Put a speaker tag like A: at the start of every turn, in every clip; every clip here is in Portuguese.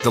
A: The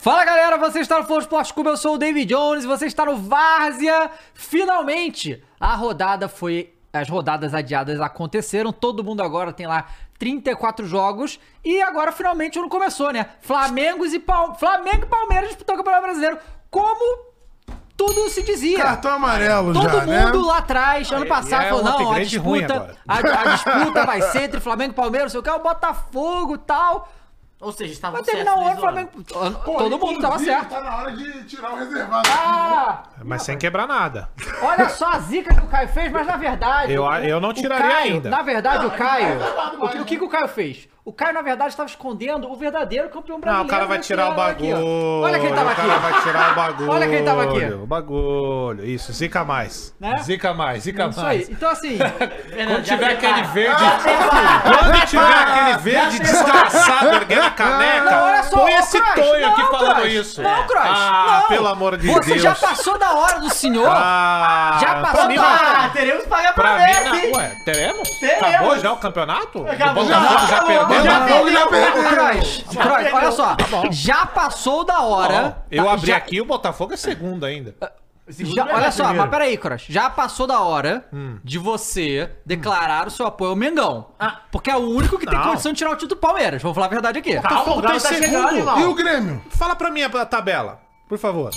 B: Fala galera, você está no Flow Esporte Clube, eu sou o David Jones, você está no Várzea. Finalmente, a rodada foi. As rodadas adiadas aconteceram, todo mundo agora tem lá 34 jogos e agora finalmente o ano começou, né? Flamengo e, Pal... Flamengo e Palmeiras disputando o Campeonato Brasileiro. Como tudo se dizia.
C: Cartão amarelo
B: Todo
C: já, né?
B: mundo lá atrás, ano passado,
D: é
B: falou:
D: um
B: não, a
D: upgrade ruim
B: disputa,
D: agora.
B: a, a disputa vai ser entre Flamengo e Palmeiras, sei o que, o Botafogo e tal.
E: Ou seja, estava
B: Vai
E: certo.
B: terminar o
E: desde
B: ano, Flamengo. ano-
C: Pô,
B: todo mundo tava
C: inclusive,
B: certo.
C: Tá na hora de tirar o reservado.
B: Ah,
D: Mas sem quebrar nada.
B: olha só a zica que o Caio fez, mas na verdade.
D: Eu-
B: o-
D: eu não
B: o
D: tiraria
B: Caio-
D: ainda.
B: Na verdade, o Caio. O, que- o que, que o Caio fez? O Caio, na verdade, estava escondendo o verdadeiro campeão
D: Não,
B: brasileiro.
D: Ah, o cara vai
B: desse
D: tirar o
B: ano aqui,
D: bagulho.
B: ó. Olha quem tava
D: O cara
B: aqui.
D: vai tirar o bagulho.
B: Olha quem tava aqui.
D: O bagulho. Isso, zica mais.
B: Né?
D: Zica mais, zica
B: Isso aí.
D: mais.
B: Então, assim.
D: Quando tiver aquele verde. Quando tiver aquele verde desgraçado erguendo a caneca,
B: Não, olha só,
D: põe
B: ô,
D: esse
B: Cross,
D: tonho aqui
B: não,
D: falando
B: Cross,
D: isso.
B: não, Cross,
D: Ah,
B: não.
D: pelo amor de
B: Você
D: Deus.
B: já passou da hora do senhor?
D: Ah,
B: Já
D: pra
B: passou
D: mim,
B: da hora.
E: Ah, teremos que pagar pra,
D: Pra
E: ver
D: mim,
E: aqui.
D: não. Ué, teremos?
E: Teremos.
D: Acabou já o campeonato?
E: Acabou.
D: O Botafogo já
E: Acabou.
D: perdeu? Tá
E: Já
C: Botafogo já perdeu.
B: Cross, Cross, olha só.
D: bom.
B: Já passou da
D: Ó,
B: hora.
D: Eu
B: Tá,
D: abri
B: já-
D: aqui e o Botafogo é segundo ainda.
E: Tá,
B: Já-
D: né,
B: olha só, mas peraí, Cross. Já passou da hora
D: Hum.
B: de você declarar o seu apoio ao Mengão.
E: Ah.
B: Porque é o único que tem
D: Não.
B: condição de tirar o título do Palmeiras. Vamos falar a verdade aqui.
E: Calma, o Galo
D: tem
E: tá chegando,
D: segundo.
E: irmão.
C: E o Grêmio?
D: Fala pra mim a tabela, por favor.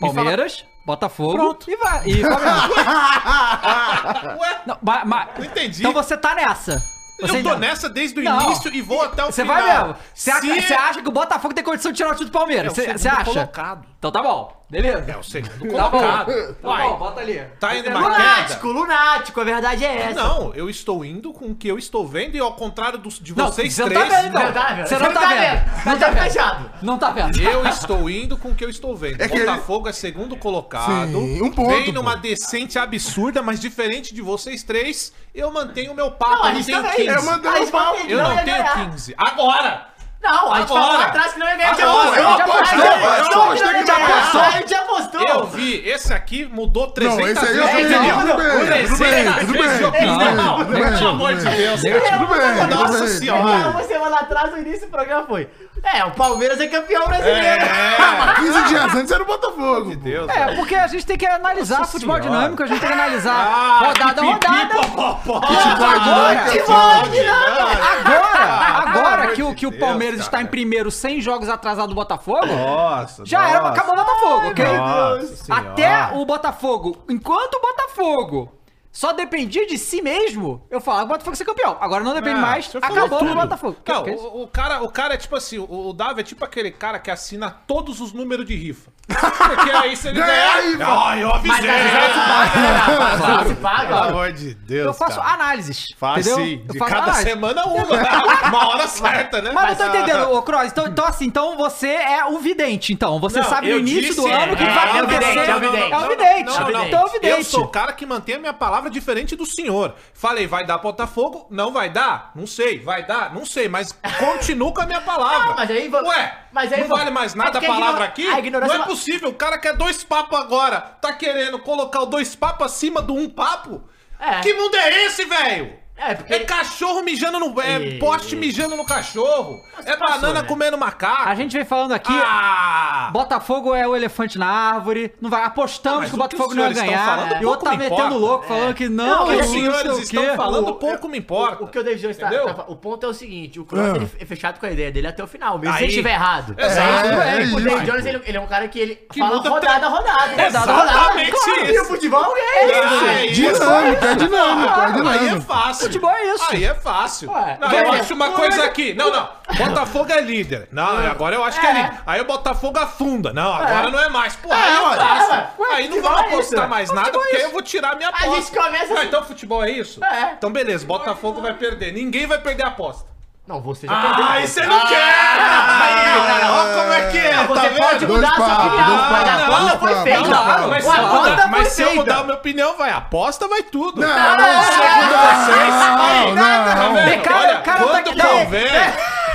B: Palmeiras, Botafogo
D: Pronto.
B: e vai. E Palmeiras.
D: Ué,
B: Não, mas- mas-
D: Não entendi.
B: Então você tá nessa.
D: eu
B: Você
D: tô
B: ainda-
D: nessa desde o
B: Não.
D: início e vou até o
B: Você
D: final.
B: vai mesmo. Você
D: Se-
B: acha- você acha que o Botafogo tem condição de tirar o título do Palmeiras?
D: É o
B: Você
D: segundo
B: você acha?
D: colocado.
B: Então tá bom. Beleza.
D: É o segundo
B: Tá bom. Tá
D: colocado.
B: bom, bota ali.
D: Tá indo
B: Entendeu?
D: uma
E: Lunático,
D: queda.
E: lunático, a verdade é essa.
D: Não, eu estou indo com o que eu estou vendo e ao contrário dos, de
B: Não,
D: vocês
B: você não
D: três,
B: tá vendo, não.
E: Verdade,
B: Você não tá vendo.
E: Não tá fechado.
B: Não tá vendo.
D: eu estou indo com o que eu estou vendo.
C: É que ele-
D: Botafogo é segundo colocado.
C: Sim, um ponto,
D: Vem numa
C: pô.
D: decente absurda, mas diferente de vocês três, eu mantenho o meu papo.
E: Não, a
D: eu não
E: gente
D: tenho
E: tá
D: 15.
E: bem.
C: Eu mandei
E: Aí
C: um pau.
E: espanquei,
D: Eu não
E: ia
D: tenho
E: ganhar.
D: 15. Agora!
E: Não, a gente
D: Agora.
E: falou lá atrás que não ia ganhar de
D: Agora.
E: apostou.
D: Eu
C: apostei, eu apostei que já
B: apostou.
E: A gente apostou.
D: Eu vi, esse aqui mudou 300
C: né? Não, esse aí eu tô
D: vezes.
E: Não, não,
C: entendendo. Tudo
E: não,
C: bem, tudo bem, tudo bem.
D: Não,
C: Tudo bem,
D: não,
C: tudo
D: pelo
C: bem, tudo
D: amor de
C: bem.
D: Deus,
C: Tudo
D: cara.
C: bem, tudo
D: Nossa
C: bem,
D: senhora.
C: tudo bem.
E: Uma semana atrás, no início do programa foi. É, o Palmeiras é campeão brasileiro.
C: Ah, mas 15 dias antes era o Botafogo. pô.
D: Deus.
B: É, porque a gente tem que analisar futebol
D: Senhora.
B: dinâmico, a gente tem que analisar
D: Ah,
B: rodada a
D: pipi,
B: rodada. Ah,
D: pó, pó, pó.
B: Agora,
E: Que bola, Guilherme!
B: agora, agora
D: amor
B: que, o,
D: de
B: que o
D: Deus,
B: Palmeiras
D: cara.
B: está em primeiro 100 jogos atrasado do Botafogo,
D: Nossa,
B: já era, acabou o Botafogo, ok?
D: Nossa
B: Até o Botafogo, enquanto o Botafogo só dependia de si mesmo, eu falava, o Botafogo ser campeão. Agora não depende mais, acabou o Botafogo. Que-
D: Não,
B: que isso?
D: o, o cara, o cara é tipo assim, o, o Davi é tipo aquele cara que assina todos os números de rifa. Porque aí se ele
C: Ganhar a rifa.
D: Ah, eu
E: Mas
D: avisei.
E: às vezes
B: é,
E: ela se paga, né? Às
D: É.
E: vezes ela se
D: Pelo
E: paga.
D: amor de Deus,
B: eu faço
D: cara.
B: análises,
D: Faz
B: entendeu?
D: sim.
B: Eu
D: De
B: faço
D: cada
B: análises.
D: semana uma. né? Uma hora certa, né?
B: Mas não tô
D: Mas,
B: entendendo,
D: ah,
B: ô Cross. Então, então assim, então você é o vidente, então. Você
D: Não,
B: sabe no
D: eu
B: início
D: disse-
B: do ano o que
D: é,
B: vai
E: é o
B: acontecer.
E: vidente, é o vidente.
B: É o vidente.
D: Não, não, não.
B: Então é o vidente.
D: Eu sou o cara que mantém a minha palavra diferente do senhor. Falei, vai dar Botafogo? Não vai dar? Não sei. Vai dar? Não sei. Mas continuo com a minha palavra.
E: Não, mas aí vo-
D: Ué,
E: mas aí
D: não
E: vo-
D: vale mais
E: é
D: nada a
E: porque a igno-
D: palavra
E: a
D: aqui?
E: ignorância
D: não é
E: é uma-
D: possível. O cara quer dois papos agora. Tá querendo colocar o dois papos acima do um papo?
E: É.
D: Que mundo é esse, velho?
E: É, porque-
D: cachorro mijando no... É
E: Ih.
D: poste mijando no cachorro. é
E: passou,
D: banana
E: né?
D: comendo macaco.
B: A gente vem falando aqui.
D: Ah!
B: Botafogo é o elefante na árvore. Não vai. Apostamos
D: Mas
B: que o
D: o que
B: Botafogo
D: os
B: não ia
D: senhores
B: ganhar.
D: estão falando,
B: e o outro tá
D: pouco me
B: metendo
D: importa. É.
B: louco, falando que não.
E: Não,
B: que
E: os
B: não sei
D: senhores
B: o
D: estão
B: quê.
D: falando,
E: O-
D: pouco me importa.
E: O que o David Jones tá,
D: Ah, Entendeu?
E: tá- O ponto é o seguinte: o Cross
C: Ah.
E: ele é fechado com a ideia dele até o final, mesmo se
D: Aí.
E: ele estiver errado.
D: Exato.
C: É, é
E: o
C: isso.
E: David Jones ele, ele é um cara que ele fala
D: muda
E: rodada a rodada.
D: Exatamente isso.
E: E o futebol é isso.
D: Ah, é isso.
C: Dinâmico, é dinâmico, é
D: Aí é
C: dinâmico.
D: fácil.
B: Futebol é isso.
D: Aí é fácil.
E: Ué,
D: não,
E: vai
D: eu
E: ver.
D: acho uma coisa aqui. Não, não. Botafogo é líder. Não, agora eu acho que é
E: É.
D: líder. Aí o Botafogo afunda. Não, agora não é mais. Porra,
E: É,
D: aí é
E: ué.
D: fácil.
E: Ué,
D: Aí não
E: futebol
D: vamos
E: é
D: apostar
E: isso.
D: mais
E: Futebol
D: nada,
E: é
D: porque aí
E: isso.
D: eu vou tirar a minha
E: A
D: aposta.
E: gente começa
D: Ah,
E: assim.
D: então futebol é isso?
E: É.
D: Então beleza, Botafogo vai perder. Ninguém vai perder a aposta.
E: Não, você já perdeu. Ah,
D: Ah, aí você Ah, não quer! Aí, Olha como é que é,
E: Não,
D: tá
E: você
D: vendo?
E: pode mudar a
C: Dois
E: sua
C: papos,
E: opinião,
C: dois
E: mas a
C: papos,
E: conta
C: dois
E: foi
C: papos,
E: feita.
C: dois papos.
E: pô.
D: Mas
E: A
D: se eu
E: conta
D: mudar,
E: foi
D: mas se eu
E: feita.
D: mudar a minha opinião, vai, aposta, vai tudo.
C: Não,
B: é
C: não,
E: segundo
D: vocês,
C: não, não, não.
D: Olha,
B: cara, o cara tá
D: quando
B: aqui- não,
D: convém,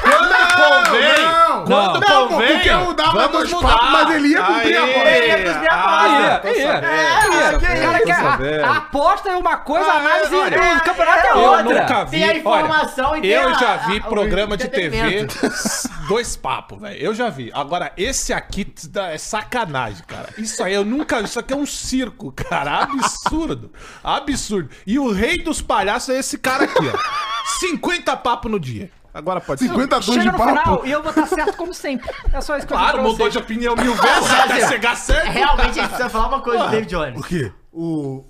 D: quando convém,
C: não.
D: quando
C: Não, pô,
D: convém,
C: porque eu dava
D: vamos
C: dois papos, mas ele ia cumprir a
D: Aí, ah, tá
C: aposta.
E: Ele
B: Ah,
E: ia cumprir a
D: aí,
E: aposta.
D: aí,
E: É, que
B: Cara,
E: isso.
B: que a, a aposta é uma coisa, a
D: Ah,
B: análise
D: olha,
B: do campeonato é
E: eu
B: outra.
D: nunca vi.
E: Tem a informação
D: olha,
E: e tem
D: Eu
E: a-
D: já
E: a-
D: vi
E: o
D: programa de TV,
E: entretenimento.
D: dois papos, velho. Eu já vi. Agora, esse aqui t- dá- é sacanagem, cara. Isso aí eu nunca vi. Isso aqui é um circo, cara. Absurdo. Absurdo. E o rei dos palhaços é esse cara aqui, ó. 50 papos no dia. Agora pode ser.
C: 50 tons
B: Chega
C: de
B: no final
C: papo.
B: e eu vou estar certo como sempre. É só isso que eu digo
D: Claro,
B: pra
D: mudou
B: vocês.
D: de opinião mil vezes até chegar certo.
E: Realmente a gente precisa falar uma coisa do David Jones.
C: O quê?
E: O,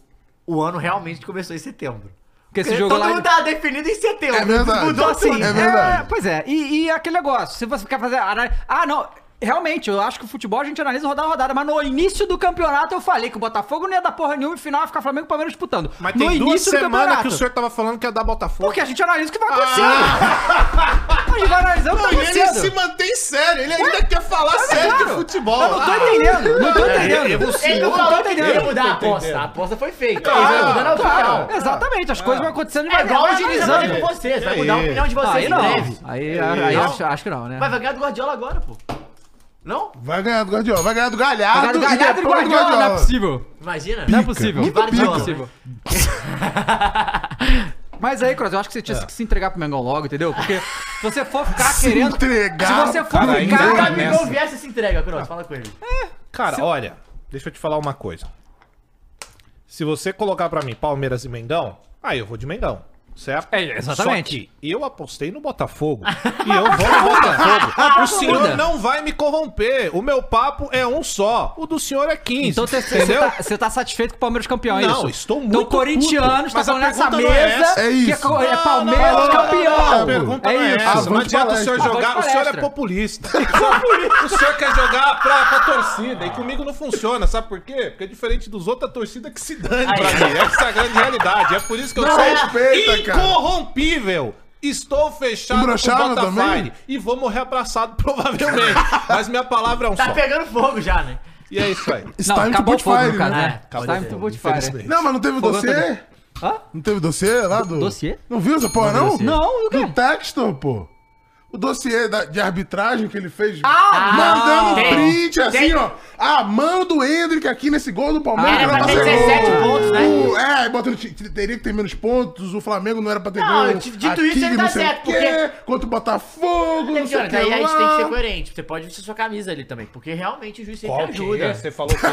E: o ano realmente começou em setembro.
B: Porque esse jogo
E: todo
B: lá-
E: mundo tava definido em setembro.
C: É verdade.
E: Mudou assim.
C: É
B: É,
C: verdade.
B: pois é, e, e aquele negócio, se você quer fazer. análise- Ah, não. Realmente, eu acho que o futebol a gente analisa rodada a rodada, mas no início do campeonato eu falei que o Botafogo não ia dar porra nenhuma e final ia ficar Flamengo e Palmeiras disputando.
D: Mas
B: no
D: tem duas
B: início do
D: semanas que o
B: campeonato.
D: senhor tava falando que ia dar Botafogo.
B: Porque a gente analisa o que vai acontecendo. a gente vai analisar o que tá
D: E ele
B: acontecendo.
D: se mantém sério, ele ainda quer falar sério de futebol.
B: Eu
C: Ah.
B: não tô entendendo, não tô entendendo.
E: Ele não
B: Eu
E: falou
B: tô
E: que ele ia
B: tá entendendo.
E: mudar a aposta. A aposta foi feita. Ele vai mudando a opinião.
B: Claro, exatamente, as coisas vão acontecendo
E: É igual a
B: vai
E: gente
B: analisando.
E: vai com vocês. Vai mudar a opinião de vocês
B: Aí
E: em
B: não.
E: breve.
B: Aí, aí
E: Não?
B: acho, acho que não, né?
E: É. Mas vai ganhar do Guardiola agora, pô. Não?
C: Vai ganhar do Guardiola, vai ganhar do
B: Galhardo,
C: Galhardo,
B: Galhardo e
C: depois do
B: Guardiola, não é possível.
E: Imagina.
B: Não é possível.
E: Muito
B: Não é
E: pica.
B: possível. Mas aí, Cross, eu acho que você tinha
D: É.
B: que se entregar pro Mengão logo, entendeu? Porque se você for ficar
C: Se
B: querendo.
C: entregar,
B: se você for
D: cara,
E: Se o
D: ainda-
B: ficar.
E: Gabigol viesse, se entrega, Cross. Fala com ele.
D: Cara, olha, deixa eu te falar uma coisa. Se você colocar pra mim Palmeiras e Mengão, aí eu vou de Mengão. Certo?
B: É, exatamente.
D: Só que eu apostei no Botafogo e eu vou no Botafogo. o senhor não vai me corromper. O meu papo é um só. O do senhor é 15.
B: Então você- você
D: entendeu?
B: tá, você tá satisfeito com o Palmeiras campeão, é
D: Não,
B: isso?
D: estou
B: Então,
D: muito
B: corintiano
D: puto.
B: tá
D: Mas a
B: falando nessa
D: pergunta não é
B: mesa
D: essa.
C: É
B: que é,
C: isso.
B: co- é
D: Não,
B: Palmeiras
D: não, não, não,
B: campeão.
D: não, A pergunta
B: é
D: não é
B: isso.
D: essa. Não
C: Avante
D: adianta o senhor
C: palestra.
D: jogar. O
B: Avante
D: senhor é
B: palestra.
D: populista. O senhor quer jogar pra, pra torcida. E comigo não funciona. Sabe por quê? Porque é diferente dos outros, a torcida que se dane pra mim. Essa é a grande realidade. É por isso que eu
C: Não,
D: sou
C: respeita, cara.
D: incorrompível. Estou fechado com
C: Brochado
D: o Botafogo
C: também?
D: e vou morrer abraçado provavelmente. Mas minha palavra é um
E: Tá
D: só.
E: pegando fogo já, né?
D: E é isso aí.
C: It's
B: Não,
C: time to
B: acabou o
C: put
B: fogo, no
C: fire,
B: caso,
E: né?
B: né?
E: Acabou
B: Time
E: o
B: to
E: fogo,
B: put fire.
D: infelizmente.
C: Não, mas não teve
B: Fogão
C: dossiê?
B: Hã?
C: Não teve dossiê lá do...
B: Dossiê?
C: Não viu essa porra, não?
B: dossiê. Não, do
C: do
B: quê?
C: texto, pô. O dossiê da- de arbitragem que ele fez.
B: Ah,
C: mandando
E: tem.
C: print, assim,
E: Tem.
C: ó. Ah, manda o Hendrick aqui nesse gol do Palmeiras.
B: Ah,
C: que
B: era
C: era
B: pra ter
C: pra ser
E: 17
C: gol.
E: pontos, né?
C: O- é, botando, ti- teria que ter menos pontos. O Flamengo não era pra ter
E: Não,
C: gol.
E: dito isso, ele
C: aqui,
E: tá
C: não sei o
E: certo,
C: quê,
E: porque-
C: Contra o Botafogo, não sei o
E: Cara,
C: que
E: daí a gente tem que ser
C: lá.
E: coerente. Você pode vestir sua camisa ali também, porque realmente o juiz sempre
D: Qual que
E: ajuda.
D: é? Você falou o quê?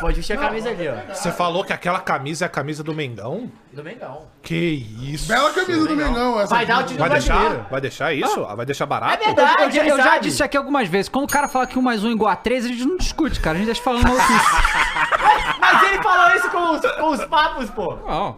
E: Pode vestir a camisa ali, ó.
D: Você falou que aquela camisa é a camisa do Mengão?
E: Do Mengão.
D: Que isso.
C: Bela camisa do Mengão, essa.
E: Vai dar o título
D: Vai deixar?
E: brasileiro.
D: Vai deixar isso? Ah, Vai deixar barato?
E: É verdade,
B: Eu, já-
E: ele
B: eu já
E: sabe.
B: disse aqui algumas vezes, quando o cara fala que um mais um igual a três, a gente não discute, cara. A gente deixa falando maluquice.
E: Mas ele falou isso com os, com os papos, pô.
B: Não.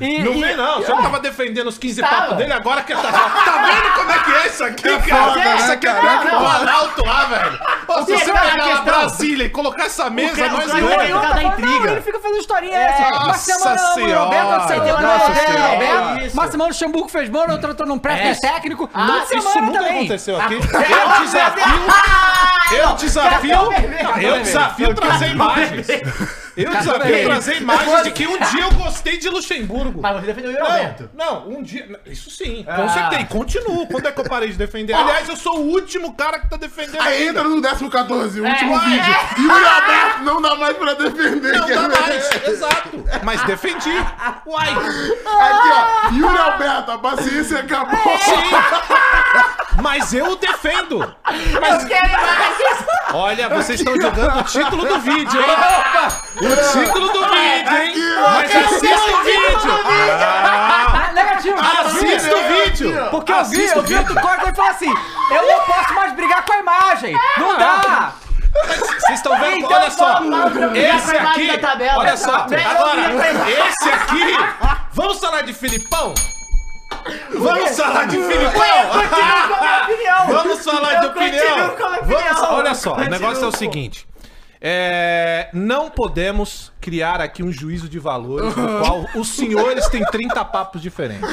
B: E,
D: Não
B: e-
D: vem não, o senhor tava defendendo os 15
E: Tava.
D: papos dele, agora que tá. Tá vendo como é que é isso aqui, cara?
C: foda,
D: isso
C: né,
D: aqui é
C: cara?
D: o Planalto lá, velho. Ô,
E: que
D: se você
E: é a
D: pegar a
E: questão?
D: Brasília e colocar essa mesa,
E: cara- o
D: nós
E: cara
D: dois.
E: ganhou.
B: Tá
E: da
B: falando,
E: intriga.
B: Não, ele fica fazendo historinha essa.
D: Nossa
B: Marcelo ama o
D: Senhora.
B: Roberto, Marcelo ama o
E: Nossa
B: Roberto,
E: Senhora.
B: Roberto.
E: Isso.
B: Marcelo Luxemburgo fez gol, outro outro não presta,
E: É.
B: é técnico.
E: Ah,
B: Toda
E: isso
B: semana também.
D: aconteceu aqui. Eu desafio. Eu desafio. Eu desafio trazer imagens. Eu desafio
B: vermelho.
D: trazer imagens de que um dia eu gostei de Luxemburgo.
E: Mas você defendeu o
D: Não,
E: Roberto.
D: Não, um dia. Isso sim, com
E: Ah.
D: certeza. E continuo. Quando é que eu parei de defender? Aliás, eu sou o último cara que tá defendendo.
C: Aí
D: ainda.
C: entra no 14, o último
E: É.
C: vídeo. E o Roberto não dá mais pra defender. né?
D: Não
C: quer
D: dá
C: ver?
D: mais, exato. Mas defendi. Uai.
C: Aqui, ó. Yuri Alberto, a paciência é acabou.
E: É.
D: Sim. Mas eu defendo. Mas,
E: Quero imagens!
D: olha, vocês estão jogando o título do vídeo, hein? O título do vídeo, hein? Mas assista o vídeo.
B: Ah, negativo.
C: né?
D: Assista o vídeo.
B: Porque eu vi,
D: Assista
B: eu
D: o
B: vi outro
D: vídeo.
B: corte e falou assim: eu não posso mais brigar com a imagem. Não dá.
D: Vocês estão vendo?
E: Então
D: olha só.
E: vamos pra brigar
D: Esse
E: pra imagem
D: aqui.
E: da tabela.
D: Olha só.
E: Vem, eu
D: Agora,
E: brigo pra imagem.
D: esse aqui. Vamos falar de Filipão? Vamos falar de Filipão?
E: Continuo com a minha é opinião!
D: Vamos falar de
E: Eu continuo
D: opinião.
E: com a minha
D: Vamos,
E: opinião.
D: olha só, o
E: Continuo,
D: negócio é o
E: pô.
D: seguinte. É, não podemos criar aqui um juízo de valores no qual os senhores têm 30 papos diferentes.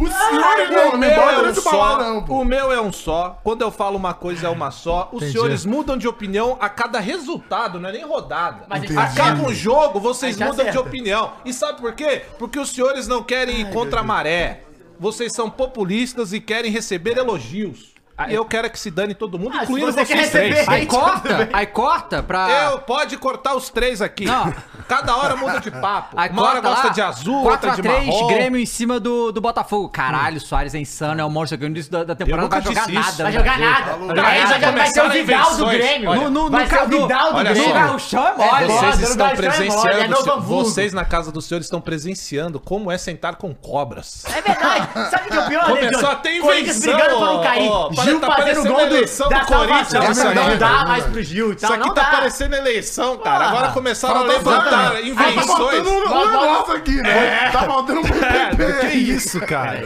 C: O senhor é
D: O
C: bom, não
D: meu
C: bota
D: é um
C: nesse
D: só,
C: palavrão,
D: o
C: pô.
D: meu é um só. Quando eu falo uma coisa é uma só. Os senhores mudam de opinião a cada resultado, não é nem rodada.
E: Mas a gente
D: Acaba
E: acerta.
D: um jogo, vocês
E: A gente
D: mudam de
E: acerta.
D: opinião. E sabe por quê? Porque os senhores não querem ir contra a maré. Vocês são populistas e querem receber elogios. E eu quero é que se dane todo mundo,
E: Ah, se
D: incluindo
E: você quer
D: vocês três.
E: receber-
B: Aí corta, aí corta pra.
D: Eu pode cortar os três aqui.
B: Não.
D: Cada hora muda de papo.
B: Aí
D: Uma hora
B: corta lá,
D: gosta de azul,
B: 4
D: outra
B: a
D: de
B: 3,
D: marrom.
B: Grêmio em cima do, do Botafogo. Caralho, o Soares é insano, é um monstro que no início da, da temporada
D: Eu nunca
B: vai jogar
D: disse isso.
B: nada.
E: Vai
B: né?
E: jogar nada.
C: Falou.
E: Daí
D: Olha,
E: já vai, ser o
D: começaram
E: Vidal do
D: invenções.
E: Grêmio.
D: Olha,
B: no-
E: vai
B: no
E: ser o
B: Cadu-
E: Vidal do
D: Olha
E: Grêmio.
D: só.
B: No Gauchão é mole.
E: É,
B: Bora,
D: Vocês
E: Bora,
D: estão
E: Bora, Bora, é
D: presenciando,
E: Novo
D: se-
E: Hamburgo.
D: vocês na casa dos senhores estão presenciando como é sentar com cobras.
E: É verdade. Sabe o que é o pior, né,
D: Começou
E: Johnny?
D: a ter
E: Corinthians
D: invenção,
E: brigando pra não cair.
D: ó, ó,
E: Gil
D: tá
E: fazendo o
D: parecendo
E: gol do,
D: eleição
E: da
D: do Corinthians,
E: salvação.
C: isso aí,
E: Não
C: né,
E: dá
C: velho?
E: mais pro Gil e
D: Isso
E: tal.
D: aqui
E: Não
D: tá
E: dá.
D: parecendo eleição, cara.
E: Porra.
D: Agora começaram a
C: Tá
D: levantar
C: faltando- Tá faltando
D: invenções.
C: um um negócio aqui, né? Tá faltando um
D: Cara,
C: PP.
D: É, que isso, cara?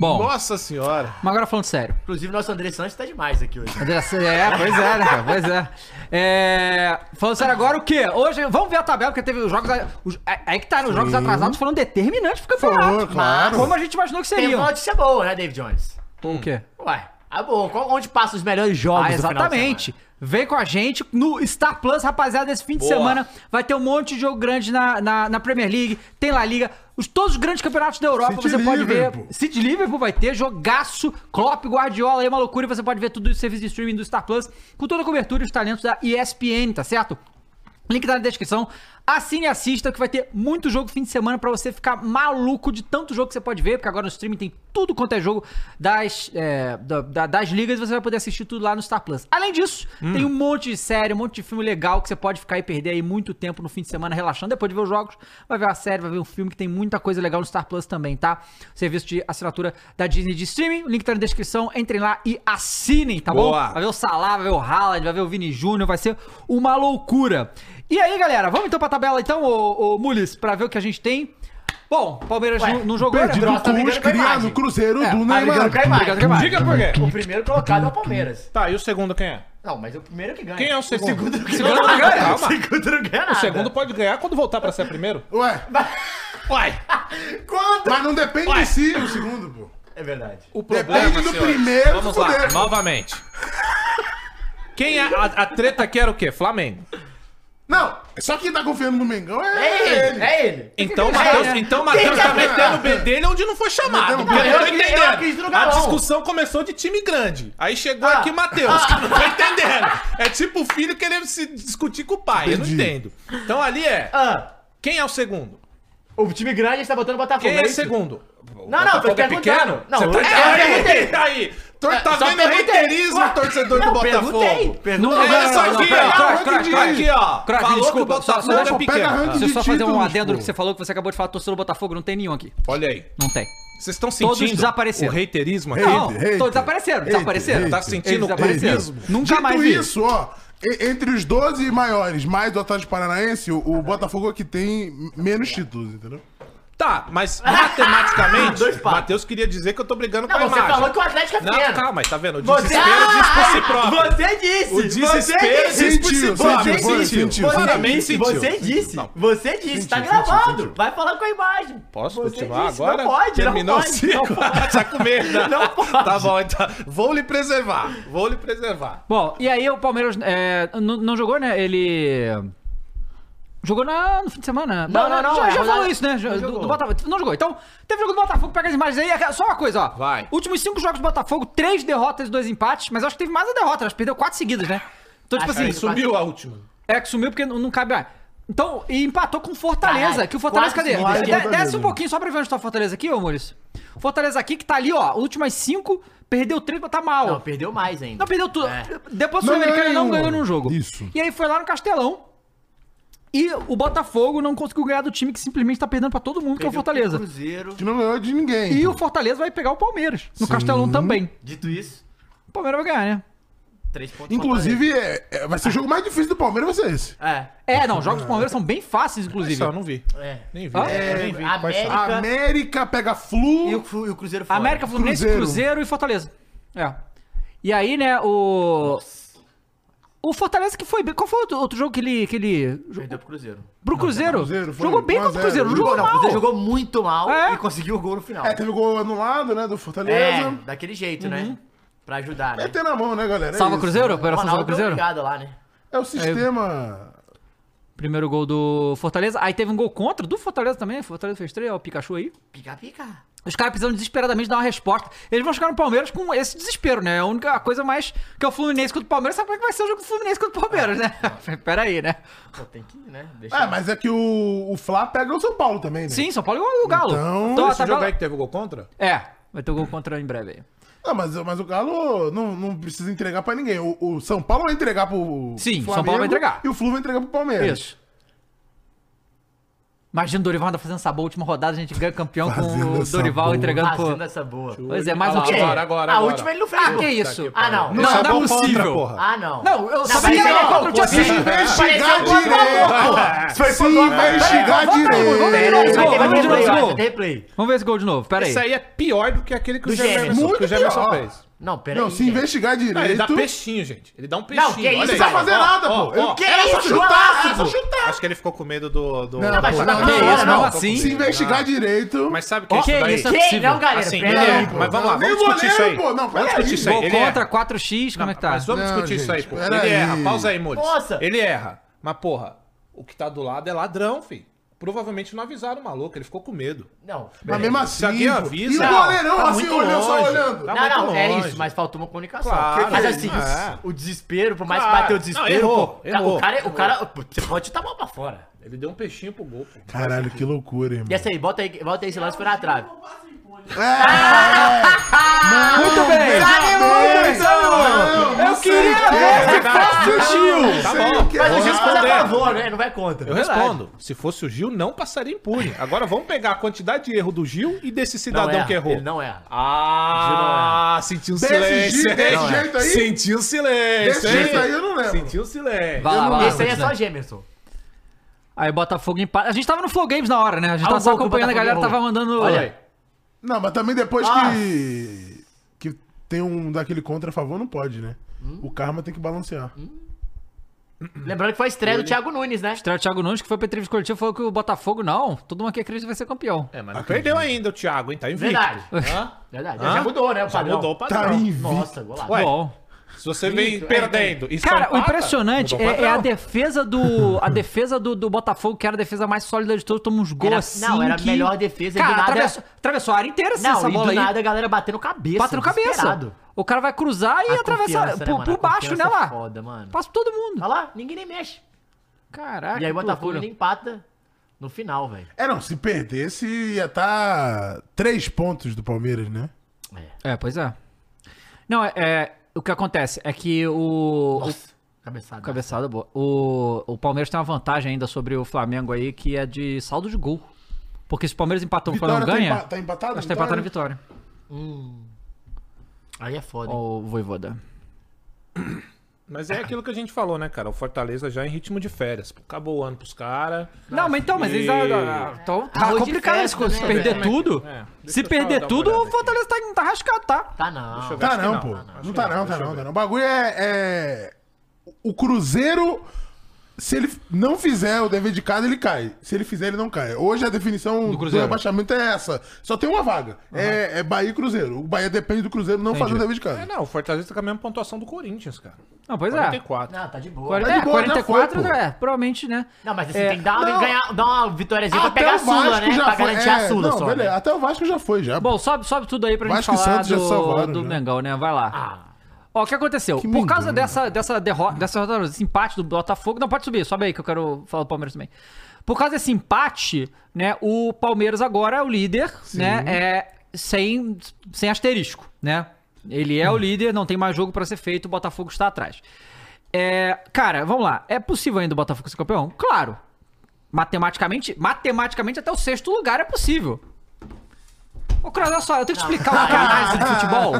B: Bom,
D: Nossa senhora.
B: mas agora falando sério.
E: É. Inclusive, nosso André Santos tá demais aqui hoje.
B: André, cê- É, pois é, né, cara? Pois é. é. Falando sério agora, o quê? Hoje, vamos ver a tabela, porque teve os jogos. a- os- é- Aí que tá, os jogos atrasados foram determinantes pro campeonato.
C: claro.
B: Como a gente imaginou que
E: Tem uma
B: seria.
E: notícia boa, né, David Jones?
B: O quê?
E: Ué, ah, bom, qual- onde passam os melhores jogos
B: Ah,
E: do final de
B: exatamente. Vem com a gente no Star Plus, rapaziada, esse fim de
D: Boa.
B: semana. Vai ter um monte de jogo grande na, na, na Premier League, tem La Liga. Os, todos os grandes campeonatos da Europa
C: City
B: você pode ver.
C: Liverpool.
B: City Liverpool vai ter, jogaço, Klopp, Guardiola, é uma loucura. E você pode ver tudo isso no serviço de streaming do Star Plus, com toda a cobertura e os talentos da ESPN, tá certo? Link tá na descrição. Assine e assista que vai ter muito jogo fim de semana pra você ficar maluco de tanto jogo que você pode ver, porque agora no streaming tem tudo quanto é jogo das, é, da- da- das ligas e você vai poder assistir tudo lá no Star Plus. Além disso, tem um monte de série, um monte de filme legal que você pode ficar e perder aí muito tempo no fim de semana relaxando. Depois de ver os jogos, vai ver a série, vai ver um filme que tem muita coisa legal no Star Plus também, tá? Serviço de assinatura da Disney de streaming. O link tá na descrição. Entrem lá e assinem, tá
D: Boa.
B: bom? Vai ver o Salah, vai ver o Haaland, vai ver o Vini Júnior, vai ser uma loucura. E aí, galera, vamos então pra tabela então, ô, ô Mules, pra ver o que a gente tem. Bom, Palmeiras
E: Ué,
B: não, não jogou, né?
C: Perdido
E: Droga, tá
C: com os
E: brigando com a
C: cria
E: imagem.
C: no Cruzeiro
B: É,
C: do
E: semana. Tá brigando
C: Neymar.
E: com a
B: Obrigado,
E: imagem.
B: Neymar.
D: Diga por quê.
E: O primeiro colocado é o Palmeiras.
D: Tá, e o segundo quem é?
E: Não, mas o primeiro que ganha.
D: Quem é o segundo?
E: O segundo que
D: Segundo
E: ganha.
D: não ganha,
E: nada.
D: calma.
E: O segundo não ganha nada.
D: O segundo pode ganhar quando voltar pra ser primeiro?
C: Ué,
D: Uai!
E: Quando?
C: mas não depende de si o segundo, pô.
E: É verdade.
D: O
C: Depende do
D: senhores,
C: primeiro,
D: Vamos
C: do
D: lá,
C: primeiro.
D: novamente. Quem é a, a treta aqui era o quê? Flamengo.
C: Não, só quem tá confiando no Mengão
E: É
C: é
E: ele,
C: ele.
E: é ele.
D: Então o
E: ganhar,
D: Matheus,
E: né?
D: então, o
E: Tem
D: Matheus
E: que
D: tá
C: ganhar.
D: metendo o B dele onde não foi chamado.
C: Metemos
D: porque
C: o
E: B.
D: eu não
E: Eu
D: tô
E: acredito- eu acredito
D: entendendo.
E: no
D: A
E: Galvão.
D: discussão começou de time grande. Aí chegou
E: Ah.
D: aqui o Matheus, que eu não tô entendendo. É tipo o filho querendo se discutir com o pai. Eu não
C: Entendi.
D: entendo. Então ali é.
E: Ah,
D: Quem é o segundo?
E: o time grande a gente tá botando o Botafogo.
D: Quem é o
E: isso?
D: segundo?
E: Não, não, tô
D: Botafogo é
E: perguntando.
D: pequeno?
E: Não,
D: Você
E: eu-
D: tá...
E: é, eu
D: aí,
E: perguntei.
D: aí. Tô- Tá
E: É, só
D: vendo o
E: perguntei.
D: reiterismo,
E: Ué,
D: torcedor do
E: não,
D: Botafogo.
E: perguntei.
B: Não,
D: Olha
B: não,
D: é só
B: não, não,
D: aqui,
B: pera,
D: ó.
B: Croc, Croc,
D: Aqui,
B: Croc.
D: ó.
B: Croc,
D: Falou
B: desculpa,
D: que o
B: só- só
D: Botafogo
B: deixa
D: é
B: eu-
C: Pega
D: pequeno.
C: ranking
B: Deixa eu
C: de
B: só fazer um
C: títulos,
B: adendo no que
C: pô.
B: você falou, que você acabou de falar torcedor do Botafogo, não tem nenhum aqui.
D: Olha aí.
B: Não tem.
D: Vocês estão sentindo
B: Todos desapareceram.
D: o reiterismo aqui?
B: Não,
C: hater,
B: todos desapareceram,
C: hater,
B: desapareceram.
C: hater.
D: Tá sentindo
B: Eles desapareceram.
D: haterismo?
B: Nunca
C: Dito
B: mais vi.
C: isso, ó. e- Entre os 12 maiores, mais do Atlético Paranaense, o, o Botafogo é que tem menos títulos, entendeu?
D: Tá, mas matematicamente,
E: Dois papos.
D: Matheus queria dizer que eu tô brigando com
E: Não,
D: a
E: você
D: imagem.
E: falou que o Atlético é
D: Não,
E: pequeno.
D: calma, tá vendo? O
E: Você,
D: desespero diz por si próprio.
E: você disse!
D: O desespero
E: você
D: diz por si
C: sentiu,
D: próprio.
E: Você
C: sentiu,
E: disse,
C: sentiu,
E: você
D: claramente
E: disse,
D: sentiu.
E: você disse,
D: Não.
E: você disse, tá
C: Sentiu, sentiu,
E: gravado,
C: sentiu.
E: vai falar com a imagem.
D: Posso
E: Você
D: continuar
E: disse,
D: agora?
E: Não pode,
D: Terminou
E: não pode.
D: o ciclo?
E: não pode.
D: tá com medo.
E: Não pode.
D: Tá bom, então. Vou lhe preservar. Vou lhe preservar.
B: Bom, e aí o Palmeiras é, n- não jogou, né? Ele. Jogou na- no fim de semana.
E: Não, não, não,
B: Já,
E: é,
B: já
E: rodada-
B: falou isso, né? Jo- do- do Botafogo. Não jogou. Então, teve jogo do Botafogo, pega as imagens aí. Só uma coisa, ó.
D: Vai.
B: Últimos cinco jogos do Botafogo, três derrotas e dois empates, mas eu acho que teve mais a derrota, acho que perdeu quatro seguidas, né? Então, tipo
E: Acho
B: assim,
E: que
B: sumiu.
D: Sumiu a última.
B: É que sumiu porque não, não cabe mais. Então, e empatou com o Fortaleza,
E: Caralho,
B: que o Fortaleza,
E: quase
B: cadê?
E: sumiu.
B: De-
E: Fortaleza.
B: desce um pouquinho só pra ver onde tá o Fortaleza aqui, ô Maurício. Fortaleza aqui que tá ali, ó, últimas cinco, perdeu três, tá mal.
E: Não, perdeu mais ainda.
B: Não, perdeu tudo.
E: É.
B: Depois o
C: Não
B: Sul-Americana
C: ganhou
B: não
C: nenhum.
B: ganhou num jogo.
C: Isso.
B: E aí foi lá no Castelão. E o Botafogo não conseguiu ganhar do time que simplesmente tá perdendo pra todo mundo, que é o
E: Perdeu pro
B: Fortaleza.
E: Cruzeiro.
C: Que não ganhou de ninguém.
B: E o Fortaleza vai pegar o Palmeiras. No Castelão também.
E: Dito isso,
B: O Palmeiras vai ganhar, né?
E: três pontos.
C: Inclusive, é- é- vai ser o jogo mais difícil do Palmeiras, vai ser esse.
E: pra Palmeiras.
B: É, não, os jogos do Palmeiras são bem fáceis, inclusive.
D: Isso, eu não vi.
E: É, é.
D: Nem vi.
B: Ah?
D: nem vi.
E: É,
D: Quais são?
E: América-
C: América pega flu.
E: E o, Flu- e o Cruzeiro fora.
B: América, Fluminense, Cruzeiro.
C: Cruzeiro.
B: e Fortaleza. É. E aí, né, o. O Fortaleza que foi bem. Qual foi o outro- outro jogo que ele. Que ele jogou?
E: Perdeu pro Cruzeiro.
B: Pro Cruzeiro?
C: Cruzeiro, foi
B: jogou bem
C: 1 a
B: contra o
C: 0.
B: Cruzeiro. não Jogou
E: Jogou, não, o
B: mal.
E: Cruzeiro jogou muito mal
B: É.
E: e conseguiu o gol no final.
C: É, teve gol anulado, né, do Fortaleza.
E: É,
C: É,
E: daquele jeito,
D: Uhum.
E: né? Pra ajudar, né?
C: ter na mão, né, galera? É
B: Salva
C: isso.
B: Cruzeiro? Operação Salva
E: deu
B: Cruzeiro?
E: ligado lá, né?
C: É o sistema...
B: Primeiro gol do Fortaleza. Aí teve um gol contra do Fortaleza também. né? Fortaleza fez três, ó, o Pikachu aí.
E: Pica, pica.
B: Os caras precisam desesperadamente dar uma resposta. Eles vão chegar no Palmeiras com esse desespero, né? É a única coisa mais que é o Fluminense contra o Palmeiras. Sabe como é que vai ser o jogo do Fluminense contra o Palmeiras, né? Pera aí, né?
E: Pô, tem que, né?
C: É,
E: Deixar.
C: mas é que o, o Flá pega o São Paulo também, né?
B: Sim, São Paulo e o Galo. tá
C: Então,
B: a
D: Esse jogo
B: tabela-
D: aí que teve gol contra?
B: É, vai ter o gol contra em breve aí.
C: Não, Ah, mas, mas o Galo não, não precisa entregar pra ninguém. O, o São Paulo vai entregar pro
B: Sim, o São Paulo vai entregar.
C: E o Flu vai entregar pro Palmeiras.
B: Isso. Imagina o Dorival ainda fazendo essa boa última rodada, a gente ganha campeão com
C: Fazendo
B: o
C: essa
B: Dorival
C: boa.
B: entregando pro.
E: Fazendo essa boa.
B: Pois é, mais
D: Ah,
B: um time.
D: Agora, agora,
E: a
D: agora.
E: última ele não fez.
B: Ah,
E: gol.
B: que isso?
E: Ah, não.
D: Não,
E: Não,
D: não,
B: dá
D: não é possível.
B: possível.
D: porra.
E: Ah, não.
B: Não, eu sabia
E: mas
B: que
E: ele
B: era
E: é
B: contra o
E: gol,
B: Chelsea.
E: pô.
C: Investigar
E: Pareceu gol,
C: direito.
E: pô. Isso foi
C: Se
E: gol, gol,
B: Peraí,
C: investigar
B: volta aí, vamos ver de novo
C: direito.
B: esse
E: Vai
B: gol,
E: ter
B: vamos ver de novo esse
E: replay,
B: gol.
E: vai ter replay.
B: Vamos ver esse gol de novo, pera aí.
D: Esse aí é pior do que aquele que o
E: Do
D: Gemerson,
E: Gemerson.
D: que o
C: Muito
D: Gemerson
C: pior.
D: fez.
E: Não, peraí.
C: Não, se investigar direito.
D: Não, ele dá
C: Não,
D: peixinho, gente. Ele dá um peixinho.
E: que isso,
D: olha aí.
E: cara?
C: fazer
D: Ó,
C: nada,
D: ó,
C: pô.
D: ó.
E: Que
C: Era só
E: isso,
D: Ah,
C: chutaço,
E: golaço,
C: pô.
E: pô.
D: Acho que ele ficou com medo do. do...
C: Não,
E: vai
C: pô,
E: chutar
C: não,
E: pra
B: Que
E: fora,
B: isso,
E: não.
B: não
E: Pô,
B: assim.
C: Se investigar direito.
D: Mas sabe o que é
B: Ó, que
D: isso daí?
B: isso?
E: Que? Não, galera,
D: Assim,
E: pera
D: ele é-
E: aí, pô.
D: Mas vamos lá,
C: Nem
D: vamos discutir isso
C: goleiro,
D: aí.
C: pô, não, pera
D: vamos discutir
C: aí.
D: isso aí.
B: Gol
D: Ele
B: contra
D: erra.
B: 4x, como é que tá?
D: Mas vamos
C: Não,
D: discutir
C: gente,
D: isso aí, pô.
C: pera
D: Ele
C: aí.
D: erra, pausa aí, Mules.
E: Nossa.
D: Ele erra. Mas, porra, o que tá do lado é ladrão, filho. Provavelmente não avisaram o maluco, ele ficou com medo.
E: Não.
C: Mas mesmo assim.
D: Se alguém
C: pô.
D: avisa,
C: E o
D: não,
C: goleirão
E: tá
C: assim,
E: muito
C: olhando, só
E: longe.
C: olhando.
D: Tá
E: não,
D: muito
E: não, é
D: longe.
E: isso, mas faltou uma comunicação.
D: Claro.
E: mas
D: Que
E: assim,
D: que é?
E: o desespero, por mais
D: Claro.
E: que bateu o
D: Não,
E: desespero,
D: errou,
E: pô, tá,
D: errou.
E: o cara, o cara, pô, você pode chutar a bola pra fora.
D: Ele deu um peixinho pro gol, pô.
C: Caralho, que loucura, irmão. É,
E: E essa aí, bota aí, bota aí esse lance foi na trave.
C: tá
B: Muito bem! Eu queria ver
C: é tá
B: se fosse o Gil!
D: Tá bom,
E: Mas o
D: vou
E: Gil faz
D: responder.
E: a favor, né? Não vai contra.
D: Eu respondo. Se fosse o Gil, não passaria impune. Agora vamos pegar a quantidade de erro do Gil e desse
E: Não
D: cidadão
E: erra,
D: que errou.
E: Ele não erra.
D: Ah, sentiu
C: Desse
D: silêncio.
C: jeito- desse
D: hein? é.
C: jeito aí?
D: Sentiu um silêncio.
C: Desse
D: hein?
C: jeito aí eu não lembro.
D: Sentiu um silêncio.
B: Vai lá, vai lá.
E: Esse aí é
B: continua.
E: só Gemerson.
B: Aí Botafogo empata. A gente tava no Flow Games na hora, né? A gente
E: Ah,
B: tava
E: o
B: só
E: gol que o
B: acompanhando, a galera
E: Botafogo
B: tava
E: errou.
B: mandando.
E: Olha aí.
C: Não, mas também depois
E: Ah.
C: que. Que tem um daquele contra a favor, não pode, né? O karma tem que balancear.
E: Lembrando que foi a estreia do Thiago Nunes, né?
B: Estreia o Thiago Nunes, que foi pra entrevista coletiva, falou que o Botafogo não. Todo mundo aqui acredita que vai ser campeão.
D: É, mas não perdeu ainda o Thiago, hein? Tá invicto.
E: Verdade.
D: Hã?
E: Verdade.
D: Hã?
E: Já mudou, né? O
D: Já
E: padrão.
D: mudou o
C: Tá
D: padrão.
C: invicto.
E: Nossa, golaço.
D: Ué,
B: Bom.
D: Se você vem
E: Invicto, é,
D: perdendo e só
B: Cara, o
D: empata,
B: impressionante
D: mudou o
B: é, é a
D: padrão.
B: defesa do. A defesa do, do Botafogo, que era a defesa mais sólida de todos, toma uns gols
E: Era-
B: assim.
E: não, era a
B: que-
E: melhor defesa, e
B: Cara,
E: do nada-
B: atravessou, atravessou a área inteira assim,
E: Não,
B: essa
E: e do
B: bola aí.
E: nada a galera batendo cabeça.
B: Batendo cabeça.
E: desesperado.
B: O cara vai cruzar e
E: A
B: atravessa
E: confiança, né,
B: por,
E: mano?
B: por
E: A
B: baixo, né,
E: confiança é
B: lá.
E: foda, mano.
B: Passa por todo mundo.
E: Olha lá, ninguém nem mexe.
B: Caraca.
E: E aí
B: Ah, que
E: o Botafogo
B: loucura.
E: ainda empata no final, velho.
C: É, não, se perdesse ia estar três pontos do Palmeiras, né?
B: É, pois é. Não, é, é, O que acontece é que o. o
E: Nossa, cabeçada.
B: cabeçada boa. O, o Palmeiras tem uma vantagem ainda sobre o Flamengo aí, que é de saldo de gol. Porque se o Palmeiras empatou, o Flamengo
C: tá,
B: ganha.
C: empa- tá empatado?
B: Acho que tá empatando a vitória.
E: Aí é foda. hein?
B: Ó, o Voivoda.
D: Mas é aquilo que a gente falou, né, cara? O Fortaleza já é em ritmo de férias. pô. Acabou o ano pros caras.
B: Não, mas então, mas eles.
D: E-
B: ah, ah, Então, tá
E: Arroz de
B: complicado esse
E: festa,
B: coisa.
E: né,
B: Se perder
E: velho?
B: tudo.
D: É, deixa
B: se
D: eu só dar
B: perder
D: uma
B: tudo,
D: olhada
B: o
D: aqui.
B: Fortaleza tá, tá rascado, tá?
E: Tá não.
D: eu ver.
C: Tá
D: Acho que
C: não,
D: não,
C: pô.
D: acho
C: Não
D: que
C: tá
D: não,
C: não, tá
D: deixa eu
C: não,
D: ver.
C: tá não. O bagulho é, é- O Cruzeiro, se ele não fizer o dever de casa, ele cai. Se ele fizer, ele não cai. Hoje a definição do,
B: Cruzeiro.
C: rebaixamento é essa. Só tem uma vaga. É, é Bahia e Cruzeiro. O Bahia depende do Cruzeiro não fazer o dever de casa.
D: É, não, o Fortaleza tá com a mesma pontuação do Corinthians, cara.
B: Não, pois é.
D: 44.
E: Não, tá de boa.
B: Quarenta-
C: Mas
B: é,
C: de boa, já
D: né?
B: 44,
C: foi, pô.
B: é, provavelmente, né?
E: Não, mas assim,
B: É,
E: tem que dar uma,
C: não.
E: ganhar, dar uma vitóriazinha pra pegar a Sula, né? Pra garantir a
C: É,
E: Sula
C: não,
E: só.
C: beleza.
E: né?
C: Até o Vasco já foi, já. pô.
B: Bom, sobe, sobe tudo aí pra gente
C: Vasco e
B: falar
C: Santos já
B: do,
C: salvaram,
B: do
C: né?
B: Mengão, né? Vai lá.
E: Ah,
B: Ó, o que aconteceu? Por
C: mundão,
B: causa
C: né?
B: dessa, dessa derrota, dessa, derrota, não, desse empate do Botafogo. Não, pode subir, sobe aí que eu quero falar do Palmeiras também. Por causa desse empate, né, o Palmeiras agora é o líder, né? É, sem, sem asterisco, né? Ele é o líder, não tem mais jogo pra ser feito, o Botafogo está atrás. É, cara, vamos lá. É possível ainda o Botafogo ser campeão? Claro. Matematicamente, matematicamente até o sexto lugar é possível. Ô, Cruz, olha só, eu tenho que explicar uma análise de futebol.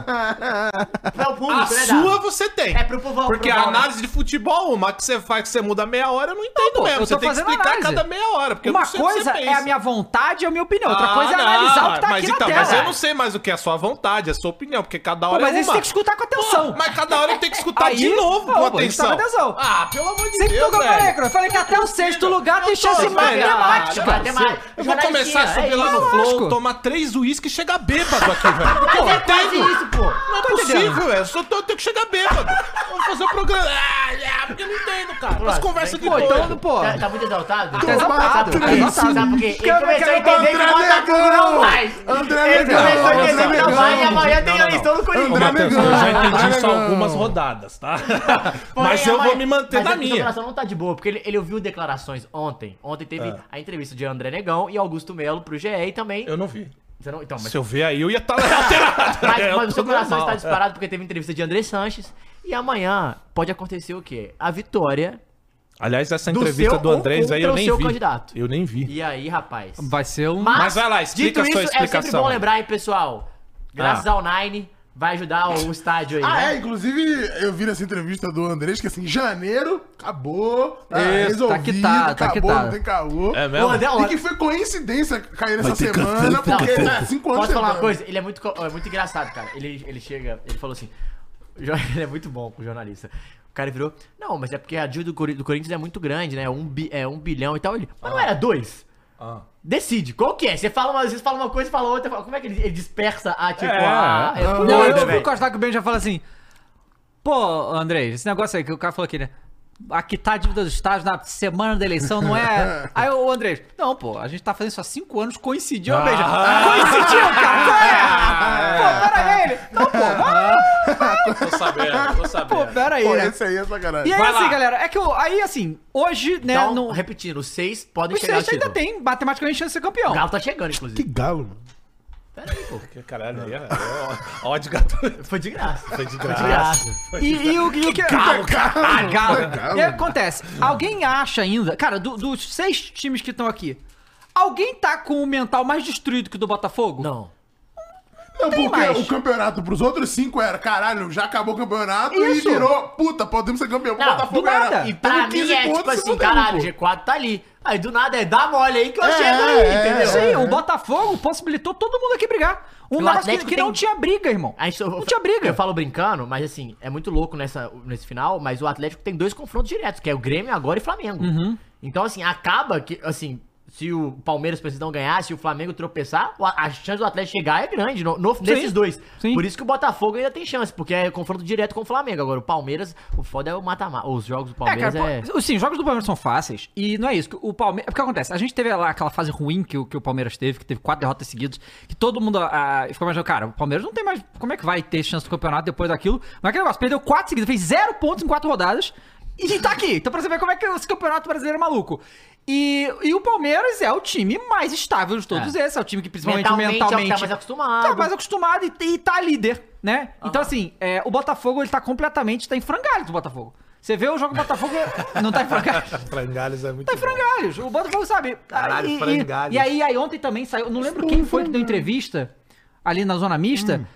E: Pra o público,
D: A
E: né,
D: sua
E: Dado?
D: você tem.
E: É pro povão,
D: Porque
E: pro
D: a
E: povão, né?
D: análise de futebol, uma que você faz que você muda meia hora, eu não entendo
B: pô, eu
D: mesmo.
B: tô
D: Você tem que
B: fazendo
D: explicar
B: análise.
D: a cada meia hora. Porque eu
B: Uma
D: não sei o que
B: coisa
D: você
B: é a
D: pensa.
B: minha vontade e a minha opinião. Outra coisa é
D: Ah,
B: analisar
D: não,
B: o que tá
D: mas,
B: aqui na
D: então,
B: tela.
D: Mas eu não sei mais o que é a sua vontade, a sua opinião, porque cada hora
B: mas
D: é
B: isso
D: uma.
B: tem que escutar com atenção.
D: mas cada hora eu tenho que escutar
B: Aí-
D: Tá de novo
B: Não,
D: com
B: pô, isso tá
D: atenção.
B: com atenção.
D: Ah, pelo amor de
B: Sempre
D: Deus,
B: que eu
D: velho. é
B: falei, Cruz, eu falei que até o sexto lugar tem chance de
D: Não, é velho,
B: matemática.
D: ah,
E: Matemática.
D: Eu vou começar a subir
E: É
D: lá
E: isso,
D: no flow,
B: lógico.
D: tomar três uísques e chegar bêbado aqui, velho.
E: Mas
D: Pô,
E: é
D: eu
E: quase
D: tenho-
E: isso, pô.
D: Não é
B: Tô
D: possível,
B: Tá entendendo.
D: velho. Eu só tô, eu tenho que chegar bêbado. Vamos fazer o programa. Ah, é, porque eu não entendo, cara. As
E: Lógico,
D: conversas de
E: tem
B: Pô,
D: doido.
B: então, pô.
E: Tá, tá muito exaltado?
B: Tá exaltado,
E: Sabe por
B: tá
E: quê?
B: exaltado.
E: Sabe por quê? Ele
B: Cara,
E: começou a
B: cara,
E: entender que o Botafogo não faz.
C: André
E: Ele começou a
C: Negão,
E: entender
C: André
E: que não vai e
C: Negão.
E: amanhã tem
D: Não, não,
E: eleição no
D: Ô,
E: Corinthians.
C: André
D: Matheus,
C: Negão,
D: eu já entendi
C: André
D: isso
C: Negão.
D: algumas rodadas, tá?
E: Porém,
D: Mas eu
E: amanhã-
D: vou me manter
E: mas
D: na
E: a
D: minha.
E: declaração não tá de boa, porque ele, ele ouviu declarações ontem. Ontem teve a entrevista de André Negão e Augusto Melo pro GE e também...
D: Eu não vi.
E: Você não- então, mas,
D: Se eu ver aí, eu ia tá estar alterado.
E: mas,
D: Eu
E: mas o seu
D: tô
E: coração
D: normal.
E: está disparado porque teve entrevista de André Sanches e amanhã pode acontecer o quê? A vitória
D: Aliás, essa
E: Do
D: entrevista
E: seu
D: do, Andrés
E: ou
D: aí eu
E: contra o
D: nem
E: seu
D: vi.
E: candidato.
D: Eu nem vi.
E: E aí, rapaz?
B: Vai ser um...
D: Mas vai lá, explica
E: dito
D: a sua
E: isso, É sempre
D: explicação. Ah.
E: bom lembrar aí, pessoal. Graças ao Nine, vai ajudar o estádio aí.
C: Ah,
E: né?
C: é, inclusive eu vi nessa entrevista do Andrés que assim, janeiro, acabou, tá
B: Isso, tá
C: resolvido,
B: quitado, tá
C: acabou,
B: quitado.
C: não tem caô.
D: É
E: O
D: mesmo?
E: André, ó,
C: E que foi coincidência cair nessa
D: ter
C: semana,
D: café,
C: porque
D: tem
C: né, cinco anos
E: Posso falar uma
C: tentando.
E: coisa? Ele é muito, co- é muito engraçado, cara. Ele, ele chega, ele falou assim. o jor- Ele é muito bom com o jornalista. O cara virou. Não, mas é porque a dívida do, Cori- do Corinthians é muito grande, né? Um, bi, é um bilhão e tal. Ele, mas não era dois?
D: Ah.
E: Decide, qual que é? Você fala uma, às vezes fala uma coisa, fala outra. fala- Como é que ele, ele dispersa a tipo.
D: É,
E: a,
D: é.
E: por
B: Não,
E: aí,
B: eu
E: né,
B: ouvi
E: velho?
B: o Costa que o Ben já fala assim. Pô, Andrei, esse negócio aí que o cara falou aqui, né? Aqui tá a dívida dos estados na semana da eleição, não é? Aí o Andrei, não, pô, a gente tá fazendo isso há cinco anos, coincidiu a beija.
D: Ah.
B: Coincidiu, cara! Qual é? Pô, pera aí, ele. Não, pô, vai,
D: Tô sabendo, tô sabendo.
B: pô, pera aí.
C: Pô,
B: né?
C: esse aí é sacanagem.
B: E aí,
D: Vai
B: assim,
D: lá.
B: galera, é que eu, aí, assim, hoje, né,
E: Então,
B: no,
E: repetindo, os seis podem
B: o
E: chegar ao
B: Sexta ainda
E: título.
B: tem matematicamente chance de ser
E: O
B: campeão.
E: Galo tá chegando,
C: Que
E: inclusive.
C: galo, mano.
E: Pera aí, pô.
D: Que Caralho, aí é é ó- ó de gato.
E: Foi de graça. Foi
D: de
E: graça.
B: E, e o e o que. Ah, Galo,
E: Ah,
C: Ah, Galo,
B: galo. E aí acontece? Alguém acha ainda. Cara, do- dos seis times que estão aqui, alguém tá com o mental mais destruído que o do Botafogo?
E: Não.
C: Não,
B: tem
C: porque
B: mais.
C: o campeonato pros outros cinco era, caralho, já acabou o campeonato
B: Isso.
C: e virou, puta, podemos ser campeão.
E: Não, Ah, do
C: era,
B: nada.
C: teve
E: E pra mim
C: 15
E: é tipo
C: pontos,
E: assim,
C: fudeu,
E: caralho,
C: pô.
E: G4 tá ali. Aí do nada é dá mole aí que eu
C: É,
E: chego aí,
C: é,
E: entendeu?
B: Sim, o Botafogo possibilitou todo mundo aqui brigar. Um
E: O
B: negócio que,
E: Atlético
B: que não
E: tem-
B: tinha briga, irmão.
E: A gente- eu-
B: Não tinha briga.
E: Eu falo brincando, mas assim, é muito louco nessa, nesse final, mas o Atlético tem dois confrontos diretos, que é o Grêmio agora e Flamengo.
B: Uhum.
E: Então, assim, acaba que, assim, se o Palmeiras precisa não ganhar, se o Flamengo tropeçar, o- a chance do Atlético chegar é grande no, no- nesses dois.
B: sim.
E: Por isso que o Botafogo ainda tem chance, porque é confronto direto com o Flamengo. Agora, o Palmeiras, o foda é o mata-mata. Os jogos do
B: É,
E: Palmeiras é.
B: cara, pô, sim, os jogos do Palmeiras são fáceis e não é isso. que O Palmeiras. Porque acontece, a gente teve lá aquela fase ruim que, o- que o Palmeiras teve, que teve quatro derrotas seguidas, que todo mundo ah, ficou imaginando, cara, o Palmeiras não tem mais. Como é que vai ter chance do campeonato depois daquilo? Mas aquele negócio, perdeu quatro seguidas, fez zero pontos em quatro rodadas e a gente tá aqui. Então pra você ver como é que esse campeonato brasileiro é maluco. E, e o Palmeiras é o time mais estável de todos
E: É.
B: esses, é o time que principalmente
E: Mentalmente,
B: mentalmente.
E: é o que tá mais acostumado.
B: Tá mais acostumado e, e tá líder, né? Então, assim, é, o Botafogo, ele tá completamente, tá em frangalhos do Botafogo. Você vê o jogo do Botafogo, não tá em frangalhos.
D: Frangalhos é muito
B: Tá em frangalhos. O Botafogo sabe.
D: Caralho,
B: E- e,
D: frangalhos.
B: E aí, aí ontem também saiu. Não lembro quem foi que deu entrevista ali na zona mista.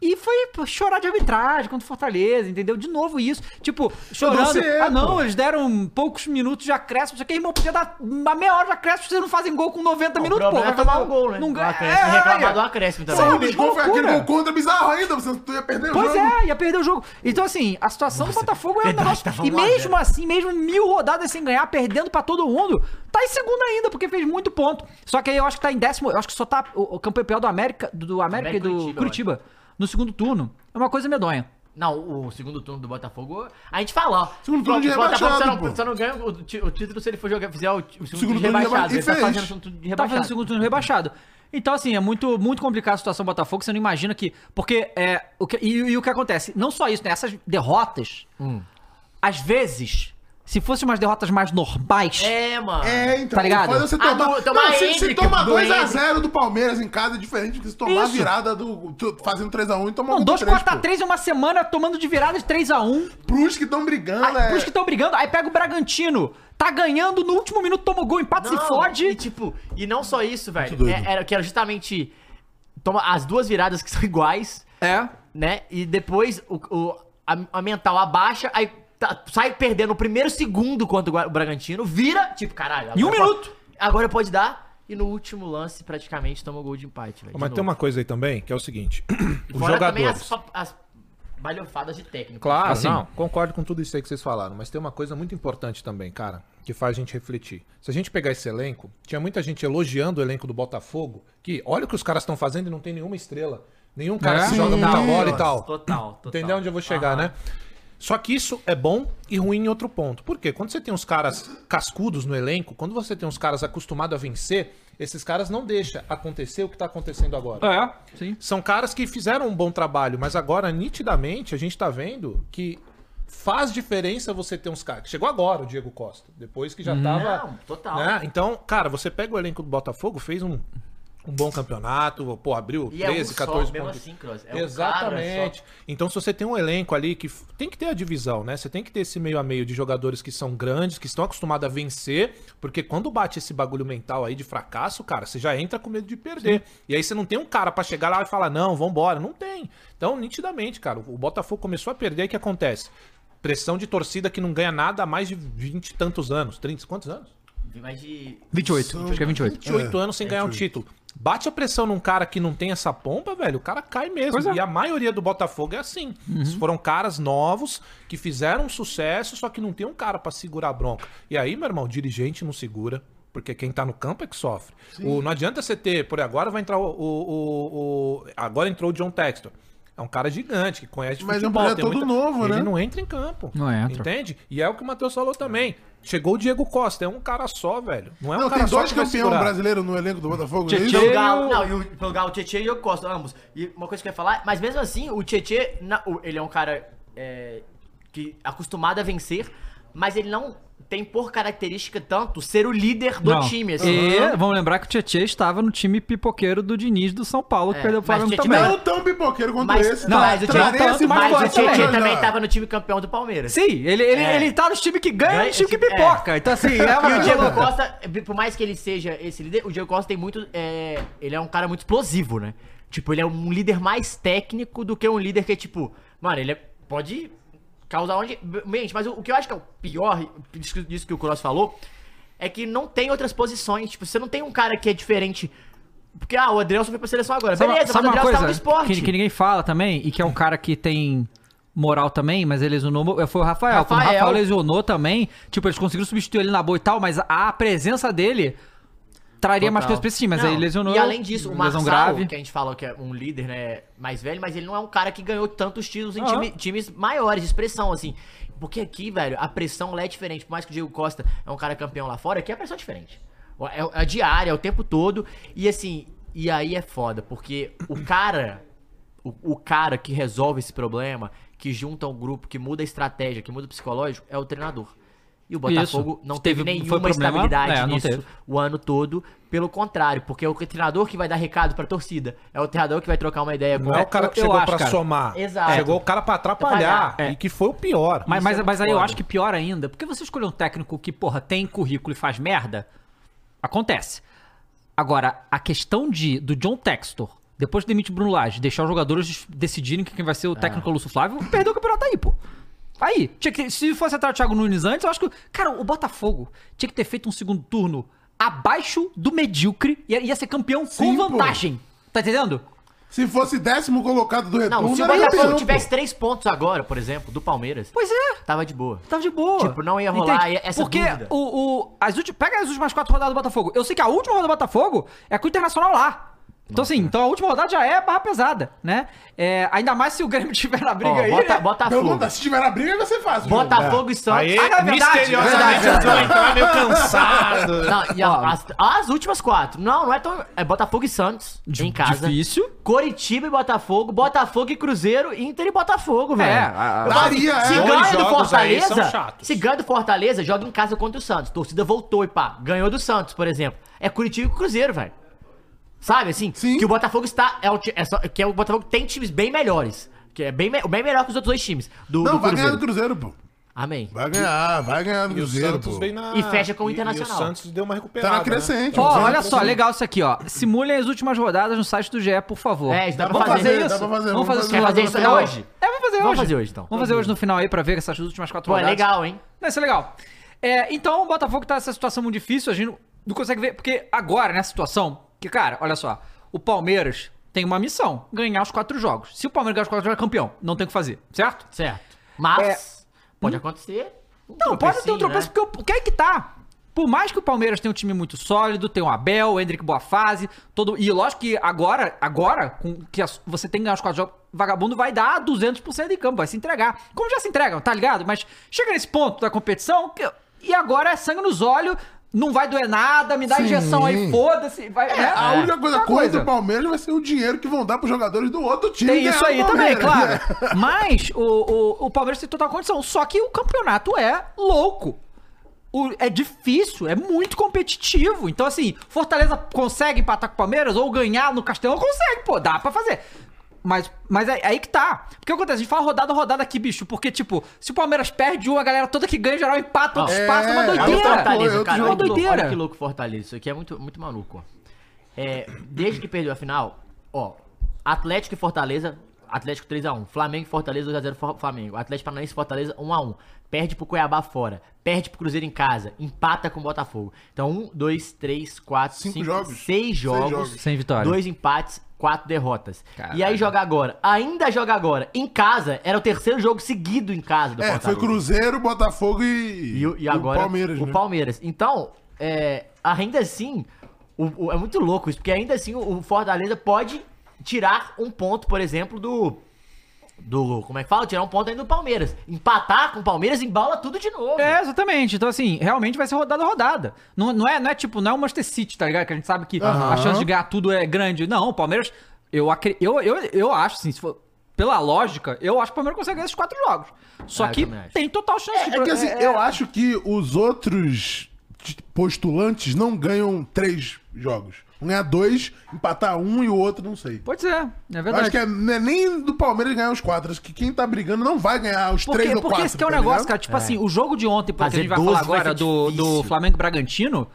B: E foi pô, chorar de arbitragem contra o Fortaleza, entendeu? De novo isso. Tipo, chorando.
C: dossiê,
B: ah, não,
C: pô."
B: eles deram poucos minutos de acréscimo. Isso aqui, irmão, podia dar uma meia hora de acréscimo, vocês não fazem gol com 90
E: O
B: minutos, pô.
E: problema é
B: Vai
E: tomar um gol, né?
B: Não
E: Do
B: ganha.
E: acréscimo,
B: É,
E: reclamar
B: é.
E: do acrêmimo também.
C: O
B: Sabe?
C: único gol foi aquele
B: loucura.
C: gol contra bizarro ainda, você tu ia perder o
B: Pois
C: jogo.
B: é, ia perder o jogo. Então, assim, a situação do Botafogo é um
E: verdade,
B: negócio.
E: tava
B: E
E: um a
B: mesmo
E: zero.
B: assim, mesmo mil rodadas sem ganhar, perdendo pra todo mundo, tá em segundo ainda, porque fez muito ponto. Só que aí eu acho que tá em décimo. Eu acho que só tá o, o campeão do América, do, do América e
E: América
B: do
E: e
B: Curitiba,
E: Curitiba,
B: no segundo turno. É uma coisa medonha.
E: Não, o segundo turno do Botafogo, a gente fala, ó.
C: Segundo turno de
E: O Botafogo só
C: rebaixado,
E: não,
C: pô.
E: só não ganha o, ti- o título se ele for jogar, fizer o, ti- o
C: Segundo
E: segundo, turno
C: turno
E: de
C: de reba- e
E: rebaixado. Ele tá
C: fez.
E: fazendo o segundo turno de
B: Tá fazendo
E: rebaixado.
B: o segundo turno rebaixado. Então, assim, é muito, muito complicada a situação do Botafogo, você não imagina que. Porque. É, o que, e, e o que acontece? Não só isso, né? Essas derrotas,
E: Hum.
B: às vezes, se fossem umas derrotas mais normais.
E: É, mano.
C: É, então.
B: Tá ligado?
C: Foda você
E: Ah,
C: tomar.
E: do- tomar
C: não, se, se
E: Hendrick,
C: toma
E: do
C: 2x0 do Palmeiras em casa, é diferente do que se tomar a
B: Isso.
C: virada do. tu- Fazendo 3x1 e tomar
B: Não,
C: um
B: 2
C: contra três,
B: 4 a
C: pô.
B: 3 é uma semana tomando de virada de 3 a 1
C: Pros que estão brigando,
B: Aí,
C: é.
B: Pros que estão brigando, aí pega o Bragantino. Tá ganhando, no último minuto toma o gol, empate, se
E: Não,
B: fode.
E: E, tipo, e não só isso, velho.
C: doido.
E: É, era, que era justamente. to- toma as duas viradas que são iguais,
B: É.
E: né? E depois o, o- a, a mental abaixa, aí tá- sai perdendo o primeiro segundo contra o Gua- o Bragantino, vira, tipo, caralho.
B: Em um
E: agora
B: minuto.
E: pode- agora pode dar. E no último lance, praticamente, toma o gol de empate. velho, de
D: Mas tem
E: novo.
D: uma coisa aí também, que é o seguinte. Os
E: Fora também
D: jogadores.
E: as, fa- as balhofadas de técnico.
D: Claro,
B: Assim.
D: não. Concordo com tudo isso aí que vocês falaram, mas tem uma coisa muito importante também, cara, que faz a gente refletir. Se a gente pegar esse elenco, tinha muita gente elogiando o elenco do Botafogo, que olha o que os caras estão fazendo e não tem nenhuma estrela. Nenhum cara
C: É?
D: que joga muita
C: Total,
D: bola e tal.
E: Total, total.
D: Entendeu onde eu vou chegar, né? Só que isso é bom e ruim em outro ponto. Por quê? Quando você tem uns caras cascudos no elenco, quando você tem uns caras acostumados a vencer, esses caras não deixam acontecer o que tá acontecendo agora.
B: É, sim.
D: São caras que fizeram um bom trabalho, mas agora, nitidamente, a gente tá vendo que faz diferença você ter uns caras. Chegou agora o Diego Costa, depois que já
E: Não,
D: tava.
E: total.
D: né? Então, cara, você pega o elenco do Botafogo, fez um, um bom campeonato, pô, abriu
E: E
D: 13,
E: é um
D: 14
E: só, mesmo
D: pontos.
E: assim, Cross. É um cara
D: Exatamente. Então, se você tem um elenco ali que f- tem que ter a divisão, né? Você tem que ter esse meio a meio de jogadores que são grandes, que estão acostumados a vencer, porque quando bate esse bagulho mental aí de fracasso, cara, você já entra com medo de perder. E aí você não tem um cara pra chegar lá e falar, não, vambora. Não tem. Então, nitidamente, cara, o Botafogo começou a perder, o que acontece? Pressão de torcida que não ganha nada há mais de 20 e tantos anos. 30, quantos anos?
E: só. Mas de...
B: 28. Acho que é 28.
D: 28 anos
C: é
D: sem ganhar um título. Bate a pressão num cara que não tem essa pompa, velho, o cara cai mesmo.
B: é.
D: E a maioria do Botafogo é assim.
B: Uhum.
D: Foram caras novos que fizeram um sucesso, só que não tem um cara pra segurar a bronca. E aí, meu irmão, o dirigente não segura. Porque quem tá no campo é que sofre. O, não adianta você ter, por agora vai entrar o, o- o- o- Agora entrou o John Textor. É um cara gigante que conhece de
C: Mas é um
D: futebol.
C: projeto
D: tem
C: todo novo,
D: Ele
C: né?
D: não entra em campo.
B: Não entra.
D: Entende? E é o que o Matheus falou também. Chegou o Diego Costa, é um cara só, velho. Não é um
C: Não,
D: cara
C: tem
D: só
C: dois
D: que vai
C: campeões
D: segurar.
C: brasileiros no elenco do Botafogo. não é isso?
B: Tietê.
E: Pelo Galo,
B: o-
E: não, e o, pelo Galo, o Tietchan e o Costa, ambos. E uma coisa que eu ia falar, mas mesmo assim, o Tietchan, na- o- ele é um cara é, que acostumado a vencer, mas ele não tem por característica tanto ser o líder do
B: Não.
E: time, assim.
B: E vamos lembrar que o Tietchan estava no time pipoqueiro do Diniz do São Paulo, que
E: É,
B: perdeu o
E: mas
B: Flamengo
E: Tietchan
B: também.
C: Não um tão pipoqueiro quanto
E: Mas,
C: esse.
B: Não,
E: mas o tá-
B: Tietchan-
C: trarei esse
B: não,
C: mais
E: mas o
B: forte
E: Tietchan
B: também.
E: também tava no time campeão do Palmeiras.
B: Sim, ele, ele,
E: É.
B: ele tá nos times que ganha e
E: Ganha,
B: nos times que
E: é.
B: pipoca. Então, assim, é
E: E o
B: uma
E: Diego Costa, por mais que ele seja esse líder, o Diego Costa tem muito. é, ele é um cara muito explosivo, né? Tipo, ele é um líder mais técnico do que um líder que, tipo, mano, ele é- pode causar onde. Mente, mas o, o que eu acho que é o pior disso, disso que o Cross falou é que não tem outras posições. Tipo, você não tem um cara que é diferente. Porque, ah, o Adrielson foi pra seleção agora. Beleza, mas o Adrielson tava no esporte.
B: que, que ninguém fala também, e que é um cara que tem moral também, mas ele lesionou. Foi o Rafael. Quando o
E: Rafael.
B: Rafael lesionou também, tipo, eles conseguiram substituir ele na boa e tal, mas a presença dele traria mais
E: Total.
B: coisas pra esse time, mas
E: Não,
B: aí lesionou.
E: E além disso, o
B: lesão
E: Marçal,
B: grave.
E: que a gente fala que é um líder, né, mais velho, mas ele não é um cara que ganhou tantos títulos em time- times maiores, de expressão, assim. Porque aqui, velho, a pressão lá é diferente. Por mais que o Diego Costa é um cara campeão lá fora, aqui a pressão é diferente. É, é diária, é o tempo todo. E assim, e aí é foda, porque o cara o, o cara que resolve esse problema, que junta um grupo, que muda a estratégia, que muda o psicológico, é o treinador. E o Botafogo
B: Isso.
E: não
B: Teve-
E: teve,
B: foi
E: nenhuma
B: problema,
E: estabilidade
B: é, não
E: nisso
B: teve.
E: o ano todo. Pelo contrário, porque é o treinador que vai dar recado pra torcida. É o treinador que vai trocar uma ideia com
D: Não é o cara que
B: Eu
D: chegou
B: acho,
D: pra
B: cara.
D: somar.
E: Exato.
D: Chegou o cara pra atrapalhar.
B: Atrapalhar, é.
D: E que foi o pior.
B: Mas, mas,
E: Isso é
B: mas aí eu
E: foda.
B: acho que pior ainda, porque você escolher um técnico que, porra, tem currículo e faz merda, acontece. Agora, a questão de do John Textor, depois que demite o Bruno Lage, deixar os jogadores decidirem que quem vai ser o técnico é o Lúcio Flávio, perdeu o campeonato aí, pô. Aí, tinha que, se fosse atrás do Thiago Nunes antes, eu acho que. Cara, o Botafogo tinha que ter feito um segundo turno abaixo do medíocre e ia, ia ser campeão com
C: Sim, pô.
B: vantagem. Tá entendendo?
C: Se fosse décimo colocado do retorno,
E: Não, se o
C: era campeão,
E: Botafogo
C: pô.
E: tivesse três pontos agora, por exemplo, do Palmeiras,
B: Pois é.
E: tava de boa.
B: Tava de boa.
E: Tipo, não ia rolar
B: Entende?
E: essa
B: Porque
E: dúvida.
B: o, o- as últimas, pega as últimas quatro rodadas do Botafogo. Eu sei que a última rodada do Botafogo é com o Internacional lá. Então, assim, então a última rodada já é barra pesada, né? É, ainda mais se o Grêmio tiver na briga
E: Ó,
B: aí.
E: bota,
B: né?
C: Pelo
E: Botafogo.
C: mundo, se tiver a briga, vai ser fácil. jogo.
E: Botafogo e Santos.
D: Aí,
B: Ah, não, é verdade,
D: misteriosamente,
B: verdade.
D: eles vão entrar meio cansado.
E: Não, e a- as, as últimas quatro. Não, não é tão. É Botafogo e Santos em casa.
B: Difícil.
E: Coritiba e Botafogo, Botafogo e Cruzeiro, Inter e Botafogo, velho.
B: a- a-
E: Eu falo,
C: Daria,
E: se
C: é.
D: Dois
E: ganha do
D: jogos aí são
E: Fortaleza,
D: chatos.
E: se ganha do Fortaleza, joga em casa contra o Santos. Torcida voltou e pá, ganhou do Santos, por exemplo. É Curitiba e Cruzeiro, velho. Sabe assim?
C: Sim.
E: Que o Botafogo está é o, ti- é só- que é o Botafogo tem times bem melhores, que é bem, me- bem melhor que os outros dois times do,
C: Não,
E: do
C: vai
E: Cruzeiro.
C: ganhar do Cruzeiro, pô.
E: Amém.
C: Vai ganhar, vai ganhar do
D: E o
C: Cruzeiro,
D: Santos
C: pô.
D: vem na...
E: E fecha com o
D: e-
E: Internacional.
D: E o Santos deu uma recuperada, né?
C: Tá na crescente.
B: Ó,
C: o Santos
B: olha
C: tá
B: só,
C: crescente.
B: legal isso aqui, ó. Simulem as últimas rodadas no site do GE, por favor.
E: É, isso dá pra
B: Vamos
E: fazer.
B: fazer
C: Dá
B: isso?
C: pra fazer,
B: Vamos fazer
C: vamos fazer.
B: isso
E: Quer fazer isso até hoje?
B: É, vamos fazer hoje.
E: Vamos fazer hoje, então.
B: Vamos fazer hoje no final aí pra ver essas últimas quatro
E: Pô, é
B: rodadas.
E: legal, hein?
B: Não, isso é legal. É, então, o Botafogo tá nessa situação muito difícil, a gente não- não consegue ver, porque agora, nessa situação, que, cara, olha só, o Palmeiras tem uma missão, ganhar os quatro jogos. Se o Palmeiras ganhar os quatro jogos, é campeão. Não tem o que fazer, certo?
E: Certo. Mas, pode acontecer. um
B: Não, pode ter um
E: tropecinho,
B: tropeço,
E: né?
B: porque o que é que tá? Por mais que o Palmeiras tenha um time muito sólido, tem o Abel, o Hendrick Boa Fase, todo... e lógico que agora, agora, com que as- você tem que ganhar os quatro jogos, vagabundo vai dar 200% em campo, vai se entregar. Como já se entregam, tá ligado? Mas chega nesse ponto da competição, que- e agora é sangue nos olhos, não vai doer nada, me dá
C: Sim. É,
B: injeção aí, foda-se. Vai, né?
C: A
E: É,
C: única coisa ruim do
B: coisa.
C: Palmeiras vai ser o dinheiro que vão dar pros jogadores do outro time.
B: Tem isso
C: ganhar
B: aí
C: do
B: também,
C: Palmeiras.
B: claro. Mas o, o, o Palmeiras tem total condição. Só que o campeonato é louco. O- é difícil, é muito competitivo. Então, assim, Fortaleza consegue empatar com o Palmeiras ou ganhar no Castelão? Consegue, pô, dá pra fazer. Mas, mas é, é aí que tá. Porque acontece, a gente fala rodada, rodada aqui, bicho. Porque, tipo, se o Palmeiras perde uma, a galera toda que ganha, em geral, empata, outros
C: É,
B: passam, é uma
C: aí o
B: doideira.
C: Fortaleza,
E: Fortaleza,
C: outro
E: cara.
B: jogo.
E: Olha que louco-
B: Doideira.
E: Olha que louco Fortaleza. Isso aqui é muito, muito maluco. ó. É, desde que perdeu a final, ó, Atlético e Fortaleza, Atlético 3x1, Flamengo e Fortaleza 2x0 Fo- Flamengo, Atlético Paranaense e Fortaleza 1x1, perde pro Cuiabá fora, perde pro Cruzeiro em casa, empata com o Botafogo. Então, 1, 2, 3, 4,
C: Cinco
E: 5,
C: jogos.
E: 6 jogos,
C: jogos.
B: Sem vitória.
E: Dois empates, quatro derrotas. E aí
B: Caralho.
E: joga agora, ainda joga agora, em casa, era o terceiro jogo seguido em casa do
C: É, foi
E: Fortaleza.
C: Cruzeiro, Botafogo e,
E: E, o- e agora
C: o Palmeiras,
E: o
C: né?
E: Palmeiras. Então, é, ainda assim, o- o- é muito louco isso, porque ainda assim o, o Fortaleza pode tirar um ponto, por exemplo, do. Do. Como é que fala? Tirar um ponto ainda do Palmeiras. Empatar com o Palmeiras embala tudo de novo.
B: É, exatamente. Então, assim, realmente vai ser rodada rodada. Não, não, é, não é tipo, não é o Manchester City, tá ligado? Que a gente sabe que a chance de ganhar tudo é grande. Não, o Palmeiras, eu, acre- eu, eu, eu acho, assim, se for pela lógica, eu acho que o Palmeiras consegue ganhar esses quatro jogos. Só
E: Ah, eu
B: que
E: também acho.
B: tem total chance de
C: É que assim, eu acho que os outros t- postulantes não ganham três jogos. Vão ganhar dois, empatar um e o outro, não sei.
B: Pode ser, é
C: Eu
B: verdade.
C: acho que é, não é nem do Palmeiras ganhar os quatro. Acho que quem tá brigando não vai ganhar os
B: Porque,
C: três ou
B: porque
C: quatro.
B: esse que é o
C: tá
B: negócio,
C: ligado?
B: cara. Tipo assim, o jogo de ontem, porque
E: Fazer
B: a gente vai falar
E: 12 vai
B: agora
E: ser
B: do, do
E: difícil.
B: Flamengo e Bragantino,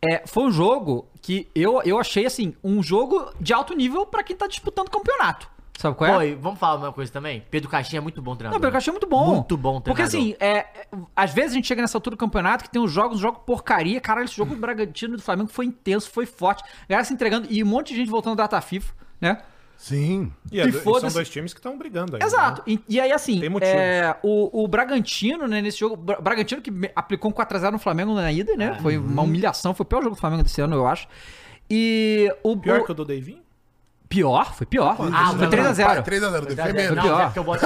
B: é, foi um jogo que eu, eu achei, assim, um jogo de alto nível pra quem tá disputando campeonato. Sabe qual é?
E: Pô, e vamos falar uma coisa também? Pedro Caixinha é muito bom treinador.
B: Não, pelo que eu achei muito bom.
E: Muito bom
B: Porque assim, é, é, às vezes a gente chega nessa altura do campeonato que tem uns jogos, um jogo porcaria. Caralho, esse jogo do Bragantino e do Flamengo foi intenso, foi forte. A galera se entregando e um monte de gente voltando da data FIFA, né?
C: Sim.
D: E, é
B: E
D: do- e são
B: foda-se.
D: dois times que estão brigando né? aí.
B: Exato. E, e aí, assim,
D: Tem motivos.
B: é, o, o Bragantino, né, nesse jogo, o Bra- Bragantino que me- aplicou um 4x0 no Flamengo na ida, né? Foi uma humilhação, foi o pior jogo do Flamengo desse ano, eu acho. E o
D: Pior
B: o-
D: que o do Deivinho?
B: pior, foi pior.
E: Ah,
B: foi
E: não,
B: 3x0.
C: 3x0,
E: Não,
C: defendendo.
E: não,
B: pior.
E: é porque eu boto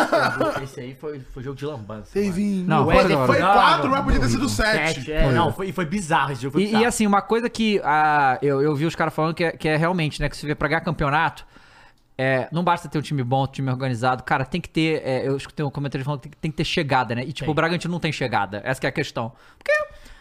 E: Esse aí foi, foi jogo de lambança. mano.
C: Teve-
B: Não,
C: foi,
B: foi-
C: foi
E: não,
C: quatro,
E: não,
C: mas podia ter sido
E: Sete,
C: sete.
E: é, não, foi, e foi bizarro esse jogo. Foi
B: E,
E: bizarro.
B: e, assim, uma coisa que ah, eu, eu vi os caras falando que é, que é realmente, né? Que se vê pra ganhar campeonato, é, não basta ter um time bom, um time organizado. Cara, tem que ter. é, eu escutei um comentário falando que tem, que- tem que ter chegada, né? E tipo,
E: Tem.
B: o Bragantino não tem chegada. Essa que é a questão. Porque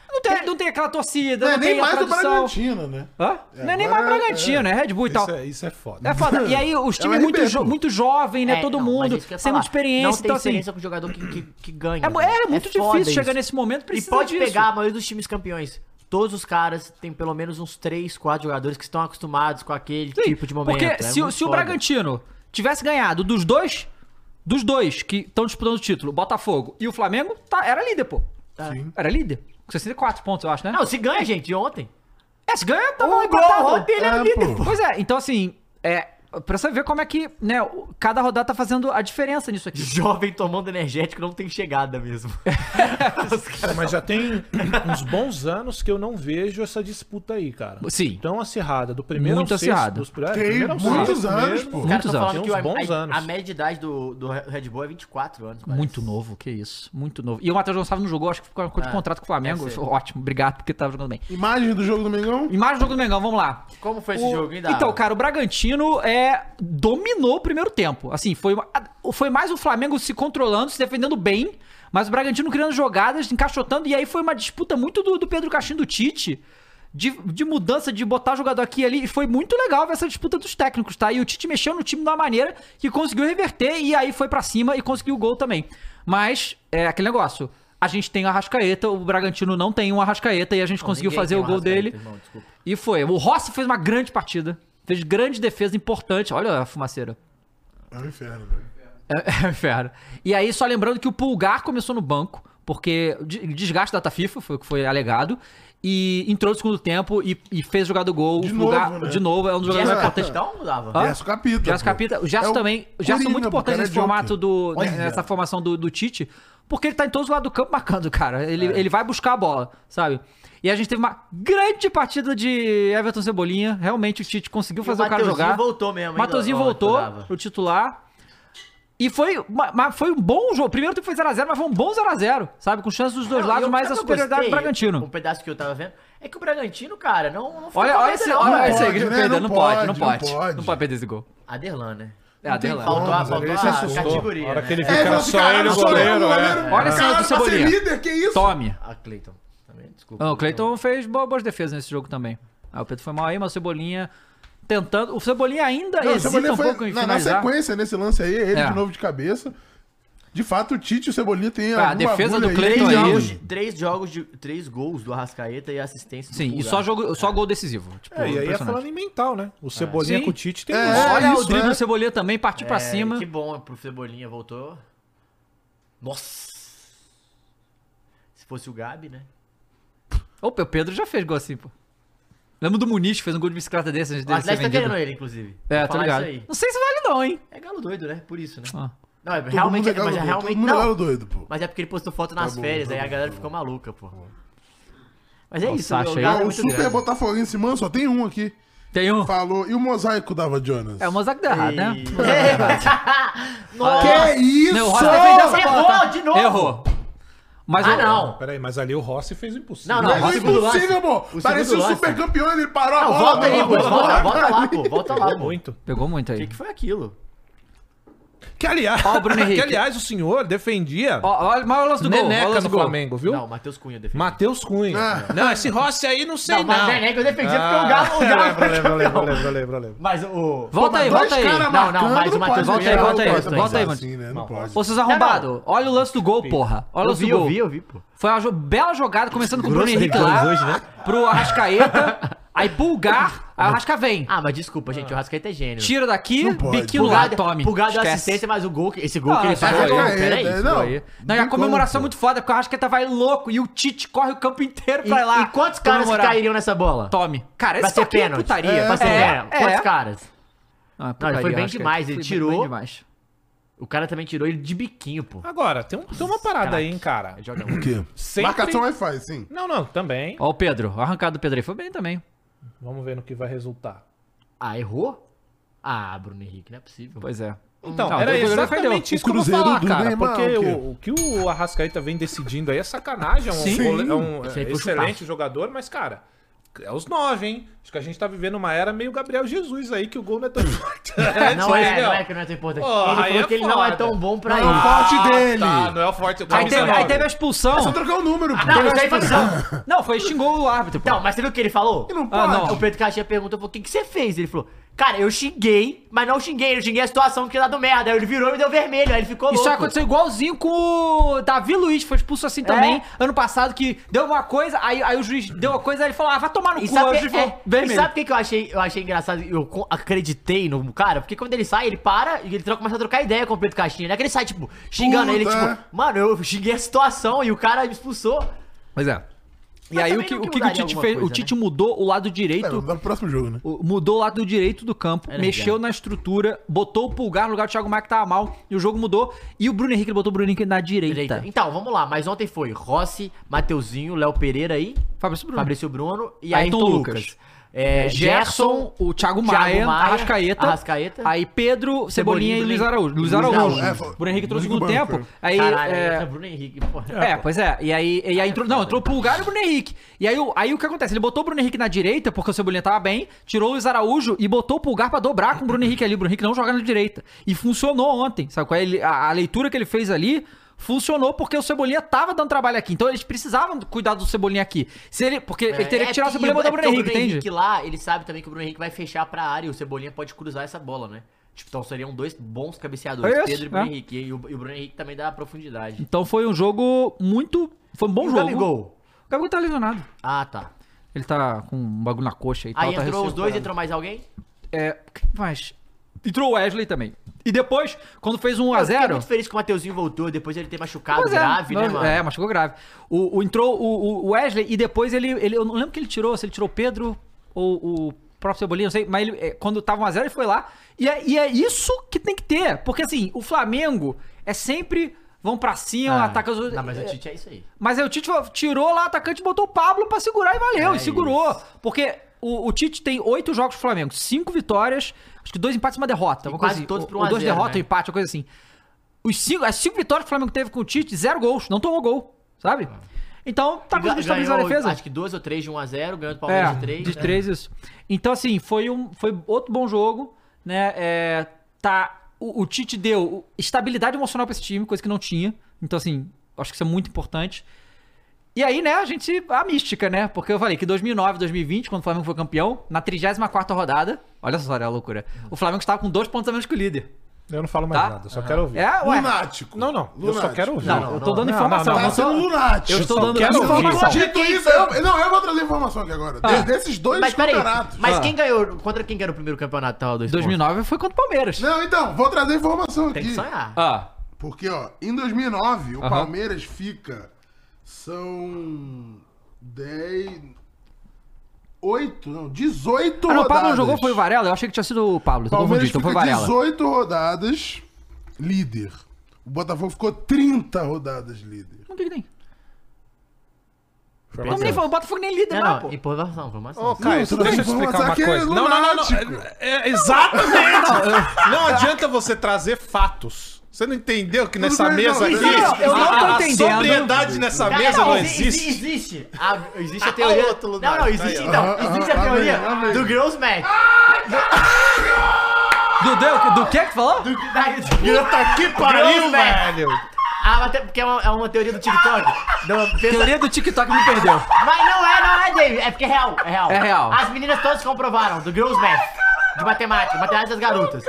B: não
E: É.
B: tem, não tem aquela torcida,
C: Não
B: não,
C: é nem
B: tem a
C: mais do
B: tradição.
C: Bragantino, né?
B: Hã? não é nem mais
C: agora
B: Bragantino, é Red Bull e tal.
D: Isso é, isso é foda.
B: É foda. E aí, os times
C: um
B: muito,
C: RB,
B: jo
C: pô.
B: muito jovem, né?
E: É,
B: Todo
E: não, mas
B: mundo,
E: isso que eu ia
B: sem
E: falar.
B: muita experiência.
E: Não tem
B: então, assim,
E: experiência com o jogador que, que, que ganha.
B: é,
E: né?
B: mu- é muito
E: foda
B: difícil chegar
E: isso.
B: nesse momento.
E: E
B: Precisa
E: pode
B: disso.
E: pegar a maioria dos times campeões. Todos os caras têm pelo menos uns 3, 4 jogadores que estão acostumados com aquele
B: Sim,
E: tipo de momento.
B: Porque
E: É
B: se, o-
E: muito
B: se o
E: foda.
B: Bragantino tivesse ganhado dos dois, dos dois que estão disputando o título, Botafogo e o Flamengo, tá, era líder, pô.
C: Sim.
B: Era líder. Com 64 pontos, eu acho, né?
E: Tá. Não, se ganha, gente, ontem.
B: é, se ganha, tava
E: o
B: empatado.
E: gol dele era
C: É,
E: líder,
C: pô.
E: pô.
B: Pois é, então assim, é, pra você ver como é que, né, o- cada rodada tá fazendo a diferença nisso aqui.
E: Jovem tomando energético não tem chegada mesmo.
D: É, Mas já tem uns bons anos que eu não vejo essa disputa aí, cara.
B: Sim.
D: Tão acirrada. Do primeiro
B: Muito
D: ao sexto,
B: acirrada.
D: Dos, é,
C: Tem
D: primeiro ao
C: muitos
D: sexto
C: anos,
D: mesmo.
C: pô. É,
E: Os
B: Muitos
E: caras estão falando
D: anos.
E: que
D: Tem
E: o-
D: uns bons
E: a,
D: anos.
E: a média de idade do, do Red Bull é 24 anos. parece.
B: Muito novo, que isso. Muito novo. E o Matheus Gonçalves não jogou, acho que ficou com
E: É,
B: contrato com o Flamengo.
E: deve ser.
B: Ótimo, obrigado, porque tava jogando bem.
C: Imagem do jogo do Mengão?
B: Imagem do um jogo do Mengão, vamos lá.
E: Como foi esse
B: O-
E: jogo, hein, Dava?
B: Então, cara, o Bragantino é, dominou o primeiro tempo. Assim, foi, uma- foi mais o Flamengo se controlando, se defendendo bem, mas o Bragantino criando jogadas, encaixotando, e aí foi uma disputa muito do, do Pedro Caixinho e do Tite. De, de mudança, de botar jogador aqui e ali. E foi muito legal ver essa disputa dos técnicos, tá? E o Tite mexeu no time de uma maneira que conseguiu reverter e aí foi pra cima e conseguiu o gol também. Mas é aquele negócio. A gente tem o Arrascaeta, o Bragantino não tem um Arrascaeta e a gente conseguiu
E: ninguém
B: fazer
E: tem
B: o
E: um
B: gol
E: Arrascaeta,
B: dele.
E: irmão, desculpa.
B: e foi. O Rossi fez uma grande partida. Fez grande defesa importante. Olha a fumaceira.
C: É um inferno, velho.
B: É, é fera. E aí, só lembrando que o Pulgar começou no banco, porque de- desgaste da data FIFA, foi o que foi alegado, e entrou no segundo tempo e, e fez jogar do gol.
C: De
B: o Pulgar,
C: novo, né?
B: de novo, é um dos jogadores
E: Gerson
B: mais importantes.
E: Capitão mudava.
B: Hã?
C: Gerson Capita,
B: Gerson
C: pô.
B: Capita. O Gerson
C: É o
B: também. O Gerson é
C: Coringa,
B: muito
C: pô,
B: importante
C: cara,
B: nesse
C: é joker.
B: formato do. né,
C: Olha.
B: Nessa formação do, do Tite. Porque ele tá em todos os lados do campo marcando, cara. Ele,
C: É.
B: ele vai buscar a bola, sabe? E a gente teve uma grande partida de Everton Cebolinha. Realmente o Tite conseguiu fazer o, cara
E: Mateuzinho
B: jogar.
E: voltou mesmo, hein,
B: Mateuzinho
E: ó,
B: voltou,
E: jogava.
B: o titular. E foi, ma- ma- foi um bom jogo. Primeiro tempo foi 0x0, mas foi um bom 0x0, sabe? Com chances dos dois
E: Não, e
B: lados,
E: o
B: mais
E: que
B: a
E: eu
B: superioridade do
E: gostei,
B: Bragantino.
E: Um pedaço que eu tava vendo. É que o Bragantino, cara, não, não ficou
B: Olha,
E: com
B: olha
E: medo,
B: esse,
E: não,
B: olha
E: cara.
B: esse aí,
C: pode,
B: que
C: né?
B: perdeu.
C: Não
B: Não pode, não
C: pode,
B: pode.
C: não pode.
B: Não pode perder esse gol.
E: Aderlan, né?
B: É a
C: tem
B: dela.
C: como.
E: Faltou, a-
C: mas
E: faltou
C: ele
E: a
C: se assustou.
E: categoria,
D: A hora
E: né?
D: que ele
C: É,
D: fica era
C: falou assim,
D: só
C: caralho,
D: ele, o
C: só
D: goleiro.
C: o goleiro.
D: é.
B: Olha esse lance
C: Caralho,
B: do
C: pra ser
B: Cebolinha.
C: líder, que isso?
B: Tome.
E: A Cleiton. Também, desculpa.
B: Ah, o Cleiton fez bo- boas defesas nesse jogo também. Ah, o Pedro foi mal aí, mas o Cebolinha tentando. O Cebolinha ainda
C: Não, o
B: hesita
C: Cebolinha
B: um
C: foi
B: pouco em
C: na, na
B: finalizar.
C: sequência, nesse lance aí, ele
B: É.
C: de novo de cabeça. De fato, o Tite e o Cebolinha tem
B: Cara, a
C: alguma
B: defesa do
C: agulha aí.
B: Cleiton
E: Três
B: aí.
E: jogos, de, três jogos de. Três gols do Arrascaeta e assistência do
B: Sim, e
E: Pulgar.
B: só, jogo, só gol decisivo. Tipo,
D: É, e aí é
B: impressionante.
D: falando em mental, né? O Cebolinha
B: Sim.
D: com o Tite tem um
C: É,
D: isso.
B: Olha o
C: isso,
B: drible
C: né?
B: do Cebolinha também, partiu pra
E: É,
B: cima.
E: Que bom pro Cebolinha, voltou. Nossa! Se fosse o Gabi, né?
B: Opa, o Pedro já fez gol assim, pô. Lembra do Muniz que fez um gol de bicicleta desse antes
E: O
B: dele ser
E: Atlético tá
B: vendido?
E: querendo ele, inclusive.
B: É, tá
E: Vou falar
B: ligado.
E: isso aí.
B: Não sei se vale não, hein?
E: É galo doido, né? Por isso, né?
B: Ah.
E: Não, é
C: Todo
E: realmente,
C: mundo é
E: mas é
C: galo doido,
E: realmente
C: Todo mundo é galo
E: não.
C: doido, pô.
E: Mas é porque ele postou foto nas
C: bom,
E: férias,
C: tá
E: aí a
C: bom,
E: galera
C: tá
E: ficou maluca, pô. Mas é
B: Ó, o
E: isso,
B: Sacha
E: o
B: aí.
E: galo é
C: o
E: muito
C: super
E: grande.
C: botafoguense, mano, só tem um aqui.
B: Tem um.
C: Falou. E o mosaico dava Jonas?
B: É, o Mozart deu errado, né?
E: E-
C: Que
E: Nossa!
C: isso?
B: Não, o Rossi defendeu essa
E: Errou
B: bola, tá?
E: de novo!
B: Errou. Mas
E: Ah,
B: o-
E: não!
D: Peraí, mas ali o Rossi fez o impossível.
E: Não, não,
C: Mas
E: o
C: é
E: segundo
C: impossível,
E: lance.
C: pô.
E: O
C: Parecia
E: segundo
C: o
E: lance.
C: super campeão, ele parou a
E: Não,
C: bola.
E: volta aí,
C: mano.
E: pô. Volta, volta lá, pô. Volta lá, pô. O
D: Muito.
B: Pegou muito
E: que,
B: aí.
E: que foi aquilo?
D: Que aliás,
B: Ó, o Bruno Henrique.
D: que, aliás o senhor defendia
B: Ó, olha, olha o lance do gol. Olha o
D: Neneca
B: lance do
D: no
B: gol.
D: Flamengo, viu?
E: Não, o Matheus Cunha defendeu.
D: Matheus Cunha.
C: Ah.
D: Não, esse Rossi aí não sei
E: Não,
D: não.
E: mas não é nem que eu defendia, porque o Galo- o Galo foi
D: Lembra, lembra,
E: campeão.
D: lembra, lembra, lembra.
E: Mas o...
B: Volta aí,
C: Dois
B: volta aí.
C: caras
E: Não,
C: marcando,
E: não, mas o
C: pode
E: Matheus-
B: volta aí,
C: deixar
B: volta aí,
C: o
B: volta aí,
C: Matheus
B: volta aí,
C: assim, né? Não pode.
B: Ô, seus arrombados, olha o lance do gol, porra. Olha o
E: Eu
B: lance
E: vi,
B: do
E: eu
B: gol.
E: vi, eu vi, pô.
B: Foi uma jo- bela jogada, começando com o Bruno
E: Grosso
B: Henrique
E: de gols
B: lá,
E: hoje, né?
B: pro Arrascaeta, aí Pulgar, aí o Arrasca vem.
E: Ah, mas desculpa, gente. O Rascaeta é gênio.
B: Tira daqui,
C: pode.
B: biquinho lá,
E: Pulgado,
B: tome.
E: Pulgado deu
B: Esquece.
E: assistência, mas o gol, que- esse gol
B: Ah,
E: que ele
B: isso aí
E: faz é
B: foi
E: gol.
B: gol,
E: Peraí.
C: é,
B: Não,
C: Não,
B: não, e a
C: tem
B: comemoração é
C: como,
B: muito foda, porque o Arrascaeta vai louco e o Tite corre o campo inteiro pra
E: E-
B: lá.
E: E quantos caras que
B: comemorar.
E: cairiam nessa bola?
B: Tome. Cara,
E: Vai
B: esse
E: ser
B: toque é
E: pênalti.
B: putaria.
E: Vai ser
B: é,
E: pênalti. Quantos
B: é.
E: caras?
B: Ah,
E: Não, ele foi bem
B: Arrascaeta.
E: demais, ele
B: Foi bem-
E: tirou.
B: bem demais.
E: O cara também tirou ele de biquinho, pô.
D: Agora, tem, um- tem uma parada aí, hein, cara.
E: Joga
C: O quê?
D: Sempre-
C: Marcação Wi-Fi, sim.
D: Não, não, também.
B: Ó o Pedro, a arrancada do Pedro aí foi bem também.
D: Vamos ver no que vai resultar.
E: Ah, errou? Ah, Bruno Henrique, não é possível.
B: Pois é.
D: Então,
B: Não,
D: era
B: o goleiro
D: exatamente
B: defendeu.
D: isso que eu vou
C: Cruzeiro
D: falar,
C: do
D: cara.
C: Neymar,
D: porque
C: o quê?
D: o, o que o Arrascaeta vem decidindo aí é sacanagem. É um,
B: Sim.
D: gole- é um
E: Esse aí foi
D: excelente
E: chutaço.
D: jogador, mas, cara, é os nove, hein? Acho que a gente tá vivendo uma era meio Gabriel Jesus aí, que o gol não é
B: Hum.
D: tão importante.
E: Não é,
D: entendeu?
E: não é que não é tão importante.
D: Pô,
E: ele
D: aí
E: falou
D: é
E: que ele não é
D: foda.
E: tão bom pra
C: Não,
E: ele.
C: não. forte
D: Ah,
C: dele.
D: Tá, não é o forte.
B: Aí teve, aí teve a
C: É só
B: expulsão.
C: trocar o número, pô.
E: Ah, Não, isso aí foi visão.
B: Não, foi xingou o árbitro. pô.
E: Não, mas você viu o que ele falou?
C: Ele não
B: Ah,
C: pode.
B: não.
E: O Pedro Caixinha perguntou, falou, o que, que você fez? Ele falou, cara, eu xinguei, mas não xinguei, eu xinguei a situação que tinha dado merda. Aí ele virou e me deu vermelho, aí ele ficou louco. É?
B: Isso aconteceu igualzinho com o Davi Luiz, que foi expulso assim também, ano passado, que deu uma coisa, aí, aí o juiz deu uma coisa, aí ele falou, ah, vai tomar no
E: E
B: cu, aí o
E: sabe,
B: juiz
E: é,
B: falou,
E: e
B: vermelho.
E: sabe o que, que eu achei eu achei engraçado? Eu co- acreditei no cara, porque quando ele sai, ele para e ele troca, começa a trocar ideia com o Pedro Caixinha. Não é que ele sai, tipo, xingando
C: Puta.
E: ele, tipo, mano, eu xinguei a situação e o cara me expulsou.
B: Pois é. E
E: Mas
B: aí o
E: também
B: que
E: não
B: o,
E: que
B: que que o
E: mudaria
B: Tite
E: alguma
B: fez? o
E: coisa, né?
B: Tite mudou o lado
C: É,
B: direito,
C: no próximo jogo, né?
B: o- mudou o lado direito do campo,
E: É
B: mexeu
E: verdade.
B: na estrutura, botou o pulgar no lugar do Thiago Maia que tava mal, e o jogo mudou, e o Bruno Henrique botou o Bruno Henrique na direita.
E: Direita. Então, vamos lá, mas ontem foi Rossi, Mateuzinho, Léo Pereira aí,
B: Fabrício Bruno.
E: Fabrício Bruno e
B: Ayrton
E: Ayrton,
B: Lucas.
E: Lucas. É,
B: Gerson, o Thiago Maia,
E: Thiago Maia,
B: Arrascaeta,
E: Arrascaeta.
B: Aí Pedro, Cebolinha
E: Cebolinha
B: e
E: e
B: Luiz
E: Bruno-
B: Araújo. Luiz
E: Luiz
B: Araújo.
E: Araújo.
B: É, foi- Bruno Henrique trouxe no segundo
C: Muito bom,
B: tempo.
C: cara.
B: Aí,
E: Caralho,
B: é,
E: entra Bruno Henrique, porra.
B: É, pois é. E aí,
E: Ah,
B: e aí entrou. Não, entrou o Pulgar e o Bruno Henrique. E aí, o- aí o que acontece? Ele botou o Bruno Henrique na direita, porque o Cebolinha tava bem, tirou o Luiz Araújo e botou o Pulgar pra dobrar com o Bruno Henrique ali. O Bruno Henrique não joga na direita. E funcionou ontem. Sabe qual é? Ele- a, a leitura que ele fez ali funcionou porque o Cebolinha tava dando trabalho aqui. Então eles precisavam cuidar do Cebolinha aqui. Se ele, porque ele teria que tirar o
E: porque-
B: Cebolinha e botar o
E: é
B: Bruno
E: porque
B: Henrique, entende?
E: lá, ele sabe também que o Bruno Henrique vai fechar pra área e o Cebolinha pode cruzar essa bola, né? Tipo, então seriam dois bons cabeceadores,
B: É isso,
E: Pedro e Bruno
B: é.
E: Henrique. E o, e o Bruno Henrique também dá profundidade.
B: Então foi um jogo muito. Foi um bom
E: E o
B: jogo.
E: Gabigol?
B: O Gabigol tá lesionado.
E: Ah, tá.
B: Ele tá com um bagulho na coxa e tal.
E: Aí
B: tá
E: entrou os dois,
B: recuperando.
E: entrou mais alguém?
B: É, quem mais? Entrou o Wesley também. E depois, quando fez um
E: Eu fiquei
B: 1x0.
E: muito feliz que o Mateuzinho voltou, depois ele ter machucado
B: Pois é,
E: grave, né,
B: não-
E: mano?
B: É, machucou grave. O, o- entrou o, o Wesley e depois ele, ele. Eu não lembro que ele tirou, se ele tirou o Pedro ou o próprio Cebolinha, não sei. Mas ele, é, quando tava 1x0, ele foi lá. E é, e é isso que tem que ter. Porque assim, o Flamengo é sempre. Vão pra cima,
E: Ah,
B: ataca os outros.
E: Não, mas o
B: é,
E: Tite é isso aí.
B: Mas aí o Tite tirou lá o atacante, botou o Pablo pra segurar e valeu.
E: É
B: e segurou. Porque o, o Tite tem oito jogos pro Flamengo, cinco vitórias, acho que dois empates e uma derrota. Uma
E: quase
B: coisa assim.
E: todos pro
B: ou, ou dois
E: 1 a 0,
B: derrotas,
E: né?
B: um empate, uma coisa assim. Os cinco, as cinco vitórias que o Flamengo teve com o Tite, zero gols. Não tomou gol, sabe? Então, tá
E: Ah. Ga-
B: conseguindo estabilizar a
E: ganhou,
B: defesa.
E: Acho que duas ou três de 1x0, ganhou do Palmeiras
B: É,
E: de né? 3.
B: de três, isso. Então, assim, foi, um, foi outro bom jogo, né? É, tá, o, o Tite deu estabilidade emocional pra esse time, coisa que não tinha. Então, assim, acho que isso é muito importante. E aí, né, a gente. A mística, né? Porque eu falei que 2009, 2020, quando o Flamengo foi campeão, na 34 rodada, olha só, olha a loucura. O Flamengo estava com dois pontos a menos que o líder.
D: Eu não falo mais
B: Tá?
D: nada, só quero ouvir.
B: É, ué.
C: Lunático.
D: Não, não, eu só
C: Lunático.
D: quero ouvir.
B: Não, eu tô dando informação.
C: Tá
B: não,
C: sendo lunático.
B: Eu estou
D: só
B: dando
D: quero
B: essa
C: Não,
D: ouvir.
B: informação.
C: dito isso, eu, não, eu vou trazer informação aqui agora. De- desses dois
E: Mas peraí,
C: campeonatos.
E: mas
B: Ah.
E: quem ganhou? Contra quem que era o primeiro campeonato? Tava dois
B: 2009 foi contra o Palmeiras.
C: Não, então, vou trazer informação aqui.
E: Tem que sonhar.
B: Ah,
C: Porque, ó, em 2009, o
B: Aham.
C: Palmeiras fica. São. 10. 8, não, 18
B: ah, não, o
C: rodadas.
B: Pablo não jogou, foi o Varela. Eu achei que tinha sido o Pablo. tô
C: Palmeiras
B: confundido, então foi o
C: fica
B: Varela.
C: 18 rodadas líder. O Botafogo ficou 30 rodadas líder.
B: O que, que tem?
D: Informação.
B: Não, nem foi, o Botafogo nem líder,
E: Não,
B: não,
E: não,
B: pô.
E: informação, informação.
D: Ô, Caio,
C: Não,
D: tu
C: tudo
D: deixa
C: bem,
D: eu te
C: vamos
D: explicar
C: lá,
D: uma
C: que é
D: coisa. Não, não, não, não.
C: lunático.
D: É, é, exatamente! não adianta você trazer fatos. Você não entendeu que nessa
C: bem,
D: mesa
C: não,
D: aqui.
C: não,
B: eu não
D: a-
B: tô
D: a
B: entendendo.
D: sobriedade nessa
E: Cara,
D: mesa não
E: exi-
D: existe.
E: Existe. A, existe a teoria.
D: outro
E: não,
D: lugar.
E: não, existe
D: Aí, ó.
E: então. Existe a
C: Ah, ah,
E: teoria
C: ah, ah, ah,
E: do
C: ah.
E: Grossman.
B: Do, do, do que que falou?
D: Puta que pariu,
E: Grosso, velho.
D: velho!
E: Ah, mas tem- porque é uma, é uma teoria do TikTok. Do- pensa-
B: Teoria do TikTok me perdeu.
E: Mas não é, não é, David. É porque é real, é real.
B: É real.
E: As meninas todas comprovaram, do Girls Math, de matemática, matemática das garotas.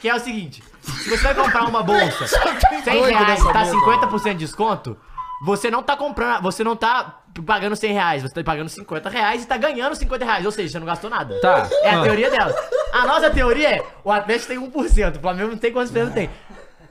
E: Que é o seguinte, se você vai comprar uma bolsa, 100 reais, tá 50% de desconto, você não tá comprando, você não tá pagando 100 reais, você tá pagando 50 reais e tá ganhando 50 reais, ou seja, você não gastou nada.
B: Tá.
E: É a
B: Ah.
E: teoria dela. A nossa teoria é, o Atlético tem 1%, o Flamengo não tem quantos por cento tem.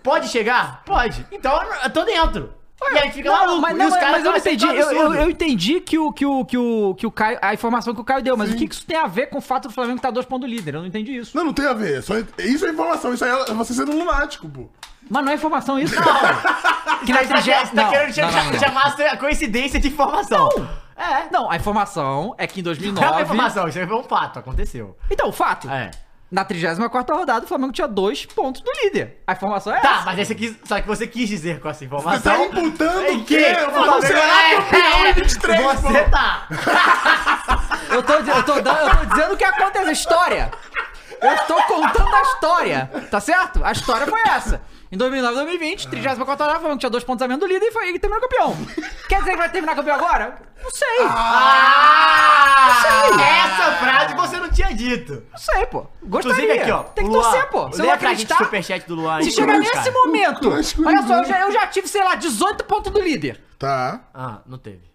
E: Pode chegar? Pode. Então eu tô dentro. E aí fica
B: Não,
E: maluco.
B: mas,
E: E
B: não, é,
E: os
B: mas
E: caras
B: eu
E: tão
B: não entendi.
E: aceitando
B: Eu, eu,
E: absurdo.
B: eu entendi que o, que, o, que, o, que o Caio. A informação que o Caio deu, mas o que, que isso tem a ver com o fato do Flamengo estar dois pontos do líder? Eu não entendi isso.
C: Não, não tem a ver. é Só, isso é informação. Isso aí é você sendo lunático, pô.
B: Mas não é informação isso. que na
E: Mas Você tá,
B: 30...
E: você tá
B: não,
E: querendo
B: não,
E: chamar,
B: não, não.
E: chamar a sua coincidência de informação. É.
B: Não, a informação é que em
E: Não é uma
B: 2009.
E: informação, isso é um fato, aconteceu.
B: Então, o fato.
E: É.
B: Na 34 rodada, o Flamengo tinha dois pontos do líder. A informação é
E: Tá,
B: essa.
E: mas esse aqui, só que você quis dizer com essa
C: Você tá
D: um
E: informação.
C: imputando
E: Em
C: o quê? O Flamengo
E: Você
C: será
E: é,
C: campeão em 23, pô.
E: Você tá.
B: Eu tô, eu, tô, dando- eu tô dizendo o que acontece, a história. Eu tô contando a história, tá certo? A história foi essa. Em 2009,
E: Ah.
B: 2020, 34 rodada, o Flamengo tinha dois pontos a menos do líder e, foi, e terminou campeão. Quer dizer que vai terminar campeão agora? Não sei, não
E: Ah!
C: É.
E: Essa frase você não tinha dito.
B: sei, pô. Gostaria.
E: Inclusive aqui, ó.
B: tá Tem que
E: Luan,
B: torcer, pô. Você não
E: lê pra gente o
B: acreditar?
E: superchat do Luan.
B: Se
E: aí,
B: chegar
E: cara.
B: nesse momento,
C: Eu acho que
B: olha
C: o
B: só, eu
C: Luan-
B: já, eu já tive, sei lá, 18 pontos do líder.
C: Tá.
E: Ah, não teve.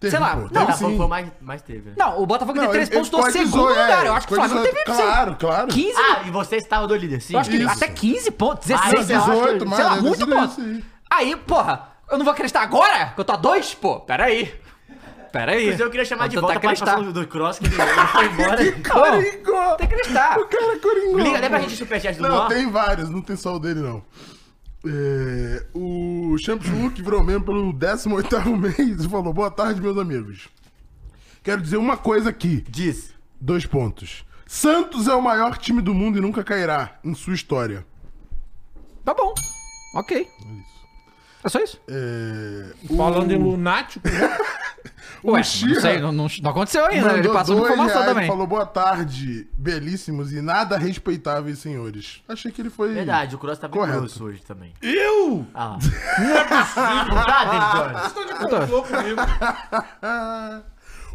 C: Teve,
B: Sei lá,
C: pô,
B: não,
C: teve
E: Tá,
C: sim.
E: foi, foi mais, mais teve. né?
B: Não, o Botafogo tem
C: Não,
B: 3
C: ele-
B: pontos
C: ele
B: do
C: ficou
B: segundo
C: 18,
B: lugar. Eu acho que o
C: ficou
B: Flamengo teve
C: 18, claro, claro.
B: 15
E: Ah, e você estava do líder, sim.
B: Eu acho que
C: Isso. Ah,
B: até 15 pontos, 16
E: Mas
B: pontos.
C: 18,
B: sei lá,
C: mas
B: muito
C: deve ser
B: ponto.
C: isso aí.
B: Aí, porra, eu não vou acreditar agora? Que eu tô a dois? Pô, peraí. Peraí.
E: Mas eu queria chamar de
B: Vou
E: volta
B: tentar
E: a participação do, do Cross, que ele, ele foi embora.
C: Coringou.
B: Tem que acreditar.
C: O cara é coringou.
E: Liga, lê pra gente o superchat do
C: Não,
E: Luan.
C: tem vários, não tem só o dele, não. É, o Champions Luke virou mesmo pelo 18º mês e falou, boa tarde, meus amigos. Quero dizer uma coisa aqui,
E: Diz.
C: dois pontos. Santos é o maior time do mundo e nunca cairá em sua história.
B: Tá bom. Ok. É só isso?
C: É,
D: Falando em lunático,
C: o
B: Ué,
C: Sheehan
B: não sei, não, não- não aconteceu ainda. Ele
C: um mandou
B: passou uma
C: dois
B: informação
C: reais e
B: também.
C: falou, boa tarde, belíssimos e nada respeitáveis senhores. Achei que ele foi...
E: Verdade, o Cross tá bem
C: Correto.
E: grosso hoje também.
D: eu
E: Ah lá. Não tá, David Jones?
D: estou de complô comigo.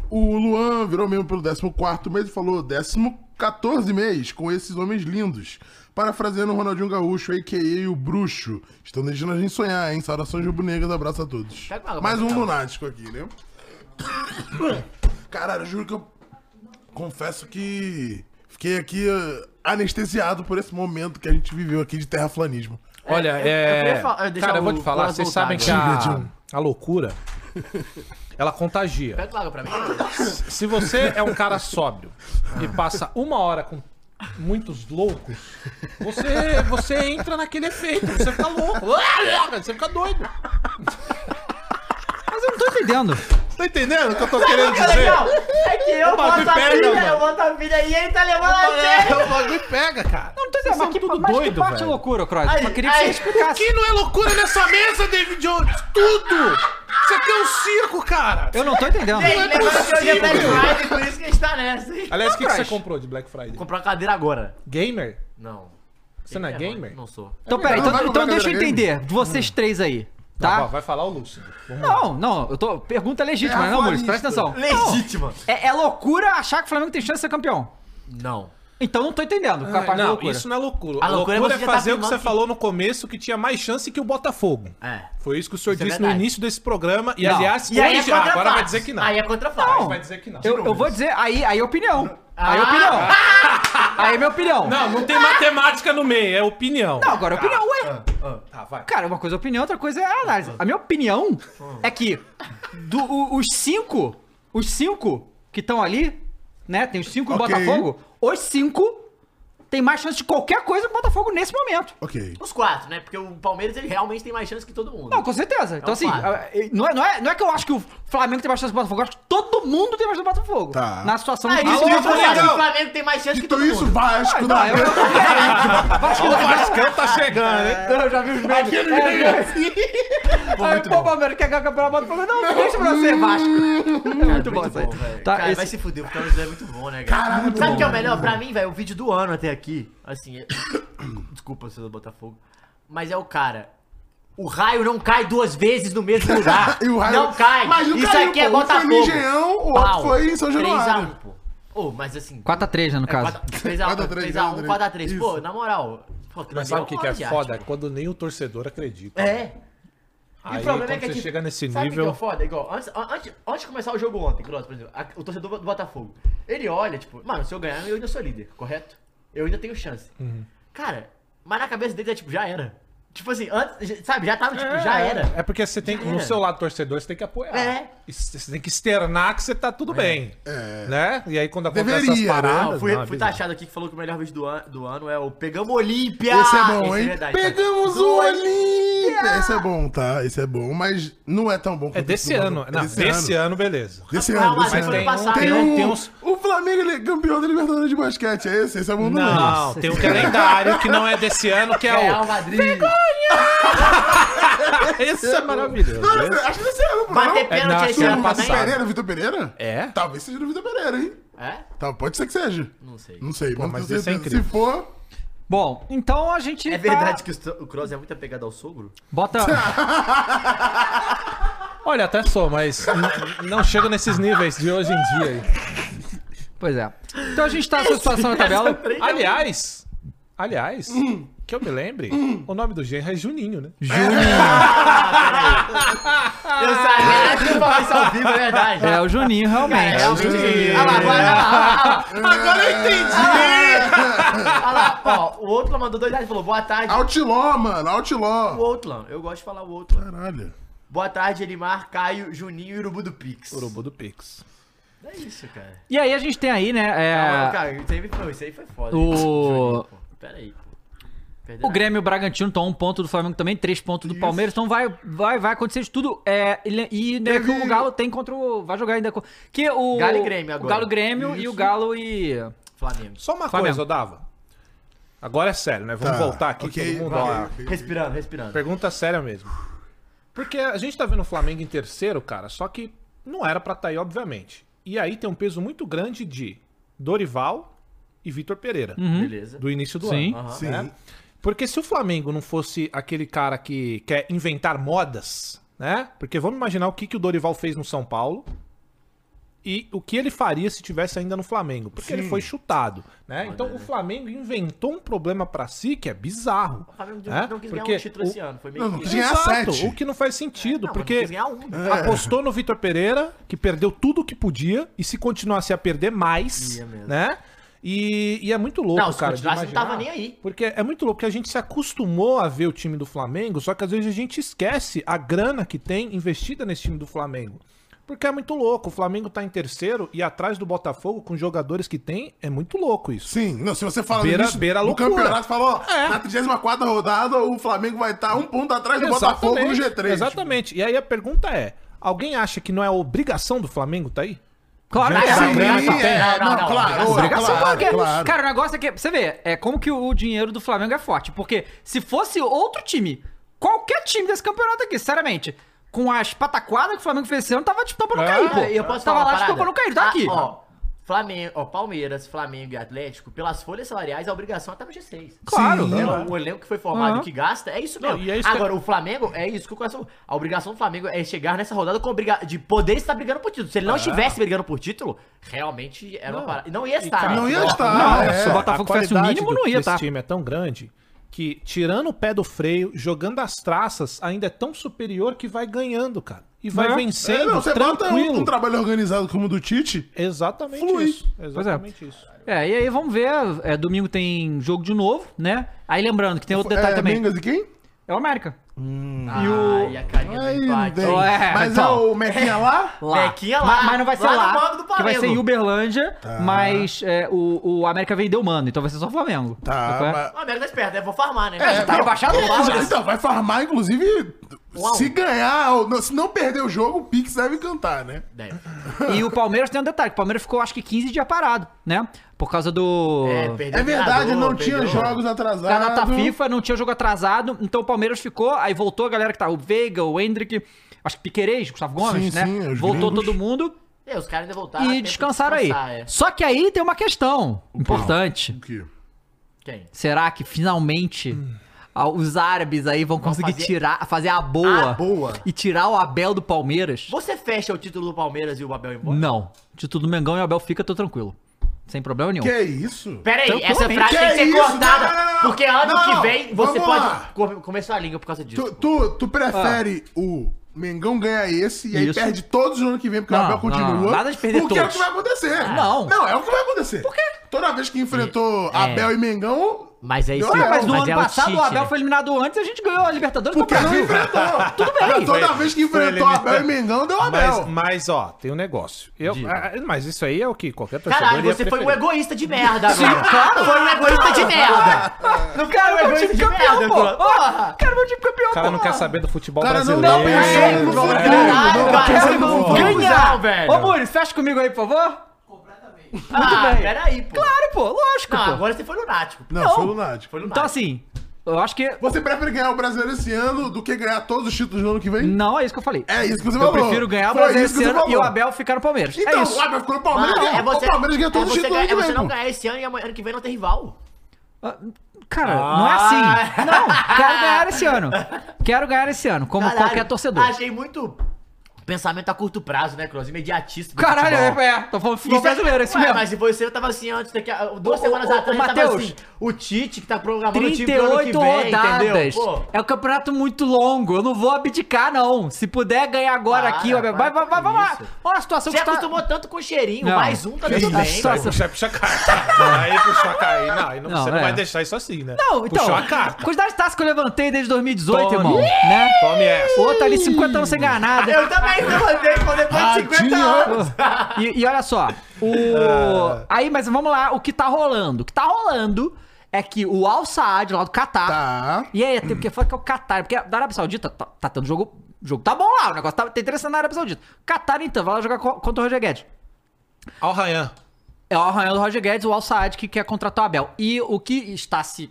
C: O Luan virou membro pelo 14 mês e falou 14 mês com esses homens lindos. Parafraseando o Ronaldinho Gaúcho, a.k.a. o Bruxo. Estão deixando a gente sonhar, hein? Saudações rubro-negras, abraço a todos.
E: Pega uma água,
C: Mais um
E: Marcelo.
C: lunático aqui, né? Caralho, juro que eu confesso que fiquei aqui eh, anestesiado por esse momento que a gente viveu aqui de terraflanismo.
D: Olha,
E: eu- eu
D: é.
E: queria fa- eu deixar
D: cara, eu
E: o
D: vou te falar,
E: Colas
D: vocês
E: voltar
D: sabem que
C: agora.
D: a, a loucura. Ela contagia.
E: Pega uma água pra mim.
D: Se você é um cara sóbrio e passa uma hora com muitos loucos, você, você entra naquele efeito, você fica louco. Você fica doido.
B: Mas eu não tô entendendo.
D: Tá entendendo o que eu tô querendo
E: Que
D: dizer?
E: legal! É que eu
D: bagulho
E: boto a
D: pega,
E: filha,
D: mano.
E: eu boto a filha e ele tá levando a sério.
D: É, o bagulho pega, cara.
B: Não, não tô entendendo. Mas que,
D: tudo
B: mas que
D: doido,
B: parte
D: velho.
B: é loucura, Croix?
E: Ai,
B: Eu queria que você
E: ai,
D: O
B: explicasse.
D: que não é loucura nessa mesa, David Jones? Tudo! Isso aqui é um circo, cara!
B: Eu não tô entendendo.
E: Ei, Lembrando que hoje é
D: possível.
E: Black Friday, por isso que a gente tá nessa. hein?
D: Aliás, o que, que você comprou de Black Friday?
E: Comprar uma cadeira agora.
D: Gamer?
E: Não.
D: Você não é gamer?
E: Não sou.
B: Então, peraí,
C: Não,
B: então,
C: vai
B: então
C: comprar
B: deixa eu
C: cadeira
B: entender.
C: Hum.
B: Vocês três aí,
D: Não,
B: tá?
D: vai falar o Lúcido. Vamos lá.
B: Não, não, eu tô. Pergunta é
C: É
B: legítima, não, Muris, presta atenção.
E: Legítima.
B: Não, É, é loucura achar que o Flamengo tem chance de ser campeão.
E: Não.
B: Então não tô entendendo. Capaz
D: Ah,
B: de
D: não,
B: loucura.
D: isso não é loucura.
E: A
D: A
E: loucura
D: loucura,
E: é você
D: é
E: já tá
D: fazer o que
E: afirmando
D: você
E: que-
D: falou no começo, que tinha mais chance que o Botafogo.
E: É.
D: Foi isso que o senhor
E: Isso é
D: disse no
E: verdade.
D: início desse programa. E,
B: Não.
D: aliás,
E: E aí é
D: hoje-
E: contra
D: ah, agora vai
E: fatos.
D: dizer que não.
E: Aí é contra fatos.
D: Vai dizer que não.
B: Eu, eu vou dizer, aí, aí é opinião. Aí é
E: Ah!
B: opinião. Aí é minha opinião.
D: Ah! Não, não tem matemática no meio, é opinião.
B: Não, agora é opinião, ué.
D: Tá, vai.
B: Cara, uma coisa é opinião, outra coisa é análise. A minha opinião
D: Hum.
B: é que do- o- os cinco, os cinco que estão ali, né? Tem os cinco do
C: Ok.
B: Botafogo. Os cinco tem mais chance de qualquer coisa que o Botafogo nesse momento.
C: Ok.
E: Os quatro, né? Porque o Palmeiras ele realmente tem mais chance que todo mundo.
B: Não, com certeza. Então,
E: um
B: assim,
E: fato.
B: a- e- não é, não, é, não é que eu acho que o Flamengo tem mais chance que o Botafogo, eu acho que todo mundo tem mais chance que o Botafogo.
C: Tá.
B: Na situação
E: Ah,
B: que
E: isso
C: Alô,
E: que eu falei,
C: Flamengo!
E: o Flamengo tem mais chance que
C: Então
E: todo
C: isso,
E: mundo.
C: Vasco
B: Não,
C: da
B: Tá, eu, eu,
D: Ó, o Vascão tá chegando, hein?
B: eu já vi os memes. É, é, Aí, pô, Palmeiras quer ganhar o campeonato Botafogo. Não, deixa pra ser Vasco. É muito bom isso aí. Tá,
E: cara,
B: esse-
E: vai se fuder, porque o Palmeiras é muito bom, né, cara? Sabe o que é o melhor? Pra mim, velho, o vídeo do ano até aqui, assim, é- desculpa se do Botafogo, mas é o cara... O raio não cai duas vezes no mesmo lugar.
C: E o raio-
E: Não cai.
C: Mas não
E: Isso
C: caiu,
E: aqui é
C: pô. Um foi no
E: Botafogo.
C: Engenhão, o outro foi em São Januário.
E: 3x1, pô. Ô, mas assim...
B: 4x3, né, no caso.
E: 4x3,
C: 4x3,
E: 3x1, 4x3. Pô,
C: né, Isso.
E: na moral... pô, aquilo
D: Mas sabe
E: ali
D: o que, que é
E: obra de arte,
D: foda?
E: pô.
D: Quando nem o torcedor acredita.
E: É.
D: Aí, quando você
E: tipo,
D: chega nesse
E: sabe o que
D: nível-
E: que é foda? Igual, antes, an- antes, antes de começar o jogo ontem, Cross, por exemplo, a- o torcedor do Botafogo, ele olha, tipo, mano, se eu ganhar, eu ainda sou líder, correto? Eu ainda tenho chance.
D: Uhum.
E: Cara, mas na cabeça dele é tipo, já era. Tipo assim, antes, já- sabe, já tava, tipo, já era.
D: É porque você tem que, no
E: era.
D: seu lado torcedor, você tem que apoiar.
E: É.
D: E c- Você tem que externar que você tá tudo bem. É. Né? E aí quando acontece
C: Deveria,
D: essas
C: né?
D: paradas...
E: Não, fui,
D: não, é
E: fui
D: bizarro.
E: taxado aqui que falou que o melhor vídeo do, an- do ano é o Pegamos Olímpia!
C: Esse é bom, hein?
E: verdade, tá?
C: Pegamos o Olímpia! Esse é bom, tá? Esse é bom, mas não é tão bom
D: É
C: quanto
D: desse
C: esse do
D: ano.
C: Botafogo.
D: Não,
C: É
D: desse ano, beleza.
C: Desse
E: Não,
C: ano,
E: mas
C: desse
E: ano
C: ano.
E: passado.
C: Tem,
E: Não,
C: um-
D: tem uns-
C: O Flamengo ele é campeão da Libertadores de basquete. É esse? Esse é bom também.
D: Não, tem um calendário que não é desse ano, que é
E: Real
D: o...
E: Madrid.
D: Esse é maravilhoso.
C: Não, acho que é desse ano, pô.
E: Bater
C: não?
E: pênalti
D: É na-
E: esse ano
D: ano
C: Vitor
D: passado.
E: também.
C: Pereira, Vitor Pereira?
D: É?
C: Talvez seja do Vitor Pereira, hein?
E: É?
C: Tá, pode ser que seja.
E: Não sei.
C: Não sei,
D: Pô, mas
C: tenho
D: esse é
C: certeza. Se for,
B: Bom, então a gente.
E: É
B: tá-
E: verdade que o Sto- o Cross é muito apegado ao sogro?
B: Bota.
D: Olha, até sou, mas n- não chego nesses níveis de hoje em dia. aí.
B: Pois é. Então a gente tá nessa situação na tabela.
D: Então- Aliás, aliás, que eu me lembre, o nome do genro é Juninho, né? Ah, é.
E: Eu sabia que eu falava isso ao vivo, é verdade.
B: É o Juninho, realmente.
E: É o Juninho. Olha lá, agora, olha lá, olha lá,
D: Agora eu entendi!
E: olha lá. Ó, o Outlan mandou dois reais e falou, boa tarde.
C: Outlaw, mano,
E: O
C: Outlaw.
E: Outlan, eu gosto de falar o Outlan.
C: Caralho.
E: Boa tarde, Elimar, Caio, Juninho e Urubu do Pix.
D: Urubu do Pix.
E: É isso, cara.
B: E aí a gente tem aí, né? é,
E: Não, cara, isso aí foi, isso aí foi foda.
B: O-
E: Juninho, pô. Pera aí. pô. Perdeu
B: o Grêmio e o Bragantino estão um ponto do Flamengo também, três pontos do Palmeiras. Então vai, vai, vai acontecer de tudo. É, e- e né, que o Galo tem contra o. Vai jogar ainda. co- Que o.
E: Galo e Grêmio agora.
B: O Galo e Grêmio e o Galo e.
E: Flamengo.
D: Só uma
B: Flamengo.
D: coisa, eu dava. Agora é sério, né? Vamos
C: Tá,
D: voltar aqui,
C: ok,
D: todo mundo.
C: valeu.
D: ó,
E: Respirando, respirando.
D: Pergunta séria mesmo. Porque a gente tá vendo o Flamengo em terceiro, cara, só que não era pra estar aí, obviamente. E aí tem um peso muito grande de Dorival e Vitor Pereira,
E: Beleza.
D: do início do
B: Sim.
D: ano.
C: Sim.
D: né? Porque se o Flamengo não fosse aquele cara que quer inventar modas, né? Porque vamos imaginar o que, que o Dorival fez no São Paulo. e o que ele faria se tivesse ainda no Flamengo, porque ele foi chutado, né? Então o Flamengo inventou um problema pra si que é bizarro.
E: O Flamengo
D: né?
E: não quis ganhar
D: Porque
E: um título
D: o-
E: esse ano. Foi meio
C: não,
E: que.
C: tinha
D: Exato,
C: sete.
D: o que não faz sentido,
E: Não, mas não
D: porque
E: quis ganhar um.
D: apostou no Vitor Pereira, que perdeu tudo que podia, e se continuasse a perder mais,
E: Ia mesmo.
D: né? E, e é muito louco,
E: Não, se
D: cara. de
E: continuasse, não tava
D: imaginar.
E: nem aí.
D: Porque é muito louco, porque a gente se acostumou a ver o time do Flamengo, só que às vezes a gente esquece a grana que tem investida nesse time do Flamengo. Porque é muito louco, o Flamengo tá em terceiro e atrás do Botafogo, com os jogadores que tem, é muito louco isso.
C: Sim, não, se você fala
D: Beira-
C: nisso,
D: beira a
C: no
D: loucura.
C: campeonato, falou,
D: É.
C: na 34 rodada o Flamengo vai estar um ponto atrás do Botafogo no tipo. G3.
D: Exatamente. E aí a pergunta é: alguém acha que não é obrigação do Flamengo tá aí?
B: Claro
D: Gente,
B: que
D: essa
B: é.
C: Sim,
D: grana que
C: é,
E: tem.
C: não,
E: Não, não,
C: é claro,
E: obrigação.
B: Obrigação,
C: claro,
B: assim, porque-
C: claro.
B: Cara, o negócio é que. Você vê, é como que o dinheiro do Flamengo é forte. Porque se fosse outro time, qualquer time desse campeonato aqui, sinceramente, com as pataquadas que o Flamengo fez esse ano, tava despontando
D: É,
B: é, cair, pô.
E: E Ah, eu posso
B: tava lá
E: falar uma parada?
B: despontando cair, tá
E: Ah,
B: aqui.
E: Ó, Flamengo, ó, Palmeiras, Flamengo e Atlético, pelas folhas salariais, a obrigação é estar no G6.
D: Claro,
E: Sim,
D: claro.
E: O elenco que foi formado
D: Aham.
E: e que gasta, é isso
D: Não,
E: mesmo.
D: e é isso que-
E: Agora, o Flamengo, é isso que o coração. A obrigação do Flamengo é chegar nessa rodada com obriga... de poder estar brigando por título. Se ele não estivesse brigando por título, realmente era uma parada. E Não ia estar.
D: cara,
E: né?
C: não ia
E: Ó,
C: estar.
D: Não,
C: Ah,
D: olha
C: é.
D: só,
B: O Botafogo
D: a
B: fizesse o
D: qualidade
B: mínimo,
D: do-
B: não ia,
D: desse
B: tá?
D: time é tão grande que, tirando o pé do freio, jogando as traças, ainda é tão superior que vai ganhando, cara. E vai
B: É.
D: vencendo,
C: É, não, você bota um,
D: tranquilo.
C: um trabalho organizado como o do Tite,
D: Exatamente
C: Flui.
D: isso. Exatamente isso.
B: É, e aí vamos ver. é, domingo tem jogo de novo, né? Aí lembrando que tem outro detalhe
C: é,
B: tá também.
C: Mengas e quem?
B: É o América.
E: Ai, a carinha
C: Ai,
E: do empate.
C: bem.
B: Ué,
C: Mas
B: então.
C: é o Mequinha lá?
B: Lá.
E: Bequinha lá.
B: Ma- Mas, não vai ser
E: Lá no
B: lá.
E: Banco do
B: que vai ser em
E: Flamengo.
B: Uberlândia,
C: Tá.
B: mas é, o, o América vendeu mano, então vai ser só o Flamengo.
C: Tá,
B: Sacou é?
C: mas-
E: O América tá esperto, né? Vou farmar, né?
C: É,
B: tá
C: não,
B: rebaixado,
C: é,
B: fala.
C: já- Então, vai farmar, inclusive,
E: Um a um.
C: se ganhar, ou não- se não perder o jogo, o Pix deve cantar, né?
E: Deve.
B: E o Palmeiras tem um detalhe, que o Palmeiras ficou acho que 15 dias parado, né? Por causa do...
E: perdeu
C: É
E: o
C: verdade,
E: treinador,
C: não tinha
E: perdeu-
C: jogos atrasados.
B: da data FIFA, não tinha jogo atrasado, então o Palmeiras ficou, aí voltou a galera que tá, o Veiga, o Hendrick, acho que Piquerez, Gustavo Gomes,
C: Sim,
B: né?
C: sim, os
B: voltou
C: gringos.
B: todo mundo
E: É, os caras ainda voltaram.
B: e descansaram aí.
E: É. Então.
B: Só que aí tem uma questão importante.
C: O quê?
E: Quem?
B: Será que finalmente ah, os árabes aí vão conseguir
E: Hum. fazer-
B: tirar, fazer a boa,
E: A boa.
B: e tirar o Abel do Palmeiras?
E: Você fecha o título do Palmeiras e o Abel embora?
B: Não. De tudo Mengão e o Abel fica, tô tranquilo. Sem problema nenhum.
C: Que isso?
E: Pera aí,
B: Tranquilamente.
E: essa frase tem que ser
C: Que isso?
E: cortada.
C: Não, não, não, não.
E: Porque ano
C: Não,
E: que vem você
C: vamos lá.
E: pode co- comer sua língua por causa disso.
C: Tu, tu, tu prefere o Mengão ganhar esse e aí
B: Ah. Isso.
C: perde todos no ano que vem porque
B: Não,
C: o Abel continua?
B: não, nada de perder
C: porque é o que
B: todos. Ah,
C: vai acontecer.
B: não.
C: Não, é o que vai acontecer. Por
B: quê? é.
C: Toda vez que enfrentou Abel e Mengão,
E: Mas é isso
C: Não,
E: aí.
B: Ah, mas no
E: Mas
B: ano
E: é o
B: passado o,
E: Tite,
B: Abel
E: né?
B: foi eliminado antes e a gente ganhou a Libertadores
C: porque
B: do
C: não
B: Brasil.
C: enfrentou. Tudo
B: bem.
C: Toda vez que
D: foi
C: enfrentou
D: eliminado.
C: Abel e Mengão, deu Abel.
D: Mas, mas, ó, tem um negócio. Eu, ah, mas isso aí é o que qualquer torcedor
E: Caralho,
D: iria
E: você foi um
D: preferir.
E: egoísta de merda agora. Foi um egoísta de merda.
B: Não cara,
E: foi
B: meu time
E: de
B: campeão,
E: merda,
B: pô.
E: Eduardo.
B: Ó, Cara, meu um time campeão,
D: O cara não
B: pô.
D: quer saber do futebol
C: Cara, não-
D: brasileiro.
C: não, mas- no
D: É.
E: Caralho,
C: futuro,
B: não,
E: cara,
B: não,
E: não,
B: não,
E: ganhar,
B: não,
E: velho.
B: Ô, Muri, fecha comigo aí, por favor.
E: Ah,
B: bem.
E: peraí, pô.
B: Claro, pô. Lógico,
E: Não,
B: pô.
E: agora você foi lunático.
C: Não,
B: Não.
C: foi lunático.
E: Foi lunático.
B: Então, assim, eu acho que...
C: Você prefere ganhar o Brasileiro esse ano do que ganhar todos os títulos no ano que vem?
B: Não, é isso que eu falei.
C: É isso que você
B: Eu
C: falou.
B: prefiro ganhar o
C: Foi
B: Brasil
C: isso que
B: esse ano
C: você
B: e o
C: falou.
B: Abel ficar no Palmeiras.
C: Então,
B: é isso.
C: o Abel ficou no
E: Mano,
C: Palmeiras,
E: é
C: ganhou.
E: você,
C: o Palmeiras ganhou todos
E: é
C: os
E: você
C: títulos no ano
E: ganhar- é
C: que
E: você
C: vem.
E: não
C: pô.
E: ganhar esse ano e ano que vem não tem rival.
B: Ah, Cara, não é
E: Ah.
B: assim. Não, quero ganhar esse ano. Quero ganhar esse ano, como
E: Caralho, Ah,
B: qualquer torcedor.
E: Achei muito pensamento a curto prazo, né, Cross? Imediatista. do
B: Caralho,
E: futebol.
B: é, é, tô falando futebol
E: Isso é-
B: brasileiro, é isso
E: Ué,
B: mesmo.
E: Mas se você tava assim antes, daqui a, duas
B: Ô,
E: semanas
B: ô, ô,
E: atrás,
B: ô,
E: ele tava
B: Matheus.
E: assim. O Tite, que tá programando o time pro ano que
B: 38
E: vem,
B: rodadas.
E: entendeu? Pô,
B: É um campeonato muito longo. Eu não vou abdicar, não. Se puder ganhar agora
E: Para,
B: aqui, ó, vai,
E: para
B: vai, vai,
E: com
B: vai, vamos lá.
E: isso.
B: Olha a situação
E: você
B: que tá...
E: acostumou tanto com o cheirinho,
B: Não.
E: mais um tá
D: Que
E: tudo
D: isso,
E: bem.
B: isso,
D: aí
E: velho.
B: essa-
D: puxa, puxa a carta. Aí puxou a carta. Aí não, aí não,
B: Não,
D: você
B: é.
D: não vai deixar isso assim, né?
B: Não, então,
D: Puxou a carta.
B: quantidade de taças que eu levantei desde 2018,
D: Tome.
B: irmão, né?
D: Tome essa.
B: Outro ali, 50 anos sem ganhar nada.
E: Eu também me mandei com depois de 50 anos.
B: E, e olha só, o. Aí, mas vamos lá, o que tá rolando? O que tá rolando é que o Al Saad lá do Catar.
C: Tá.
B: E aí, até porque fala que é o Catar, porque da Arábia Saudita tá, tá tendo jogo. O jogo tá bom lá, o negócio tá, tá interessante na Arábia Saudita. Catar, então, vai lá jogar co- contra o Roger Guedes.
D: Ó o Rayan.
B: É o arranhão do Roger Guedes, o Al Saad que quer contratar o Abel. E o que está se.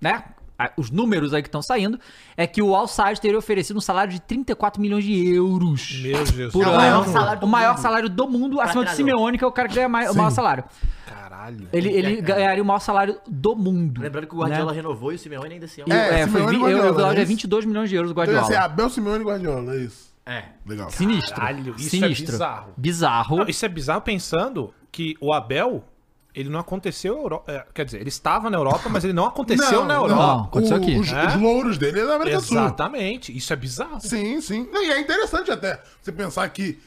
B: né? a- Os números aí que estão saindo é que o Al Saad teria oferecido um salário de 34 milhões de euros.
D: Meu Jesus.
B: Por
E: É o
B: ano.
E: maior salário do
B: o maior
E: mundo.
B: salário do mundo, acima de
E: treinador.
B: Simeone, que é o cara que ganha mais- o maior salário.
D: Caralho.
B: Ele, ele
E: É, cara.
B: ganharia o maior salário do mundo.
E: Lembrando que o Guardiola
B: Né?
E: renovou e o Simeone ainda assim um- esse
B: E,
E: ano.
C: É,
B: é, foi,
C: Simeone e
B: vi- eu,
C: Guardiola,
B: eu, eu,
C: né?
B: é 22 milhões de euros o
C: Então ia ser
B: Guardiola.
C: Abel, Simeone e Guardiola, é isso.
E: É.
C: Legal.
B: Sinistro.
D: Caralho, isso é
B: Sinistro.
D: bizarro.
B: Bizarro.
D: Não, isso é bizarro pensando que o Abel, ele não aconteceu. na Euro- é, Quer dizer, ele estava na Europa, mas ele não aconteceu né,
C: Não, não.
D: na
B: Não,
D: Europa.
B: aconteceu
C: O-
B: aqui.
C: Os,
D: É?
C: os louros dele é da América do Sul.
D: Exatamente. Isso é bizarro.
C: Sim, sim. Não, E é interessante até você pensar que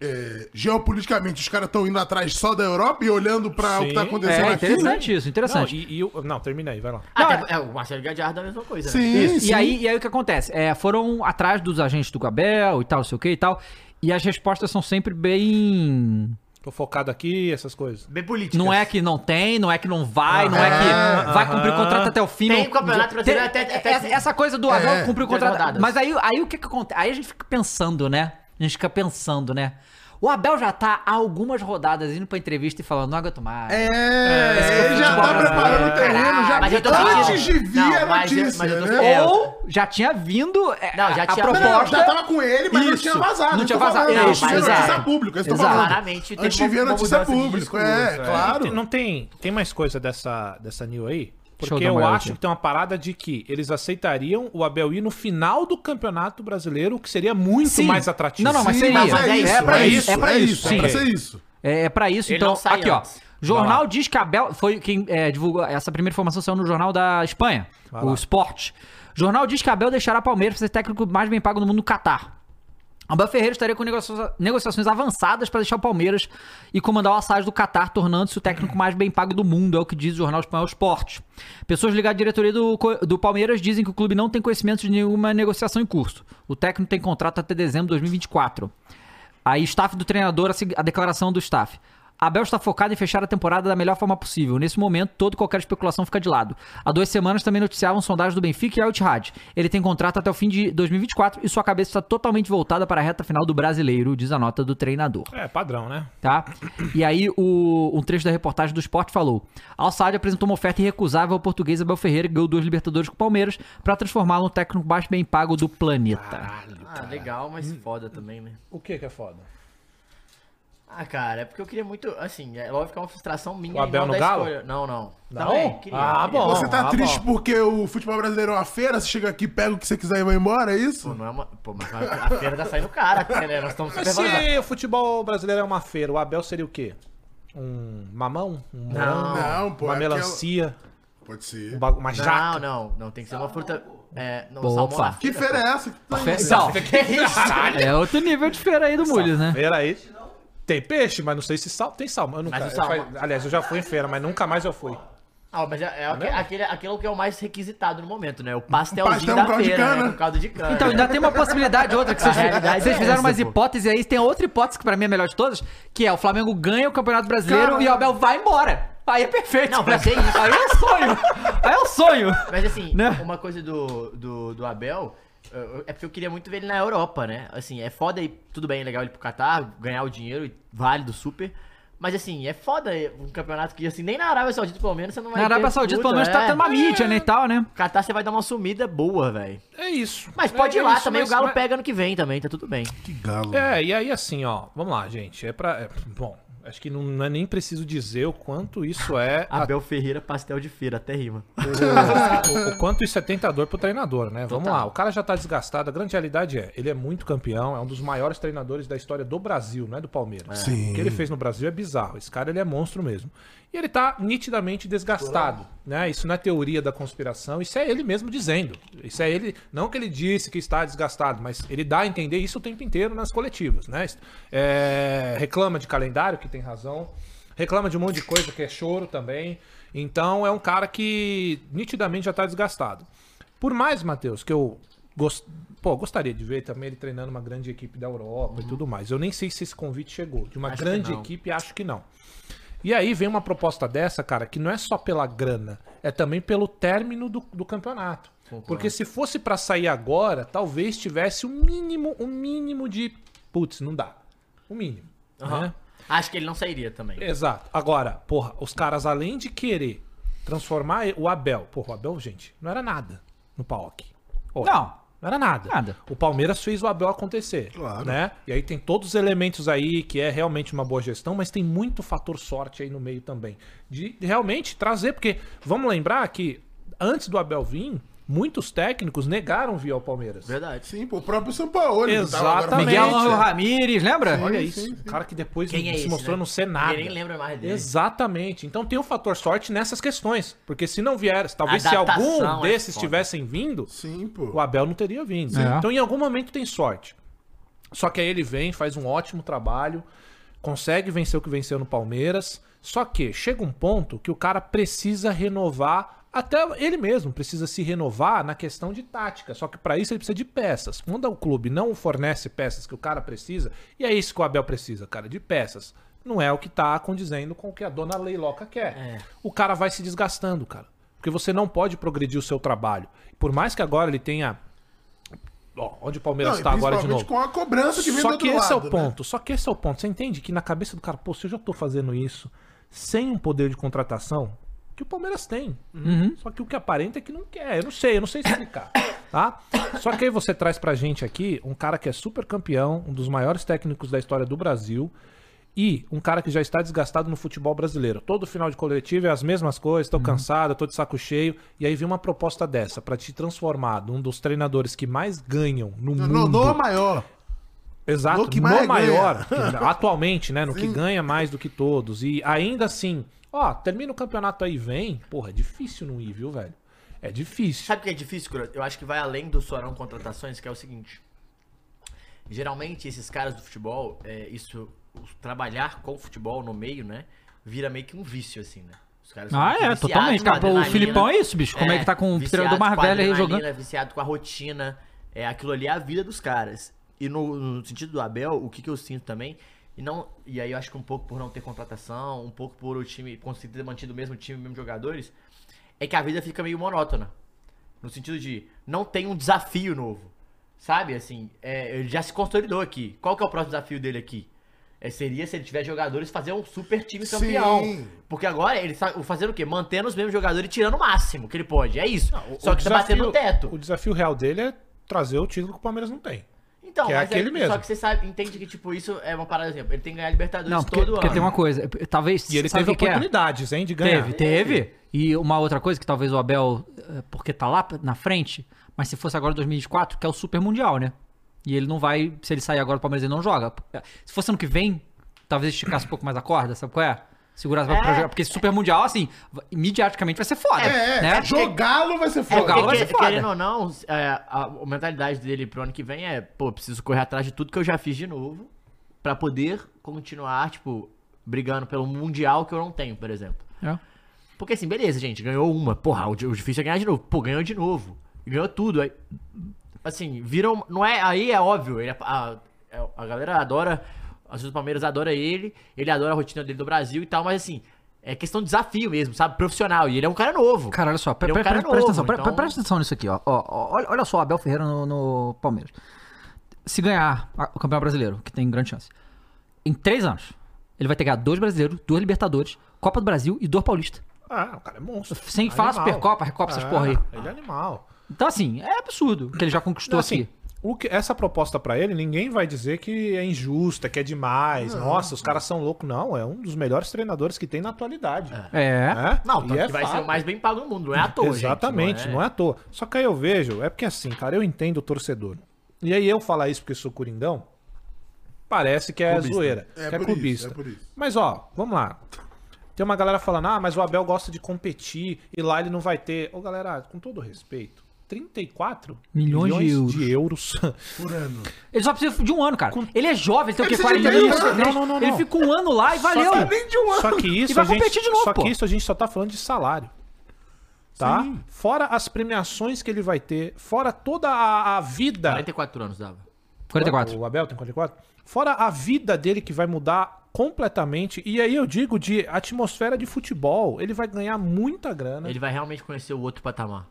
C: é, geopoliticamente os caras estão indo atrás só da Europa e olhando pra o que tá
D: Sim.
C: acontecendo
B: É
C: aqui.
B: interessante isso,
D: Não,
B: interessante.
D: e, e o- não, termina aí, vai lá.
E: Até, é, o Marcelo Gadiardo é a mesma coisa, né?
C: Sim,
B: Isso.
C: sim.
B: E aí, e aí o que acontece? É, foram atrás dos agentes do Gabel e tal, não sei o que e tal. E as respostas são sempre bem.
D: Tô focado aqui, essas coisas.
E: Bem político.
B: Não é que não tem, não é que não vai, não é que vai cumprir o contrato até o fim.
E: Tem
B: não-
E: campeonato brasileiro até- até-
B: essa, essa coisa do Abel
C: É,
B: cumprir o
E: duas
B: contrato.
E: rodadas.
B: Mas aí, aí o que que acontece? Aí a gente fica pensando, né? A gente fica pensando, né? O Abel já tá há algumas rodadas indo pra entrevista e falando, não aguento mais.
C: É, ele já tá
B: futebol
C: preparando o
B: brasileiro.
C: terreno, já
E: Mas eu tô
C: antes de
E: sentindo.
C: vir
E: Não,
C: a
E: mas eu-
C: notícia,
E: mas eu tô
C: né?
E: sentindo. É,
B: Ou já tinha vindo é,
E: Não, já
B: a
E: tinha-
C: Não, não,
B: proposta.
C: já tá tava com ele, mas não
B: Isso,
C: tinha vazado.
B: não
C: eu
B: tinha
C: tô falando,
B: vazado.
C: antes
E: Não,
C: de vir
E: mas
C: notícia
E: é.
C: pública, eu tô
B: Exato.
C: falando.
E: Claramente teve
C: Antes de
E: uma-
C: vir a
E: uma
C: notícia
E: mudança de
C: pública,
E: discurso,
C: é,
E: é.
C: claro.
D: Tem- Não tem, tem mais coisa dessa, dessa new aí?
B: Deixa eu
D: Porque
B: dar uma
D: eu,
B: olhada
D: acho
B: aqui.
D: que tem uma parada de que eles aceitariam o Abel ir no final do Campeonato Brasileiro, o que seria muito
B: Sim.
D: mais atrativo.
B: Não, não, mas
C: Sim,
B: seria.
C: mas é
E: é
C: isso,
E: isso,
C: é pra
D: é
C: isso,
B: é pra
C: é
B: isso,
C: isso,
D: sim.
C: é pra ser isso.
B: É, é pra isso,
E: Ele
B: então.
E: não sai
B: Aqui, ó.
E: antes.
D: Vai
B: Jornal
D: lá.
B: diz que Abel. Foi quem é, divulgou. Essa primeira informação saiu no Jornal da Espanha, o Sport. Jornal diz que Abel deixará Palmeiras para ser técnico mais bem pago no mundo no Catar. Abel Ferreira estaria com negocia- negociações avançadas para deixar o Palmeiras e comandar o Assad do Catar, tornando-se o técnico mais bem pago do mundo, é o que diz o jornal espanhol Sport. Pessoas ligadas à diretoria do, co- do Palmeiras dizem que o clube não tem conhecimento de nenhuma negociação em curso. O técnico tem contrato até dezembro de 2024. Aí, staff do treinador, a se- a declaração do staff. Abel está focado em fechar a temporada da melhor forma possível. Nesse momento, toda e qualquer especulação fica de lado. Há duas semanas também noticiavam sondagens do Benfica e al Ittihad. Ele tem contrato até o fim de 2024 e sua cabeça está totalmente voltada para a reta final do brasileiro, diz a nota do treinador
D: É, padrão, né?
B: tá? E aí o, um trecho da reportagem do Sport falou: Al Sadd apresentou uma oferta irrecusável ao português Abel Ferreira, que ganhou duas Libertadores com o Palmeiras, pra transformá-lo no técnico mais bem pago do planeta.
E: Ah, legal, mas
B: Hum.
E: foda também, né?
D: O que que é foda?
E: Ah, cara, é porque eu queria muito, assim, é lógico que é uma frustração minha
D: O Abel
E: não
D: no
E: da
D: Galo?
E: escolha. Não, não.
D: Não?
E: Também, queria,
D: Ah,
E: queria.
D: bom.
C: Você tá
D: ah,
C: triste
D: bom.
C: porque o futebol brasileiro é uma feira, você chega aqui, pega o que você quiser e vai embora, é isso?
E: Pô, não é uma... Pô, mas a a feira tá saindo cara, até, né? Nós estamos
D: Mas
E: supervalorizados.
D: se o futebol brasileiro é uma feira, o Abel seria o quê? Um mamão? Um morango?
C: Não, pô,
D: uma
C: é
D: melancia?
C: Pode ser.
D: um bagu- uma
E: Não,
D: jaca?
E: não, não, tem que ser uma fruta... É, não,
B: Boa,
E: salmão na
B: Fábio.
C: Que
E: feira.
C: feira é essa? que tá aí?
B: Então, é outro nível de feira aí do Mules, né?
D: Feira aí. Tem peixe, mas não sei se sal... tem salmão. Eu nunca...
E: Mas o
D: eu fa-
E: salmão-
D: Aliás, eu já fui em feira, mas nunca mais eu fui.
E: Ah, mas é,
D: Tá
E: é aque- aquele, aquele que é o mais requisitado no momento, né? O
C: pastel
E: pastelzinho
C: com
E: da
C: caldo de
E: feira,
C: cana.
E: né? Com caldo de cana.
B: Então, ainda tem uma possibilidade outra que vocês,
E: A realidade
B: vocês
E: é
B: fizeram
E: essa,
B: umas
E: pô.
B: hipóteses aí. Tem outra hipótese que pra mim é a melhor de todas, que é o Flamengo ganha o Campeonato Brasileiro
C: Cara,
B: e o Abel vai embora. Aí é perfeito. né?
E: Não, vai ser isso.
B: Aí é um sonho. Aí é um sonho.
E: Mas assim,
B: Né?
E: uma coisa do, do, do Abel eh, é porque eu queria muito ver ele na Europa, né? Assim, é foda e tudo bem, legal ele pro Catar, ganhar o dinheiro, e válido, super. Mas assim, é foda um campeonato que, assim, nem na Arábia Saudita, pelo menos, você não vai
B: Na
E: ter
B: Arábia Saudita,
E: disputa,
B: pelo menos, tá
E: é.
B: tendo uma mídia, né, e tal, né?
E: Catar, você vai dar uma sumida boa, velho.
D: É isso.
E: Mas
D: É
E: pode ir lá
D: isso,
E: também,
D: mas-
E: o Galo
D: mas-
E: pega ano que vem também, tá tudo bem.
C: Que galo.
D: É, e aí assim, ó, vamos lá, gente. É pra. é, bom, acho que não, não é nem preciso dizer o quanto isso é.
B: Ah.
D: a-
E: Abel Ferreira, pastel de feira, até rima.
D: o, o quanto isso é tentador pro treinador, né? Vamos
E: Total.
D: lá, o cara já tá desgastado. A grande realidade é, ele é muito campeão, é um dos maiores treinadores da história do Brasil, não é do Palmeiras.
C: Sim.
D: O que ele fez no Brasil é bizarro. Esse cara ele é monstro mesmo. E ele tá nitidamente desgastado, né? Isso não é teoria da conspiração, isso é ele mesmo dizendo. Isso é ele, não que ele disse que está desgastado, mas ele dá a entender isso o tempo inteiro nas coletivas, né? É, reclama de calendário, que tem razão. Reclama de um monte de coisa que é choro também. Então é um cara que nitidamente já tá desgastado. Por mais, Matheus, que eu gos- pô, gostaria de ver também ele treinando uma grande equipe da Europa e tudo mais. Eu nem sei se esse convite chegou. De uma
E: Acho que
D: grande
E: não.
D: equipe, acho que não. E aí vem uma proposta dessa, cara, que não é só pela grana, é também pelo término do, do campeonato. Porque se fosse pra sair agora, talvez tivesse o mínimo, o mínimo de. Putz, não dá. O mínimo. né?
E: Acho que ele não sairia também.
D: Exato. Agora, porra, os caras, além de querer transformar o Abel. Porra, o Abel, gente, não era nada no PAOC. Olha,
B: Não.
D: Não era nada.
B: Nada.
D: O Palmeiras fez o Abel acontecer.
C: Claro.
D: Né? E aí tem todos os elementos aí que é realmente uma boa gestão, mas tem muito fator sorte aí no meio também. De realmente trazer, porque vamos lembrar que antes do Abel vir, muitos técnicos negaram vir ao Palmeiras.
E: Verdade.
C: Sim, pô, o próprio Sampaoli. que tava tá agora
D: Exatamente.
B: Miguel
D: Mente.
B: Ángel Ramírez, lembra?
D: Olha
C: Sim,
D: isso.
C: sim, sim.
D: O cara que depois
E: Quem é
D: se
E: esse,
D: mostrou
E: né?
D: no Senado.
E: Ninguém nem lembra mais dele.
D: Exatamente. Então tem um fator sorte nessas questões. Porque se não vier, talvez se
E: Adaptação
D: algum
E: é
D: desses
E: foda.
D: tivessem vindo,
C: Sim,
D: o
C: pô.
D: Abel não teria vindo.
B: É.
D: Então, em algum momento, tem sorte. Só que aí ele vem, faz um ótimo trabalho, consegue vencer o que venceu no Palmeiras. Só que chega um ponto que o cara precisa renovar, até ele mesmo precisa se renovar na questão de tática. Só que para isso ele precisa de peças. Quando o clube não fornece peças que o cara precisa, e é isso que o Abel precisa, cara, de peças. Não é o que tá condizendo com o que a dona Leiloca quer. O cara vai se desgastando, cara. Porque você não pode progredir o seu trabalho. Por mais que agora ele tenha. Ó, onde o Palmeiras
C: e
D: está agora de
C: principalmente
D: novo?
C: com a cobrança que vem do
D: Só
C: outro
D: que esse é o
C: lado, né?
D: ponto, só que esse é o ponto. Você entende que na cabeça do cara, pô, se eu já tô fazendo isso sem um poder de contratação que o Palmeiras tem. Só que o que aparenta é que não quer. Eu não sei, eu não sei explicar, tá? Só que aí você traz pra gente aqui um cara que é super campeão, um dos maiores técnicos da história do Brasil. E um cara que já está desgastado no futebol brasileiro. Todo final de coletivo é as mesmas coisas, tô cansado, tô de saco cheio. E aí vem uma proposta dessa pra te transformar num dos treinadores que mais ganham no
C: Não,
D: mundo.
C: não, não maior.
D: Exato,
C: No
D: no,
C: que mais
D: maior, que- atualmente, né? No que ganha mais do que todos. E ainda assim, ó, termina o campeonato aí, vem. Porra, é difícil não ir, viu, velho? É difícil.
E: Sabe o que é difícil, Cura? Eu acho que vai além do Sorão Contratações, que é o seguinte. Geralmente, esses caras do futebol, é, isso, os- trabalhar com o futebol no meio, né? Vira meio que um vício, assim, né? Os caras são
B: Ah,
E: muito
B: é,
E: viciados
B: totalmente.
E: com
B: cara. o
E: adrenalina.
B: Filipão é isso, bicho. Como é, que tá com o
E: viciado
B: treinador mais
E: com
B: velho aí
E: adrenalina,
B: jogando?
E: Viciado com a rotina. É, aquilo ali é a vida dos caras. E no, no sentido do Abel, o que, que eu sinto também. E, não, e aí eu acho que um pouco por não ter contratação, um pouco por o time conseguir ter mantido o mesmo time, mesmos jogadores, é que a vida fica meio monótona. No sentido de não tem um desafio novo. Sabe, assim, é, ele já se consolidou aqui. Qual que é o próximo desafio dele aqui? É, seria se ele tiver jogadores fazer um super time
C: Sim.
E: campeão. Porque agora ele está fazendo o quê? Mantendo os mesmos jogadores e tirando o máximo que ele pode. É isso. Só que
B: Tá
D: você
E: está batendo no teto.
D: O desafio real dele é trazer o título que o Palmeiras não tem.
E: Então,
D: que é
E: mas
D: aquele
E: aí-
D: mesmo.
E: só que você sabe, entende que, tipo, isso é uma parada, exemplo. Ele tem que ganhar Libertadores
B: Não, porque,
E: todo
B: porque
E: ano.
B: tem uma coisa. eh, Talvez.
D: E ele
B: sabe
D: teve
B: o que que é?
D: oportunidades, hein, de ganhar.
B: Teve, teve. E uma outra coisa que talvez o Abel, eh, porque tá lá na frente, mas se fosse agora 2024, que é o Super Mundial, né? E ele não vai, se ele sair agora, o Palmeiras ele não joga. eh, Se fosse ano que vem, talvez esticasse um pouco mais a corda, sabe qual é? Segurasse pra- pra
E: É.
B: jogar. Porque esse Super Mundial, assim, va- imediaticamente vai ser foda.
C: É, é.
B: né?
C: Jogá-lo vai ser
E: É,
C: foda.
E: porque,
B: Jogá-lo vai ser
E: que-
B: foda.
E: querendo ou não, é, a, a mentalidade dele pro ano que vem é, pô, preciso correr atrás de tudo que eu já fiz de novo pra poder continuar, tipo, brigando pelo Mundial que eu não tenho, por exemplo.
B: É.
E: Porque assim, beleza, gente, ganhou uma. Porra, o di- o difícil é ganhar de novo. Pô, ganhou de novo. Ganhou tudo. Aí, assim, viram. Não é, aí é óbvio. Ele, é- a, é- a galera adora. As do Palmeiras adora ele. Ele adora a rotina dele do Brasil e tal. Mas assim, é questão de desafio mesmo, sabe? Profissional. E ele é um cara novo.
B: Cara, olha só, pre
E: Ele é um
B: pre-
E: cara
B: pre- presta
E: novo,
B: atenção, pre-
E: então-
B: pre- presta atenção nisso aqui, ó. Ó, ó, olha, olha só o Abel Ferreira no, no Palmeiras. Se ganhar a- o Campeonato Brasileiro, que tem grande chance, em três anos, ele vai ter ganhado dois brasileiros, dois Libertadores, Copa do Brasil e dois Paulista.
D: Ah, o cara é monstro.
B: Sem falar
D: Animal.
B: Supercopa, Recopa, essas porra aí.
D: Ele é animal.
B: Então, assim, é absurdo o que ele já conquistou
D: Então, assim,
B: aqui.
D: o que, essa proposta pra ele, ninguém vai dizer que é injusta, que é demais. Nossa, os caras são loucos. Não, é um dos melhores treinadores que tem na atualidade.
B: É.
D: Né?
E: Não,
D: E
E: tanto
D: é
E: que vai ser
D: fato.
E: o mais bem pago do mundo. Não é à toa, gente,
D: Exatamente, não é... à toa. Só que aí eu vejo, é porque assim, cara, eu entendo o torcedor. E aí eu falar isso porque sou coringão, parece que é zoeira,
C: É
D: que é
C: por isso,
D: clubista.
C: é por isso.
D: Mas ó, vamos lá. Tem uma galera falando, ah, mas o Abel gosta de competir e lá ele não vai ter. Ô galera, com todo respeito, 34
B: Milhões de
D: de euros.
C: Por ano.
B: Ele só precisa de um ano, cara. Ele é jovem, ele tem o quê?
C: Ele
B: 40
C: precisa de
B: anos?
C: um ano.
B: Ele-
D: Não, não, não,
B: Ele
D: não.
B: fica um ano lá e valeu.
D: Só que,
B: um
D: Só que isso
B: E vai
D: a gente,
B: competir de novo,
D: Só
B: pô.
D: que isso a gente só tá falando de salário. Tá? Fora as premiações que ele vai ter, fora toda a, a vida.
E: 44 anos dava.
B: 44.
D: O Abel tem 44. Fora a vida dele que vai mudar completamente. E aí eu digo de atmosfera de futebol. Ele vai ganhar muita grana.
E: Ele vai realmente conhecer o outro patamar.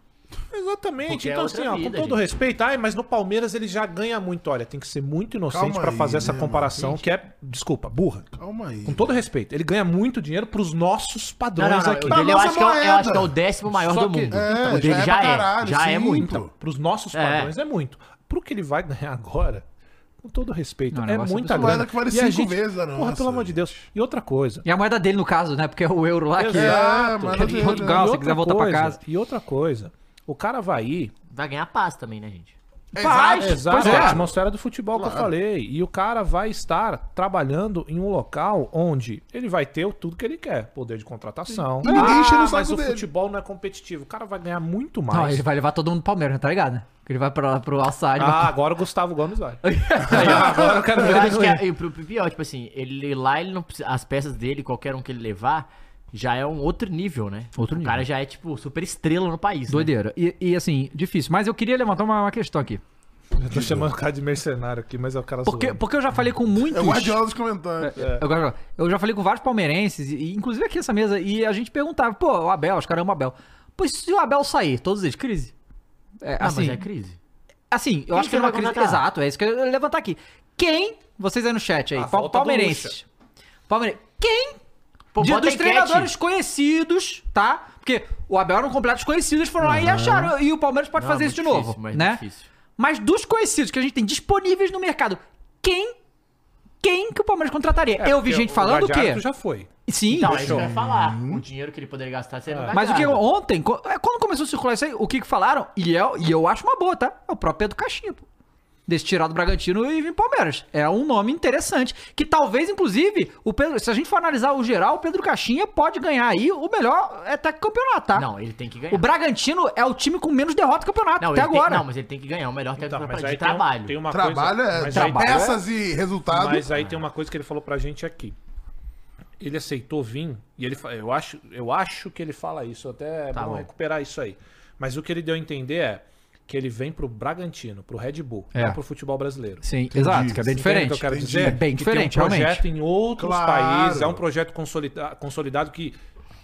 D: Exatamente.
E: Porque é
D: Então,
E: outra
D: assim, ó, com
E: vida,
D: todo
E: gente.
D: respeito, ai, mas no Palmeiras ele já ganha muito. Olha, tem que ser muito inocente
C: Calma
D: pra
C: aí,
D: fazer essa
C: né,
D: comparação,
C: mano?
D: que é, desculpa, burra.
C: Calma aí.
D: Com todo respeito, ele ganha muito dinheiro pros nossos
E: Não,
D: padrões
E: não, não.
D: aqui.
E: O dele eu
C: Nossa
E: acho, que é, o- eu
C: moeda.
E: acho que é o décimo maior
D: Só
E: do
D: que-
E: mundo.
C: É,
E: o dele
C: já é
E: já
C: pra
E: é.
C: caralho,
E: já é
C: sim.
E: muito.
D: Então, pros nossos
E: É.
D: padrões é muito. Pro que ele vai ganhar agora, com todo respeito,
B: Não, o
D: é
B: negócio é
D: muita
C: absurdo.
D: grana.
C: Moeda que vale
D: E a
C: cinco vezes a
D: Porra,
C: nossa,
D: pelo amor de
C: gente.
D: Deus. E outra coisa.
B: E a moeda dele, no caso, né? Porque é o euro lá que.
D: Exato.
C: É, mano,
B: Portugal,
D: E
B: se
D: outra
B: quiser voltar pra
D: coisa-
B: casa.
D: E outra coisa, O cara vai ir.
E: Vai ganhar paz também, né, gente?
D: Exato,
F: pois
D: Exato,
F: é.
D: a atmosfera do futebol que eu falei. E o cara vai estar trabalhando em um local onde ele vai ter o- tudo que ele quer. Poder de contratação. Ah,
C: E ninguém enchendo o saco
D: mas o
C: dele.
D: futebol não é competitivo. O cara vai ganhar muito mais.
B: Não, ele vai levar todo mundo pro Palmeiras, tá ligado? né? Porque ele vai pra, lá pro Alçade.
D: Ah,
B: vai-
D: agora o Gustavo Gomes vai. Aí, agora eu quero
E: Eu
D: ver ele
E: acho que
D: ruim.
E: é, e o pro- pro pior, tipo assim, ele lá, ele não precisa- as peças dele, qualquer um que ele levar, já é um outro nível, né?
B: Outro
E: O cara já é, tipo, super estrela no país. né?
B: Doideira. E, e, assim, difícil. Mas eu queria levantar uma, uma questão aqui.
D: Eu tô chamando o cara de mercenário aqui, mas é o cara
B: Porque,
D: zoando.
B: porque eu já falei com
C: É
B: muitos. É.
C: o Guardiola dos comentários.
B: Eu, gosto- eu já falei com vários palmeirenses, e- e inclusive aqui nessa mesa, e a gente perguntava, pô, o Abel, os caras amam o Abel. Pois se o Abel sair, todos eles, crise. É,
E: Ah,
B: assim,
E: mas é crise.
B: assim, eu acho que
E: que
B: é uma
E: vai
B: crise.
E: contratar?
B: Exato, é isso que eu ia levantar aqui. Quem, vocês aí no chat aí,
D: A
B: pal-
D: volta do
B: palmeirenses. Palmeirenses. Quem
E: Pô,
B: de-
E: bota
B: dos
E: enquete.
B: treinadores conhecidos, tá? Porque o Abel era um completo desconhecido, eles foram lá e acharam, e o Palmeiras pode
E: Não,
B: fazer
E: é
B: isso de
E: muito
B: novo,
E: difícil, mas é
B: né?
E: difícil.
B: Mas dos conhecidos que a gente tem disponíveis no mercado, quem quem que o Palmeiras contrataria? eu vi
D: É, Porque
B: gente
D: o
B: falando o quê?
D: Gadiardo já foi.
B: Sim,
E: Então, aí você vai falar. O dinheiro que ele poderia gastar seria no
B: mas o que
E: Gadiardo.
B: ontem, co- é, quando começou a circular isso aí, o que que falaram, e eu, e eu acho uma boa, tá? É o próprio Pedro Caixinha, pô. Desse tirar do Bragantino e vir pro Palmeiras. É um nome interessante. Que talvez, inclusive, o Pedro, se a gente for analisar o geral, o Pedro Caixinha pode ganhar aí o melhor até campeonato, tá?
E: Não, ele tem que ganhar.
B: O Bragantino é o time com menos derrota do campeonato
E: não,
B: até
E: ele tem-
B: agora.
E: não, mas ele tem que ganhar o melhor técnico
D: Então,
E: pra-
D: mas
E: É, de
D: aí tem um-
E: trabalho.
D: Tem uma
C: Trabalho
D: coisa,
C: é
D: mas aí-
B: trabalho.
C: peças e resultado.
D: Mas aí tem uma coisa que ele falou pra gente aqui. Ele aceitou vir, e ele fa- eu acho, eu acho que ele fala isso, até
E: Tá
D: vamos
E: bom.
D: recuperar isso aí. Mas o que ele deu a entender é que ele vem pro Bragantino, pro Red Bull,
B: É.
D: não pro futebol brasileiro.
B: Sim, exato, que é bem
D: Entende o
B: diferente.
D: que eu quero dizer?
B: É bem
D: Que tem
B: diferente,
D: um projeto
B: realmente.
D: em outros
C: Claro.
D: países, é um projeto consolida- consolidado que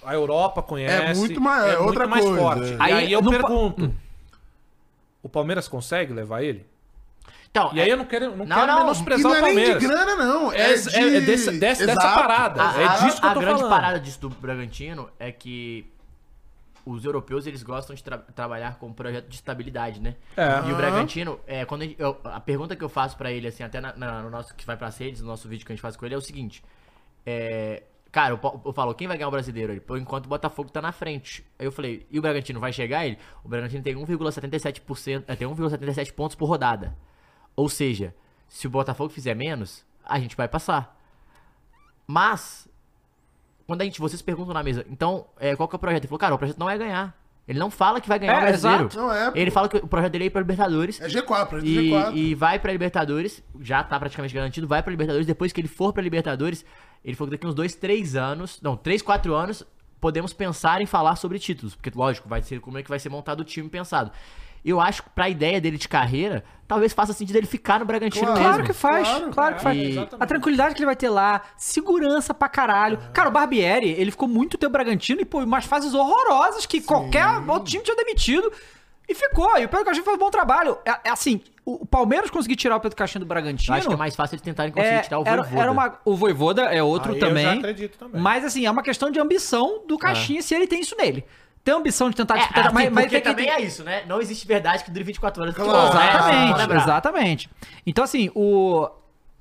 D: a Europa conhece.
C: É muito maior, é outra
D: mais
C: coisa.
D: forte.
B: Aí
D: Aí, aí eu
B: não pa-
D: pergunto, o Palmeiras consegue levar ele?
E: Então,
D: um- E aí eu não quero, não
E: Não,
D: quero
E: não,
C: E
D: menosprezar
C: não
D: o
C: é nem de
D: Palmeiras.
C: grana, não.
D: É, é- é dessa, dessa- dessa
C: Exato.
D: parada.
E: a,
D: é
E: a-
D: disso que
E: a
D: eu tô
E: grande
D: falando.
E: parada disso do Bragantino é que os europeus eles gostam de tra- trabalhar com um projeto de estabilidade, né?
D: É.
E: E o Bragantino, é, quando ele- eu- a pergunta que eu faço pra ele, assim, até na- na- no nosso que vai pras redes, no nosso vídeo que a gente faz com ele, é o seguinte: é, Cara, eu, po- eu falo, quem vai ganhar o brasileiro? Ele, por enquanto o Botafogo tá na frente. Aí eu falei, e o Bragantino vai chegar? Ele, o Bragantino tem 1,77%, é, tem 1,77 pontos por rodada. Ou seja, se o Botafogo fizer menos, a gente vai passar. Mas, quando a gente, vocês perguntam na mesa, então, é, qual que é o projeto? Ele falou, cara, o projeto não é ganhar. Ele não fala que vai ganhar
B: É,
E: o brasileiro.
B: exato.
C: Não é, pô.
E: Ele fala que o projeto dele é ir pra Libertadores.
C: É G4, projeto
E: e,
C: G4.
E: E vai pra Libertadores, já tá praticamente garantido, vai pra Libertadores. Depois que ele for pra Libertadores, ele falou que daqui uns dois, três anos, não, três, quatro anos, podemos pensar em falar sobre títulos. Porque, lógico, vai ser como é que vai ser montado o time pensado. Eu acho que pra ideia dele de carreira, talvez faça sentido ele ficar no Bragantino
C: Claro.
B: Claro
E: mesmo. É,
B: que faz, claro,
C: Claro.
B: que faz.
E: E-
B: A tranquilidade que ele vai ter lá, segurança pra caralho.
D: É.
B: Cara, o Barbieri, ele ficou muito tempo Bragantino e, pô, umas fases horrorosas que qualquer outro time tinha demitido. E ficou. E o Pedro Caixinha fez um bom trabalho. É, é assim, o o Palmeiras conseguir tirar o Pedro Caixinha do
E: Eu
B: Bragantino.
E: acho que é mais fácil eles tentarem conseguir
B: é,
E: tirar o
B: era,
E: Voivoda.
B: era uma, o Voivoda é outro
D: Aí eu
B: também,
D: já acredito também.
B: Mas assim, é uma questão de ambição do Caixinha se ele tem isso nele. Tem ambição de tentar
E: É,
B: disputar,
E: assim,
B: mas, mas
E: porque
B: tem que-
E: também é isso, né? Não existe verdade que dure 24 horas.
C: Claro.
E: Né?
B: Exatamente,
E: Vamos lembrar.
B: exatamente. Então, assim, o.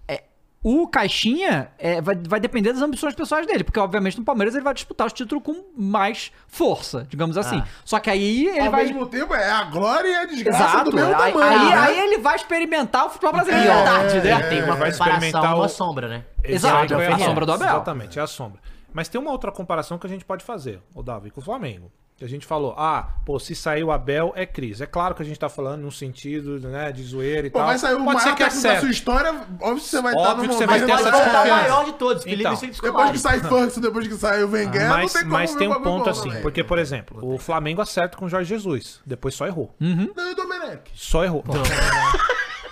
B: é, o Caixinha é, vai, vai depender das ambições pessoais dele, porque, obviamente, no Palmeiras ele vai disputar os títulos com mais força, digamos assim.
E: Ah.
B: Só que aí ele
C: Ao
B: vai.
C: mesmo tempo, é a glória e a desgraça
B: Exato.
C: do mesmo
B: aí,
C: tamanho.
B: aí-
C: né?
B: aí ele vai experimentar o futebol brasileiro.
E: É,
B: à tarde, né?
E: é, tem uma
D: Vai
E: comparação,
D: experimentar
E: uma
D: o-
E: sombra, né?
B: Exato,
D: é
B: a sombra do Abel.
D: Exatamente, é a sombra. Mas tem uma outra comparação que a gente pode fazer, o Davi, com o Flamengo. Que a gente falou, ah, pô, se sair o Abel é crise. É claro que a gente tá falando num sentido, né, de zoeira e
C: Pô,
D: tal.
C: vai sair o
D: pode ser
C: maior
D: que é
C: técnico da
D: certo.
C: sua história, óbvio que você vai estar no
D: Óbvio que
C: momento.
D: você vai ter
E: Mas
D: essa
E: pode voltar o
D: desconfiança.
E: maior de todos, Felipe é
D: Então,
E: e Felipe
C: Depois que
E: Scolari.
C: sai Furks, depois que sai o Wenger,
D: Mas,
C: não tem como
D: mas
C: ver
D: tem
C: o
D: um
C: bagulho
D: ponto
C: bom,
D: assim,
C: velho.
D: porque, por exemplo, o Flamengo acerta com o Jorge Jesus, depois só errou.
B: Hum.
C: Não, e o Domenech?
D: Só errou.
E: Então,
B: Então,
E: né?
B: né?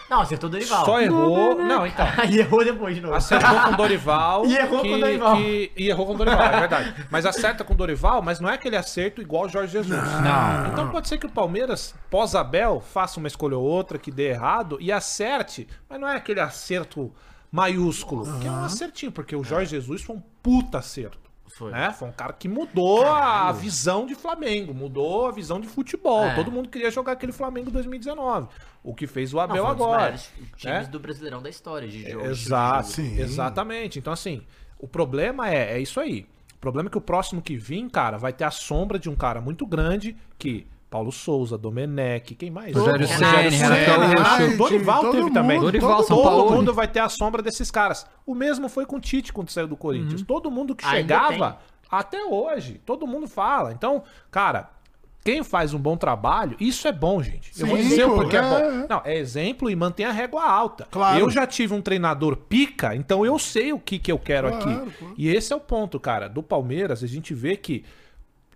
E: Não, acertou o Dorival.
D: Só errou. Não, então.
E: E errou depois de novo.
D: Acertou com o Dorival.
E: E errou
D: que-
E: com o Dorival.
D: que- e errou com o Dorival, é verdade. Mas acerta com o Dorival, mas não é aquele acerto igual o Jorge Jesus. Não. Então pode ser que o Palmeiras, pós-Abel, faça uma escolha ou outra que dê errado e acerte, mas não é aquele acerto maiúsculo. Que é um acertinho, porque o Jorge Jesus foi um puta acerto.
E: Foi.
D: Né? Foi um cara que mudou a visão de Flamengo, mudou a visão de futebol.
E: É.
D: Todo mundo queria jogar aquele Flamengo 2019. O que fez o
E: Não,
B: é
D: Abel
E: foi um dos
D: agora.
E: maiores
D: né?
E: times do Brasileirão da história, de jogo.
D: Exato,
C: Sim.
D: né? exatamente. Então, assim, o problema é, é isso aí. O problema é que o próximo que vir, cara, vai ter a sombra de um cara muito grande que Paulo Souza, Domenech, quem mais?
B: Rogério
D: Todo-
B: Ceni, Renato
D: Ceni,
C: Gaúcho.
D: Ai, Dorival
C: todo
D: teve
C: mundo,
D: também.
B: Dorival,
D: todo
B: São Paulo.
D: mundo vai ter a sombra desses caras. O mesmo foi com o Tite quando saiu do Corinthians.
C: Uhum.
D: Todo mundo que
E: Ainda
D: chegava, até hoje, todo mundo fala. Então, cara, quem faz um bom trabalho, isso é bom, gente. Eu vou
C: Sim,
D: dizer o
C: pô,
D: porquê é,
C: é,
D: bom.
C: é.
D: Não, é exemplo e mantém a régua alta.
C: Claro.
D: Eu já tive um treinador pica, então eu sei o que, que eu quero
C: Claro,
D: aqui.
C: claro.
D: E esse é o ponto, cara. Do Palmeiras, a gente vê que.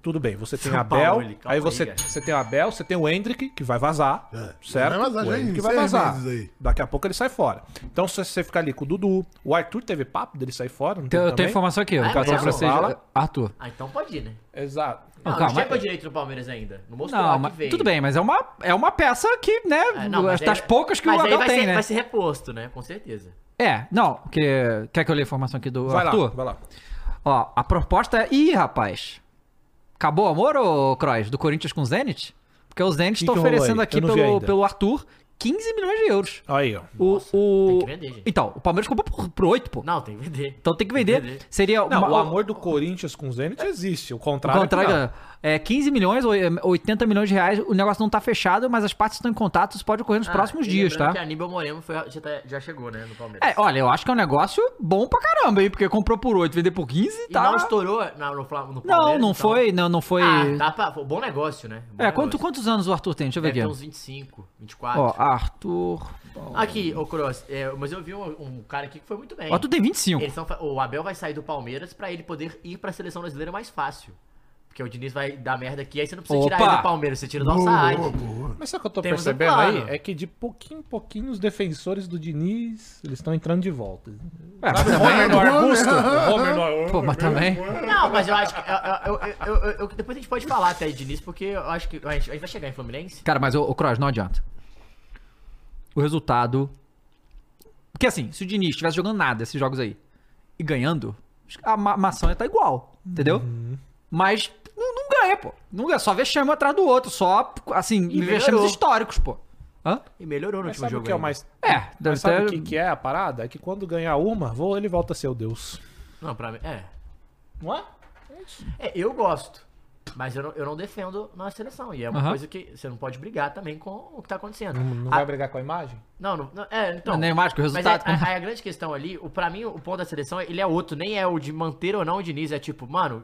D: Tudo bem, você tem
E: São
D: Abel,
E: Paulo, ele, calma
D: aí
E: aí,
D: você,
E: cara.
D: você tem o Abel, você tem o Hendrick, que vai vazar,
C: É, vai
D: certo?
C: vazar
D: o
C: já em
D: Hendrick vai
C: seis
D: vazar.
C: meses aí.
D: Daqui a pouco ele sai fora. Então se você ficar ali com o Dudu, o Arthur teve papo dele sair fora, não
B: Então, eu
D: também?
B: tenho informação aqui, eu vou
E: Ah,
B: passar
E: mesmo?
B: pra vocês.
D: Fala.
B: Arthur.
E: Ah, então pode ir, né?
D: Exato.
E: Não,
B: calma,
E: não chega
B: mas-
E: direito no Palmeiras ainda. Não mostrou
B: Não,
E: a que
B: mas,
E: veio.
B: tudo bem, mas é uma, é uma peça que, né,
E: É, não, mas
B: das
E: aí-
B: poucas que o
E: mas aí
B: Abel
E: vai
B: tem,
E: ser,
B: né?
E: Vai ser reposto, né? Com certeza.
B: É, não, porque... Quer que eu leia a informação aqui do
D: Vai
B: Arthur?
D: lá, vai lá.
B: Ó, a proposta é... Ih, rapaz. Acabou o amor, ô Croix, do Corinthians com o Zenit? Porque o Zenit
D: Que
B: tá
D: que rolou
B: oferecendo
D: aí?
B: aqui
D: Eu não vi
B: pelo,
D: ainda.
B: pelo Arthur 15 milhões de euros.
D: Aí, ó.
B: O- o...
E: tem que vender, gente.
B: Então, o Palmeiras comprou por, por 8, pô.
E: Não, tem que vender.
B: Então tem que vender.
E: Tem que vender.
B: Seria
D: Não,
B: uma-
D: o amor do Corinthians com o Zenit existe, o
B: O
D: contrário. é que não.
B: contrário é 15 milhões, ou, eh, 80 milhões de reais. O negócio não tá fechado, mas as partes estão em contato. Isso pode ocorrer nos
E: Ah,
B: próximos
E: e
B: dias,
E: lembrando
B: tá?
E: que a Aníbal Moreno foi- já, tá- já chegou, né? No Palmeiras.
B: É, olha, eu acho que é um negócio bom pra caramba, hein? Porque comprou por 8, vendeu por 15,
E: E
B: tá?
E: não estourou na- no, Flam- no Palmeiras.
B: não, não
E: então-
B: foi, não, não foi.
E: Ah, tá pra... foi um bom negócio, né? Bom
B: é, quanto,
E: negócio.
B: quantos anos o Arthur tem? Deixa eu ver
E: Deve
B: aqui.
E: ter uns 25, 24.
B: Ó, Arthur.
E: Aqui, ô Cross, é, mas eu vi um, um cara aqui que foi muito bem.
B: O Arthur tem 25.
E: Eles tão fa- o Abel vai sair do Palmeiras pra ele poder ir pra seleção brasileira mais fácil. Porque o Diniz vai dar merda aqui, aí você não precisa tirar
B: Opa!
E: ele do Palmeiras, você tira do
C: Boa,
E: Al-Saad.
C: boa, boa.
D: Mas sabe o que eu tô
E: Temos um
D: percebendo
E: plano.
D: aí? É que de pouquinho em pouquinho os defensores do Diniz, eles estão entrando de volta.
B: É, mas
D: Sabe o
B: também.
D: Homer no arbusto? O Homer no arbusto.
B: Pô, mas também.
E: Não, mas eu acho que. Eu, eu- eu- eu- eu- depois a gente pode falar até de Diniz, porque eu acho que a gente, a gente vai chegar em Fluminense.
B: Cara, mas o, o Kroos, não adianta. O resultado. Porque assim, se o Diniz estivesse jogando nada esses jogos aí e ganhando, a ma maçã ia estar igual, entendeu? Mas não, não ganha, pô. Não ganha, só vexame um atrás do outro, só, assim,
E: E
B: vexames
E: melhorou.
B: históricos, pô. Hã?
E: E melhorou no
D: Mas
E: último
D: sabe o
E: jogo.
D: que é o
E: ainda.
D: mais.
B: É, deve
D: Mas sabe
B: ter-
D: o que, que é a parada? É que quando ganhar uma, vou, ele volta a ser o Deus.
E: Não, pra mim. É.
D: Não é?
E: É, eu gosto. Mas eu não, eu não defendo na seleção. E é uma
B: Aham.
E: coisa que você não pode brigar também com o que tá acontecendo.
D: Não
E: A-
D: vai brigar com a imagem?
E: Não, não, não- é, então.
B: Não é mais que o
E: Mas
B: resultado
E: a- a-
B: conta.
E: a, grande questão ali, o, pra mim, o ponto da seleção, ele é outro. Nem é o de manter ou não o Diniz. É tipo, mano,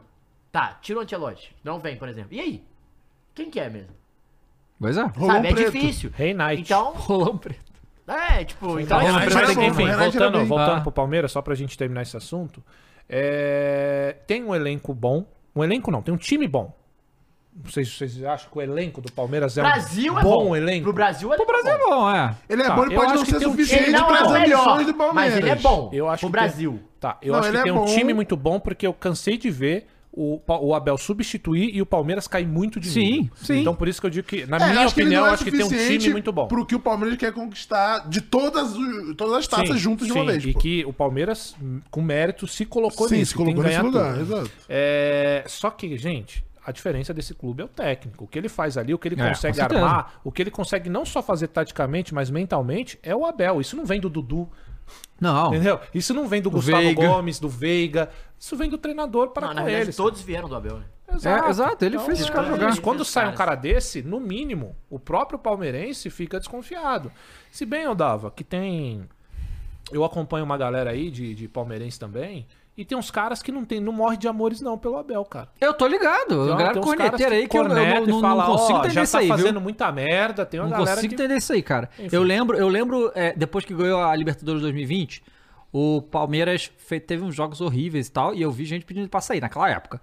E: tá, tira o Antelote. Não vem, por exemplo. E aí? Quem que é mesmo?
B: Pois é.
C: Rolou
E: Sabe,
C: um preto.
E: é difícil.
D: Rei Knight.
E: Então,
B: Rolão preto.
E: é, tipo, então
D: Tá,
E: é
C: rolando
E: difícil.
C: preto.
D: mas,
C: era bom,
D: enfim,
C: era
D: voltando,
C: bem.
D: voltando
B: Ah.
D: pro Palmeiras, só pra gente terminar esse assunto. é, tem um elenco bom. Um elenco não, tem um time bom. Vocês, vocês acham que o elenco do Palmeiras é
E: Brasil
D: um
E: é bom.
D: elenco?
E: Pro Brasil é
B: O Brasil é bom, é.
C: Ele é
D: Tá,
C: bom, ele
D: eu
C: pode
D: acho
C: não
D: que
C: ser
D: tem um-
E: Ele
C: suficiente
E: não
C: para
E: é
C: as
E: o melhor,
C: ambições do Palmeiras.
E: mas ele é bom.
D: Eu acho
E: pro
D: que
E: Brasil.
D: Tá, eu
C: Não,
D: acho que
C: ele é
D: tem um
C: bom.
D: time muito bom porque eu cansei de ver o, Pa- o Abel substituir e o Palmeiras cair muito de
B: Sim,
D: nível.
B: sim.
D: Então por isso que eu digo que, na
C: É, eu
D: minha
C: acho que ele
D: opinião,
C: não é
D: eu acho que tem um time
C: suficiente
D: muito bom.
C: Pro que o Palmeiras quer conquistar de todas, o- todas as taças
D: Sim,
C: juntas de
D: sim,
C: uma vez.
D: E
C: pô.
D: que o Palmeiras, hum, com mérito, se colocou
C: Sim,
D: nisso.
C: se colocou
D: tem que
C: nesse
D: ganhar
C: lugar,
D: tudo.
C: exato.
D: É, só que, gente, a diferença desse clube é o técnico. O que ele faz ali, o que ele
B: É,
D: consegue
B: com certeza.
D: armar, o que ele consegue não só fazer taticamente, mas mentalmente, é o Abel. Isso não vem do Dudu,
B: Não.
D: entendeu? Isso não vem do, Gustavo
B: Veiga.
D: Gomes, do Veiga. Isso vem do treinador para
E: Não, na
D: com
E: verdade,
D: eles. Então,
E: todos vieram do Abel, né?
B: É, exato, ele fez esses caras
E: é,
B: jogar.
E: isso.
D: Quando sai um
E: Caras.
D: cara desse, no mínimo, o próprio palmeirense fica desconfiado. Se bem eu dava, que tem. Eu acompanho uma galera aí de, de palmeirense também. E tem uns caras que não, tem, não morre de amores, não, pelo Abel, cara.
B: Eu tô ligado.
D: Então,
B: a galera
D: tem uns caras
B: corneteira aí que eu, eu
D: corneta
B: não,
D: e
B: não- não
D: fala,
B: consigo
D: "Ó,
B: entender
D: já
B: isso
D: tá
B: aí, viu?
D: fazendo muita merda, tem uma
B: Não
D: galera
B: consigo
D: que...
B: entender isso aí, cara.
D: Enfim.
B: Eu lembro, eu lembro é, depois que ganhou a Libertadores 2020, o Palmeiras fe- teve uns jogos horríveis e tal, e eu vi gente pedindo pra sair naquela época.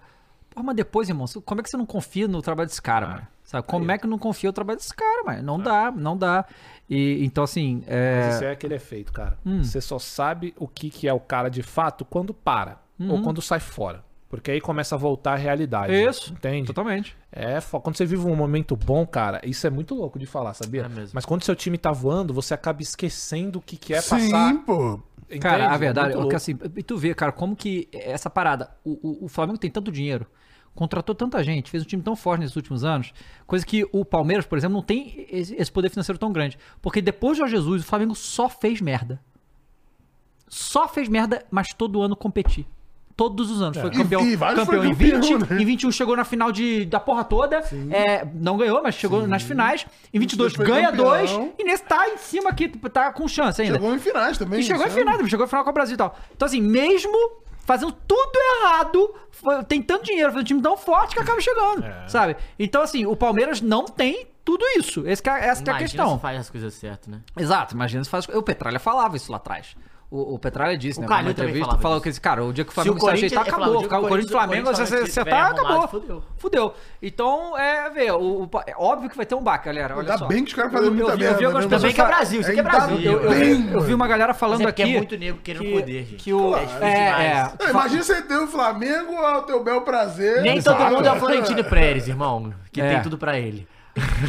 B: Pô, mas depois, irmão, você- como é que você não confia no trabalho desse
D: Ah,
B: cara, mano? Sabe, como é que não confia no trabalho desse cara, mano? Não dá, não dá. E, então, assim, é...
D: Mas isso é aquele efeito, cara.
B: Hum.
D: Você só sabe o que, que é o cara de fato quando para
B: Uhum.
D: ou quando sai fora. Porque aí começa a voltar à realidade.
B: Isso,
D: Entende?
B: totalmente.
D: É, fo- quando você vive um momento bom, cara, isso é muito louco de falar, sabia?
E: É mesmo.
D: Mas quando seu time tá voando, você acaba esquecendo o que, que é
C: Sim,
D: passar.
C: pô.
D: entende?
B: Cara, a
D: É
B: verdade
D: muito
B: é que
D: louco.
B: assim, e tu vê, cara, como que essa parada, o, o- o Flamengo tem tanto dinheiro, contratou tanta gente, fez um time tão forte nesses últimos anos, coisa que o Palmeiras, por exemplo, não tem esse esse poder financeiro tão grande. Porque depois do Jorge Jesus, o Flamengo só fez merda. Só fez merda, mas todo ano competir. todos os anos. Foi
C: E-
B: campeão,
C: É. e vários
B: campeão,
C: foi
B: em
C: campeão,
B: 20,
C: né?
B: em 21 chegou na final de, da porra toda. É, não ganhou, mas chegou nas finais. Em 22
C: foi
B: ganha
C: campeão.
B: dois e nesse tá em cima aqui, tá com chance ainda.
C: Chegou em finais também.
B: E chegou em
C: esse ano.
B: final, chegou em final com o Brasil e tal. Então, assim, mesmo fazendo tudo errado, fa- tem tanto dinheiro, fazendo um time tão forte que acaba chegando,
C: É.
B: sabe? Então, assim, o Palmeiras não tem tudo isso. Esse que é- essa que é a
E: Imagina
B: questão.
E: se faz as coisas certas, né?
B: Exato, imagina se faz. O Petralha falava isso lá atrás. O, o Petralha disse, né?
E: Calil
B: numa
E: também
B: entrevista,
E: falava
B: falou
E: isso.
B: que esse cara, o dia que o
E: Se
B: Flamengo
E: o
B: se
E: Corinthians-
B: ajeitar,
E: ele falava,
B: acabou.
E: o dia
B: Ficar
E: que
B: o
E: o
B: Corinthians e Flamengo,
E: Corinthians
B: você
E: tiver
B: você tá,
E: arrumado,
B: acabou. Fudeu.
E: fudeu.
B: Então, é, vê, o, o- é óbvio que vai ter um baque, galera. Olha
C: Ainda
B: só.
C: bem que os caras fazem
B: Eu- eu
C: muita
B: vi- eu vi
C: merda,
B: algumas
C: né,
B: pessoas
C: mano?
E: Também que é Brasil, isso aqui é
C: Ainda
E: Brasil,
C: bem,
B: Eu, eu- eu-
C: mano.
B: eu vi uma galera falando
E: Mas é porque
B: aqui.
E: é muito negro querendo poder, gente.
B: que o.
E: Claro.
B: é, é,
C: Não, Imagina você ter o Flamengo ao teu bel prazer.
E: Nem todo
C: Exato.
E: mundo é o Florentino Pérez, irmão. Que
B: É.
E: tem tudo pra ele.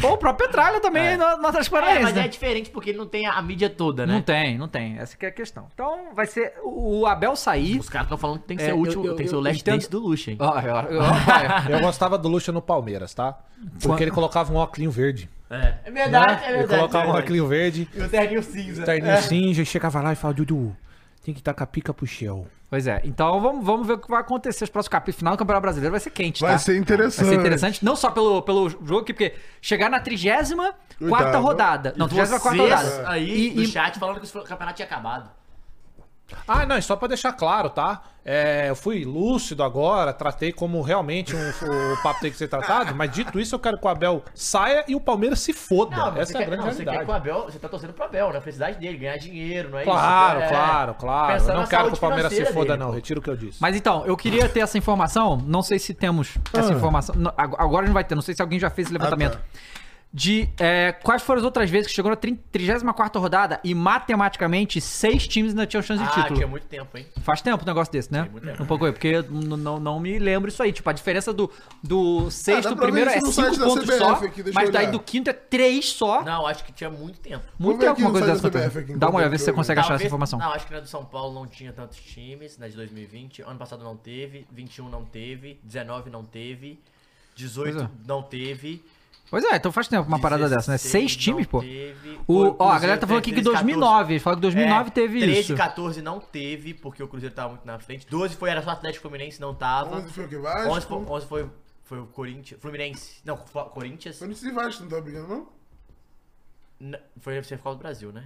B: Ou o próprio Petralha também, na, na
E: É,
B: transparência.
E: mas é
B: né?
E: diferente porque ele não tem a, a mídia toda, né?
B: Não tem, não tem. Essa que é a questão. Então vai ser o o Abel sair.
E: Os caras estão falando que tem que
B: É,
E: ser o
B: eu-
E: último,
B: eu-
E: tem que ser
B: eu
E: o last
B: entendo-
E: dance do Luxo, hein?
B: Ó, ó, ó, ó.
G: Eu gostava do Lucha no Palmeiras, tá? Porque ele colocava um óculinho verde.
E: É, é verdade, é
G: Ele
E: verdade.
G: colocava um óculinho verde,
E: E o terninho cinza.
G: terninho cinza, e chegava lá e falava, Dudu, tem que tacar pica pro chão.
B: Pois é, então vamos, vamos ver o que vai acontecer os próximos capítulos. Final do Campeonato Brasileiro vai ser quente, tá?
C: Vai ser interessante.
B: Vai ser interessante, não só pelo, pelo jogo, aqui, porque chegar na 34
C: Oitava.
B: rodada. Não, 34 rodada.
E: aí
B: E-
E: no
B: e-
E: chat falando que o campeonato tinha acabado.
G: Ah, não, e só pra deixar claro, tá? É, eu fui lúcido agora, tratei como realmente um- o papo tem que ser tratado, mas dito isso, eu quero que o Abel saia e o Palmeiras se foda.
E: mas
G: Essa é a grande
E: você quer
G: realidade.
E: que o Abel, você tá torcendo pro Abel, na felicidade dele, ganhar dinheiro, não é
G: Claro,
E: isso? É,
G: claro, claro.
E: pensar
G: eu
E: na
G: não quero que
E: saúde
G: o Palmeiras se
E: financeira
G: foda,
E: dele,
G: não.
E: pô.
G: Retiro o que eu disse.
B: Mas então, eu queria ter essa informação, não sei se temos essa informação. não, ag- agora não vai ter, não sei se alguém já fez esse levantamento.
C: Ah. tá.
B: De é, quais foram as outras vezes que chegou na 30 34 rodada e matematicamente seis times ainda tinham chance de
E: Ah,
B: título.
E: tinha muito tempo, hein?
B: Faz tempo um negócio desse, né? Um pouco aí, porque eu n- não, não me lembro isso aí. Tipo, a diferença do, do sexto
C: dá
B: pro
C: pra ver
B: primeiro
C: isso
B: é
C: no
B: cinco
C: site da
B: pontos
C: CBF
B: só,
C: aqui, deixa
B: mas
C: eu
B: daí
C: olhar.
B: do quinto é três só.
E: Não, acho que tinha muito tempo.
B: Muito
C: Vamos ver
B: tempo
C: aqui
B: alguma
C: no
B: coisa dessa.
C: site da CBF
B: Antônio.
C: aqui,
B: Dá uma olhada,
C: enquanto
B: vê se você
C: eu-
B: consegue achar essa
E: Talvez-
B: informação.
E: Não, acho que na do São Paulo não tinha tantos times, na de 2020. Ano passado não teve, 21 não teve, 19 não teve, 18
B: Pois é.
E: não teve.
B: Pois é, então faz tempo uma parada dessa, né?
E: 16
B: Seis times,
E: não
B: pô.
E: teve. Foi
B: O, ó, a
E: Cruzeiro,
B: galera tá falando aqui
E: teve
B: que
E: 13,
B: 2009. Eles falam que 2009
E: É,
B: teve
E: 13
B: isso.
E: e 14 não teve, porque o Cruzeiro tava muito na frente. 12 foi, era só Atlético Fluminense, não tava.
C: 11 foi o que
E: 11 foi,
C: Vasco.
E: 11 foi, foi o Corinthians. Fluminense. Não, Fla- Corinthians.
C: Foi no City Vasco, não tá brigando, não?
E: n- Foi você ficou do Brasil, né?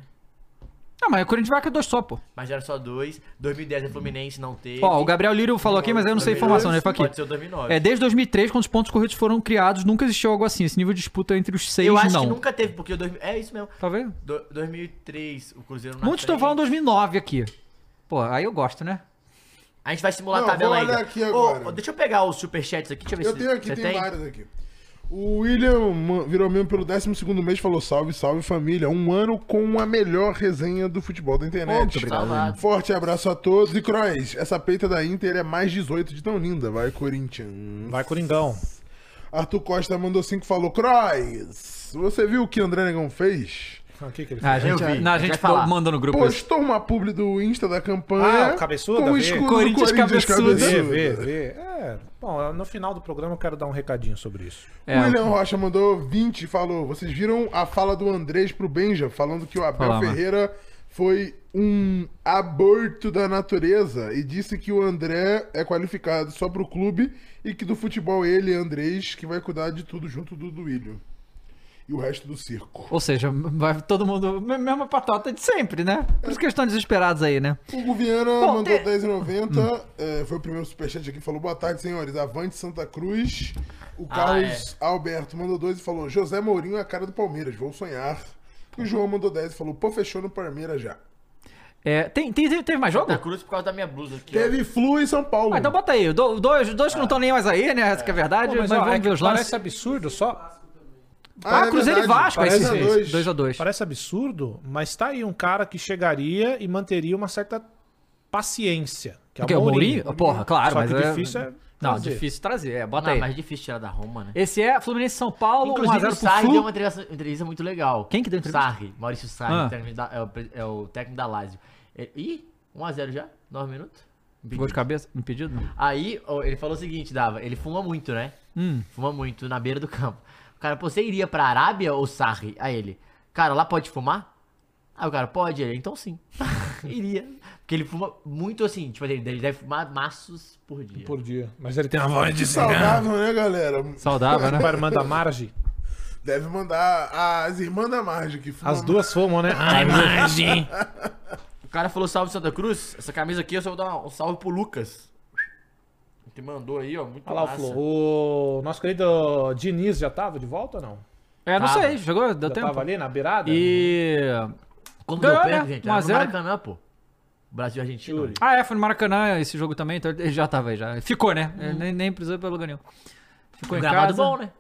B: Não, mas o Corinthians vai que é dois só, pô.
E: Mas era só dois. 2010 é Fluminense, não teve.
B: Ó, o Gabriel Lírio falou aqui, mas eu não sei a informação, né? Ele falou
E: Pode ser
B: aqui.
E: o 2009.
B: É, desde 2003, quando os pontos corridos foram criados, nunca existiu algo assim. Esse nível de disputa entre os seis,
E: eu acho
B: não.
E: que nunca teve, porque o 2000 é isso mesmo.
B: Tá vendo?
E: Do- 2003, o Cruzeiro na
B: Muitos estão
E: frente.
B: falando 2009 aqui. Pô, aí eu gosto, né?
E: A gente vai simular
C: Não,
E: a tabela
C: vou olhar
E: ainda.
C: aqui
E: Ô,
C: agora.
E: ô, deixa eu pegar os superchats aqui, deixa eu ver
C: Eu
E: se
C: tenho aqui,
E: você
C: tem, vários aqui. O William ma- virou membro pelo 12º mês e falou: Salve, salve família. Um ano com a melhor resenha do futebol da internet.
B: Muito obrigado,
E: Salvado. William.
C: Forte abraço a todos. E Crois, essa peita da Inter é mais 18 de tão linda. Vai, Corinthians.
G: Vai, Coringão.
C: Arthur Costa mandou 5 e falou: Crois, você viu o que André Negão fez?
G: O que que ele
B: Ah, a
G: fez?
B: gente,
E: Eu vi,
B: não, a
E: a gente
B: gente
E: vai falar.
B: manda no grupo. isso.
C: Postou uma publi do Insta da campanha.
G: Ah, o cabeçuda,
C: Com o
G: vê.
C: escudo do
B: Corinthians
C: Corinthians,
B: cabeçuda.
C: cabeçuda.
G: Vê, vê, vê. É, bom, no final do programa eu quero dar um recadinho sobre isso.
B: É,
C: William Rocha mandou 20 e falou: Vocês viram a fala do Andrés pro Benja, falando que o Abel
B: Fala, mano.
C: Ferreira foi um aborto da natureza e disse que o André é qualificado só pro clube e que do futebol ele, Andrés, que vai cuidar de tudo junto do Duílio. E o resto do circo.
B: Ou seja, vai todo mundo. me- Mesma patota de sempre, né? Por isso que eles estão desesperados aí, né?
C: Hugo Viana
B: Bom,
C: mandou
B: te-
C: 10,90.
E: Hum.
C: é, foi o primeiro superchat aqui. Falou: Boa tarde, senhores. Avante Santa Cruz. O
E: Ah,
B: é.
C: Carlos Alberto mandou 2 e falou: José Mourinho é a cara do Palmeiras. Vou sonhar. E o João mandou 10 e falou: Pô, fechou no Palmeiras já.
B: É, tem, tem, teve mais jogo?
E: Da Cruz por causa da minha blusa aqui. ó.
C: Teve flu em São Paulo.
B: Ah, então bota aí. do- Dois, dois que não estão nem mais aí, né? Essa que é a verdade.
G: Pô,
B: mas
G: mas, ó,
B: vamos
G: é que
B: ver os lances.
G: parece absurdo só.
B: Ah,
C: é
B: Cruzeiro e Vasco, aí
G: Parece
B: se
G: a
B: fez. 2x2.
G: Parece absurdo, mas tá aí um cara que chegaria e manteria uma certa paciência. Que é
B: O quê? O
D: né?
B: Mourinho? Porra, claro,
G: Só
B: mas
G: que
B: é-
G: difícil é.
B: Não,
G: fazer.
B: difícil trazer. É, bota
E: Não,
B: aí.
E: mais difícil tirar da Roma, né?
B: Esse é Fluminense São Paulo,
E: Ah, Inclusive,
B: 1x0
E: o
B: pro
E: Sarri
B: Flu.
E: deu uma entrevista, entrevista muito legal.
B: Quem que deu entrevista?
E: Sarri, Maurício Sarri,
B: Ah.
E: o técnico da- é, o, pre- é o técnico da Lazio. Ele- Ih, 1x0 já? 9 minutos?
B: um Gol de cabeça? Impedido?
E: Aí ó, ele falou o seguinte, Dava, ele fuma muito, né? Fuma muito na beira do campo. O cara, pô, você iria pra Arábia ou Sarri? Aí ele, cara, lá pode fumar? Aí o cara, pode? Ele, então sim. iria. Porque ele fuma muito assim, tipo, ele ele deve fumar maços por dia.
G: Por dia. Mas ele tem a voz de cigano.
C: Saudável, né, galera?
B: Saudável, né?
G: Pra irmã da Marge.
C: Deve mandar as irmãs da Marge que fumam.
G: As duas fumam, né? Ai, Marge.
E: O cara falou salve Santa Cruz. Essa camisa aqui eu só vou dar um salve pro Lucas. Ele mandou aí, ó. Muito
G: Olha lá o
E: massa.
G: Flo. O nosso querido Diniz já tava de volta ou não?
B: É, não
E: Tava.
B: sei, chegou, deu
G: Já
B: tempo.
G: tava ali na beirada?
B: E.
E: Como
B: Ganhou,
E: deu perto,
B: né?
E: gente?
B: Um a
E: Era no
B: zero.
E: Maracanã, pô. Brasil e Argentina.
G: Yuri.
B: Ah, é, foi no Maracanã esse jogo também, então ele já tava aí já. Ficou, né? Ele nem, nem precisou ir pra lugar nenhum. Ficou
E: Um
B: em
E: gramado
B: casa.
E: bom, né?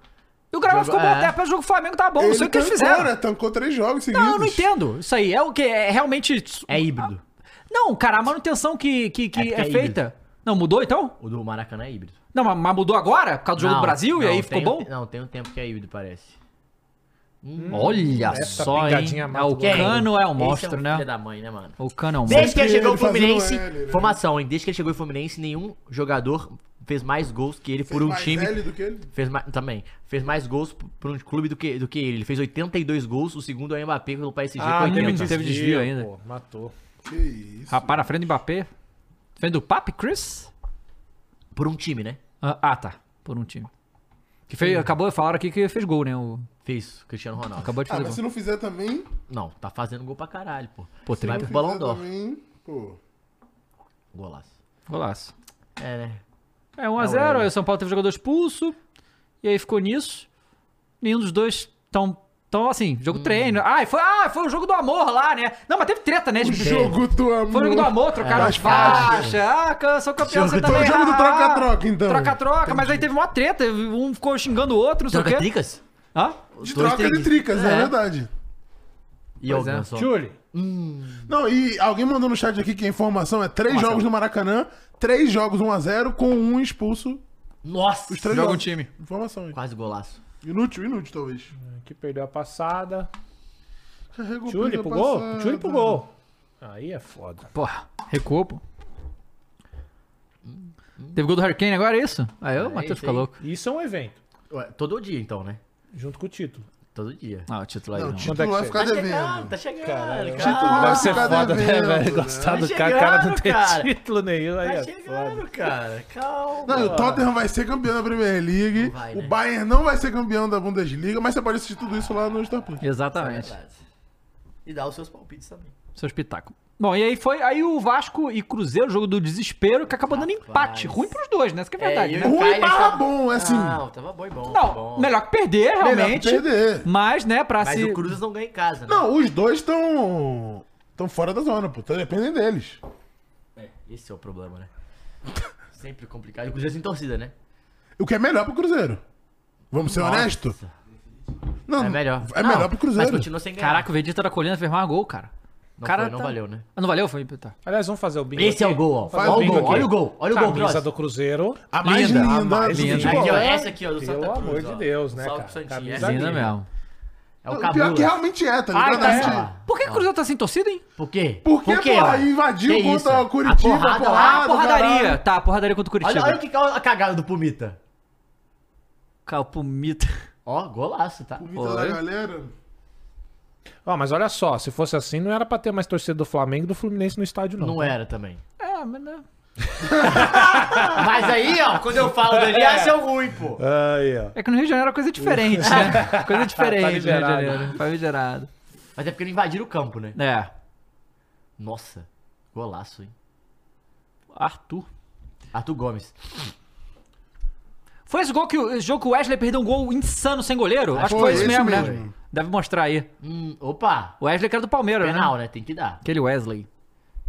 B: E o gramado
E: Jogo-
B: ficou bom
E: é.
B: até, para o jogo do Flamengo tá bom, não
C: Ele
B: sei o que eles
C: tancou,
B: fizeram.
C: né? Tancou três jogos seguidos.
B: Não, eu não entendo. Isso aí é o que? É realmente.
E: É híbrido.
B: Não, cara, a manutenção que, que, que
E: É porque
B: é,
E: é
B: feita. Não, mudou então?
E: O do Maracanã é híbrido.
B: Não, mas- mas mudou agora? Por causa do jogo
E: Não,
B: do Brasil e
E: não,
B: aí ficou
E: tem-
B: bom?
E: Não, tem um tempo que é híbrido, parece. Hum,
B: Olha
G: essa
B: só, hein?
G: pingadinha
B: É,
G: mata
B: o
G: o cara.
B: Cano é um
E: Esse
B: monstro,
E: um
B: né?
E: Filho da mãe, né, mano?
B: O Cano é um monstro.
E: Desde que ele chegou no
C: ele fazendo
E: Fluminense,
C: L, né?
E: formação, hein? Desde que ele chegou no Fluminense, nenhum jogador fez mais gols que ele por um
C: mais
E: time.
C: velho do que ele.
E: Fez mais, também. Fez mais gols p- por um clube do que, do que ele. Ele fez 82 gols, o segundo é o Mbappé pelo PSG
G: Ah,
E: com
G: teve
E: 80.
G: desvio,
B: teve desvio ainda.
G: pô, matou.
C: Que isso.
B: Rapaz, na frente do Mbappé. Frente do Papi, Chris?
E: Por um time, né?
B: Ah, ah, tá. Por um time. Que fez, acabou, falaram aqui que fez gol, né? O,
E: Fez Cristiano Ronaldo.
B: acabou de
C: Ah,
B: fazer
C: mas
B: gol.
C: se não fizer também.
E: Não, tá fazendo gol pra caralho, pô. Pô, você
B: Sim,
E: vai
C: não
E: pro
C: fizer
E: Balão d'Or.
C: também, Pô.
E: Golaço.
B: Golaço.
E: É, né?
B: É 1x0, aí o São Paulo teve jogador expulso. E aí ficou nisso. Nenhum dos dois tão. Tão assim, jogo treino. Ah, e foi, ah, foi o jogo do amor lá, né? Não, mas teve treta, né?
C: O
B: de-
C: jogo do amor.
B: Foi o jogo do amor, trocaram
E: É,
B: as
E: as
B: faixas. Ah, can- sou campeão,
E: Jogo-
B: você
C: Foi
B: também.
C: o jogo do
B: ah,
C: troca-troca, então.
B: Troca-troca, mas aí teve uma treta. Um ficou xingando o outro, não sei o
E: Troca
B: quê.
E: tricas?
B: Hã?
C: De
E: dois
C: troca de
E: tricas.
C: tricas, é,
E: É.
C: verdade.
E: E o
B: é.
E: Ganso.
G: Julie,
C: Não, e alguém mandou no chat aqui que a informação é três jogos no Maracanã, três jogos 1x0, com um expulso.
E: Nossa!
C: Os três
B: Joga um
C: jogos.
B: time.
C: Informação aí.
E: Quase golaço.
C: Inútil, inútil, talvez.
G: que perdeu a passada.
C: Carregou
G: Julie
C: pela
G: pro gol?
C: passada.
G: Julie pro gol. Aí é foda.
B: Porra, recuou, pô. Teve gol do Hurricane agora, é isso? Aí o Matheus
E: isso
B: fica
E: aí.
B: louco.
G: Isso é um evento,
E: Ué, todo dia, então, né?
G: junto com o título.
E: Todo dia.
B: Ah, o título aí.
C: Não, o
B: Não,
G: Quando é
C: título
G: que
C: vai
G: chega?
C: ficar
E: chegando,
C: devendo.
E: tá chegando,
C: título
E: cara.
C: vai ser ficar devendo, né?
G: Gostar do
E: Tá
G: cara, o cara não
E: chegando,
G: tem
E: cara.
G: título nenhum. Aí
E: Tá
G: é foda.
E: chegando, cara. Calma.
C: Não, e o Tottenham vai ser campeão da Premier League.
E: Vai,
C: O
E: né?
C: Bayern não vai ser campeão da Bundesliga, mas você pode assistir tudo isso lá no Star Plus.
B: Exatamente.
E: E dá os seus palpites também.
B: Seu espetáculo. Bom, e aí foi aí o Vasco e Cruzeiro, jogo do desespero, que acabou dando empate.
E: Rapaz.
B: Ruim pros dois, né? Isso que é
E: É,
B: verdade.
E: eu-
B: né?
C: Ruim
E: Caio
C: barra
E: está-
C: bom, é assim.
B: Ah,
E: Não, tava bom e bom.
B: Não,
E: tá bom.
B: melhor que perder,
C: Melhor
B: realmente.
C: perder.
B: Mas, né, pra
E: Mas
B: se.
E: o Cruz não ganha em casa, né?
C: Não, os dois estão. estão fora da zona, pô. Então dependem deles.
E: É, esse é o problema, né? Sempre complicado. E o Cruzeiro sem torcida, né?
C: O que é melhor pro Cruzeiro. Vamos ser honestos? Não,
E: É melhor.
C: É
E: Não,
C: melhor
G: Tá
C: pro Cruzeiro.
E: Mas continua sem ganhar.
B: Caraca, o Vegeta da Colina fez mais gol, cara.
E: não,
B: cara
E: foi, não
B: tá-
E: valeu, né?
B: Ah, não valeu? Foi. Tá.
G: Aliás, vamos fazer o bingo
E: Esse é o
G: aqui?
E: gol, ó.
G: Faz
E: Olha o
G: bingo
E: gol,
G: aqui.
E: olha o gol, olha o gol,
G: Camisa
E: Cross.
G: do Cruzeiro.
C: A mais
B: Linda,
C: linda.
B: a mais
C: do
B: linda.
C: futebol.
E: Aqui, ó, é
G: Boa.
E: essa aqui, ó, do
G: Pelo
E: Santa Cruz,
G: amor de
E: ó.
G: Deus, né,
E: Salve
G: cara?
E: pro Santinho.
G: Camisa
E: Essa
B: Linda
G: linda.
B: mesmo.
E: É o
C: O pior
E: Cabula.
C: que realmente é, tá
B: Ah,
C: ligado?
B: tá,
C: A gente-
E: é.
B: Por que o Cruzeiro tá sem torcida, hein?
E: Por quê?
C: Por que,
E: quê?
C: porra,
E: ué?
C: invadiu
E: Que
C: contra
E: isso?
C: o Curitiba,
E: A porrada lá,
B: Ah,
C: porrada,
B: porradaria.
C: caralho.
B: Tá, porradaria contra o
E: Olha,
B: Curitiba.
E: olha que ca- a cagada do Pumita.
B: Calpumita.
E: Ó, golaço, tá?
C: Comida da
B: Olha.
C: galera.
G: Ó, mas olha só, se fosse assim, não era pra ter mais torcida do Flamengo e do Fluminense no estádio, não.
C: tá?
E: Não era também.
B: É, mas não.
E: Mas aí, ó, quando eu falo dele,
C: É.
E: acha ruim, pô.
G: Aí, ó.
B: É que no Rio de Janeiro é coisa diferente, né? Coisa diferente no Rio de
G: liberado.
B: Janeiro. tá Famigerado.
E: Mas é porque não invadiram o campo, né?
B: É.
E: Nossa, golaço, hein?
B: Arthur.
E: Arthur Gomes.
B: Foi esse gol que o esse jogo que o Wesley perdeu um gol insano sem goleiro? Acho, que
C: foi
B: foi isso
C: esse
B: mesmo, né?
C: mesmo.
B: Deve mostrar aí.
E: Hum, opa,
B: O Wesley que era do
C: É.
B: Palmeiras, né?
E: penal, né? Tem que dar.
B: Aquele Wesley.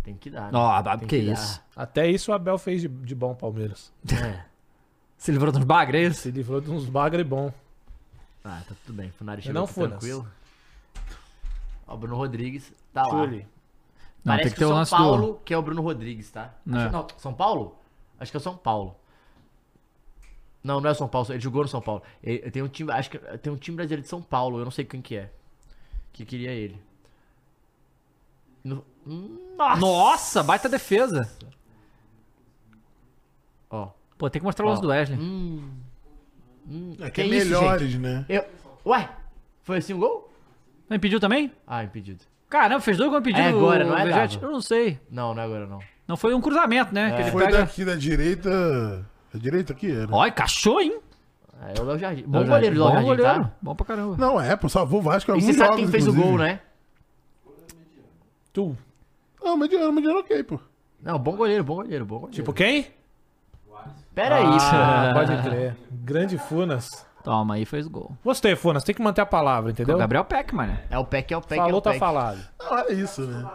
E: Tem que dar.
B: Ó,
E: né? Tem
B: que isso.
G: Até isso o Abel fez de, de bom, Palmeiras.
E: dar. É.
B: Se livrou dos bagres, é isso?
G: Se livrou de uns bagre bom.
E: Ah, tá tudo bem. Funari
G: não
E: chegou tá
G: funas.
E: tranquilo. Ó, Bruno Rodrigues tá lá.
G: Júlio.
B: Não,
E: Parece
B: tem que ter
E: o
B: o
E: São
B: lance
E: Paulo, que é o Bruno Rodrigues, tá?
B: Não
E: Acho-
B: é.
E: não, São Paulo? Acho que é o São Paulo. Não, não é o São Paulo, ele jogou no São Paulo. Ele- tem um time, acho que tem um time brasileiro de São Paulo, eu não sei quem que é. Que queria ele. No- hum,
B: do. Nossa, baita defesa.
E: Ó.
B: Pô, tem que mostrar o lance
E: Ó.
B: do Wesley.
C: É que é
E: isso,
C: melhores, né?
E: Eu, ué, foi assim o gol?
B: Não impediu também?
E: Ah, impedido.
B: Caramba, fez dois gols impedidos.
E: É agora, não é,
B: o Vegete?
E: Dava?
B: Eu não sei.
E: Não, não é agora não.
B: Não foi um cruzamento, né? Que ele
C: Foi
B: pega.
C: daqui da direita. Da direita aqui era.
B: Olha, cachorro, hein?
E: É o Léo Jardim. Bom goleiro do Léo
B: Bom
E: Jardim,
B: goleiro.
E: tá?
B: Bom pra caramba.
C: Não, é, pô, salvou o Vasco.
E: E
C: alguns
E: você sabe
C: jogos,
E: quem fez o
C: inclusive.
E: gol, né?
G: Tu.
C: Não, mediano, mediano é ok, pô.
E: Não, bom goleiro, bom goleiro, bom goleiro.
G: Tipo ah, quem?
E: Pera aí, cara.
G: pode crer. Grande Funas.
B: Toma, aí fez gol.
G: Gostei, Funas. Tem que manter a palavra, entendeu?
B: O Então, Gabriel Peck, mano.
E: É o PEC, é o PEC, é
G: Falou,
E: o
G: tá
E: PEC.
G: falado.
C: Não, é isso, né?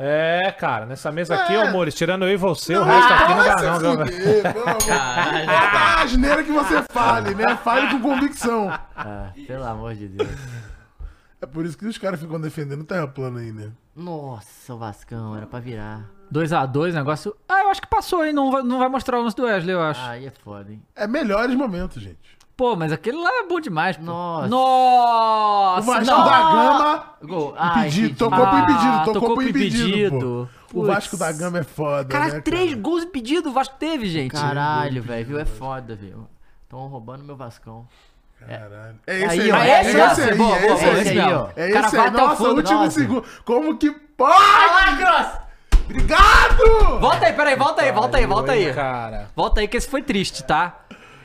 G: É, cara, nessa mesa aqui,
C: É.
G: ô Mores, tirando eu e você, o
D: tá
C: Ah,
G: resto aqui não dá não, viu, velho?
C: fuder, pelo amor. Ah, asneira que você fale, né? Fale com convicção.
E: Ah, pelo amor de Deus.
C: É por isso que os caras ficam defendendo terra plana aí, né?
E: Nossa, o Vascão, era pra virar.
B: 2x2, negócio. Ah, eu acho que passou, hein? Não vai, não vai mostrar o lance do Wesley, eu acho.
E: Aí é foda, hein?
C: É melhores momentos, gente.
B: Pô, mas aquele lá é bom demais. Pô.
E: Nossa.
C: O
B: Nossa!
C: Vasco
B: não.
C: da Gama,
E: Gol.
C: impedido,
E: impedido.
C: tocou pro impedido,
B: Ah,
C: tocou,
B: tocou
C: pro
B: pro
C: impedido,
B: impedido.
C: pô. O
B: Putz.
C: Vasco da Gama é foda,
B: Caraca,
C: né,
B: três
C: cara?
B: gols impedidos o Vasco teve, gente.
E: Caralho, velho, viu? É foda, viu? Tão roubando meu Vascão.
C: Caralho. É esse
E: Aí,
C: aí,
E: ó,
C: ó.
B: Ah,
E: é
B: esse,
E: esse
B: lance,
E: aí,
B: boa, boa,
E: esse
B: boa,
E: aí,
B: esse
E: esse
B: mesmo.
E: ó.
C: É
B: O cara
C: esse
B: vai
C: aí.
B: até o
C: Nossa,
B: fundo,
C: último
E: nossa.
C: segundo. Como que pode?
E: Cross!
C: Obrigado!
B: Volta aí, peraí, volta aí, volta aí, volta aí.
G: Cara,
B: Volta aí que esse foi triste, tá?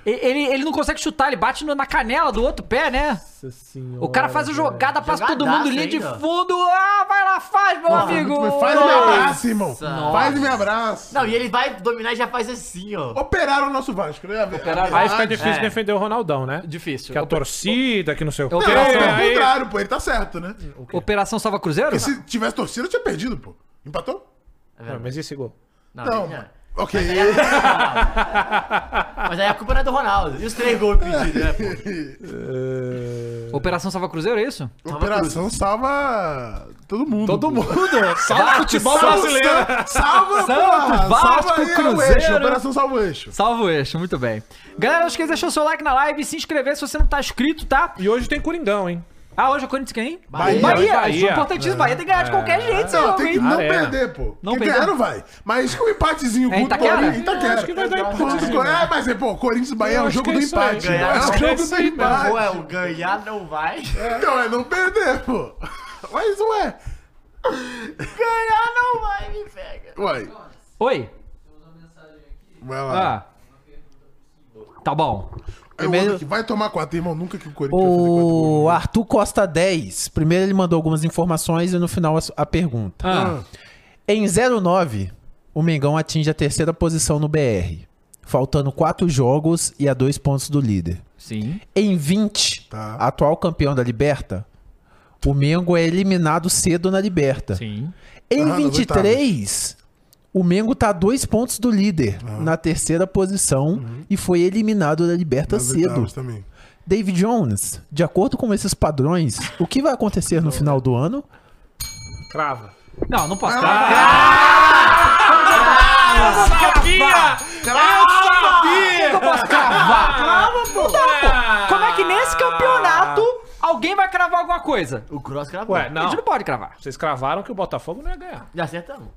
B: E- Ele, ele não consegue chutar, ele bate no- na canela do outro pé, né?
G: nossa senhora.
B: O cara faz a jogada, passa todo
E: Jogadaça
B: mundo, linha de
E: ainda.
B: fundo. Ah, vai lá, faz, meu amigo.
C: Faz me abraço, irmão. Faz me abraço.
E: Não, e ele vai dominar e já faz assim, ó.
C: Operaram o nosso Vasco, né? Operaram
G: Aí fica difícil
D: É.
G: defender o Ronaldão, né?
B: Ah, é. Difícil.
G: Que a torcida, que não sei o quê.
C: Não, não, pelo
G: aí-
C: contrário, pô. Ele tá certo, né?
B: Operação Salva Cruzeiro?
C: Porque se tivesse torcida, eu tinha perdido, pô. Empatou?
G: Ah, mas e esse gol?
E: Não,
C: Não.
E: não.
C: Ok.
E: Mas aí a culpa não é do Ronaldo. E os três gols pedidos, né, pô?
B: Operação Salva Cruzeiro, é isso?
C: Operação salva todo mundo.
G: Todo
C: pô.
G: mundo, salva o futebol
C: Salva,
G: brasileiro.
C: Salva, porra,
B: Vasco,
C: salva aí,
B: Cruzeiro.
C: o eixo. Operação salva o eixo.
B: Salva o eixo, muito bem. Galera, não esqueça de deixar o seu like na live e se inscrever se você não tá inscrito, tá?
G: E hoje tem Coringão, hein?
B: Ah, hoje é Corinthians quem?
E: Bahia.
B: Bahia.
G: Bahia.
B: Isso é importantíssimo. Bahia tem que ganhar de qualquer jeito, esse
C: Não,
B: jogo,
C: tem que
B: hein?
C: não
G: Arena.
C: perder, pô.
B: Não
C: Quem
B: perder?
C: ganhar não vai. Mas com um empatezinho
B: É,
C: curto,
B: Itaquera?
C: Itaquera. Itaquera.
G: acho que vai dar empate,
C: Ponto do-
G: né?
C: É, mas, é, pô, Corinthians e Bahia é
G: Eu
C: um
G: acho
C: jogo
G: que
C: do
G: é isso aí.
C: empate.
G: Ganhar,
C: É
G: acho
C: um
G: que é
C: jogo
G: isso
C: do
G: aí mesmo.
E: Ou é
C: empate.
E: o ganhar não vai.
C: Então é não perder, pô. Mas é. ué.
E: Ganhar não vai, me pega.
C: Ué.
B: Oi.
C: Vai
B: Ah.
C: lá.
B: Tá bom.
C: É o outro que vai tomar quatro, irmão. Nunca que o Corinthians vai fazer quatro gols.
H: O Arthur Costa 10. Primeiro ele mandou algumas informações e no final a, su- a pergunta.
B: Ah.
H: Em 09, o Mengão atinge a terceira posição no BR, faltando quatro jogos e a dois pontos do líder.
B: Sim.
H: Em 20,
C: Tá.
H: atual campeão da Liberta, o Mengo é eliminado cedo na Liberta.
B: Sim.
H: Em
C: Ah, nas
H: 23, o Mengo tá a dois pontos do líder,
C: Ah.
H: na terceira posição, e foi eliminado da Liberta
C: Uhum. Nas
H: cedo.
C: oitavas é também.
H: David Jones, de acordo com esses padrões, o que vai acontecer no final do ano?
G: Crava.
B: Não, não posso. Ah,
G: Sabia!
B: eu posso cravar. Crava, pô. Não, pô. Como é que nesse campeonato alguém vai cravar alguma coisa?
E: O Cross gravou.
G: Ué,
B: A
G: não.
B: gente não pode cravar.
G: Vocês cravaram que o Botafogo não ia ganhar.
E: Já acertamos.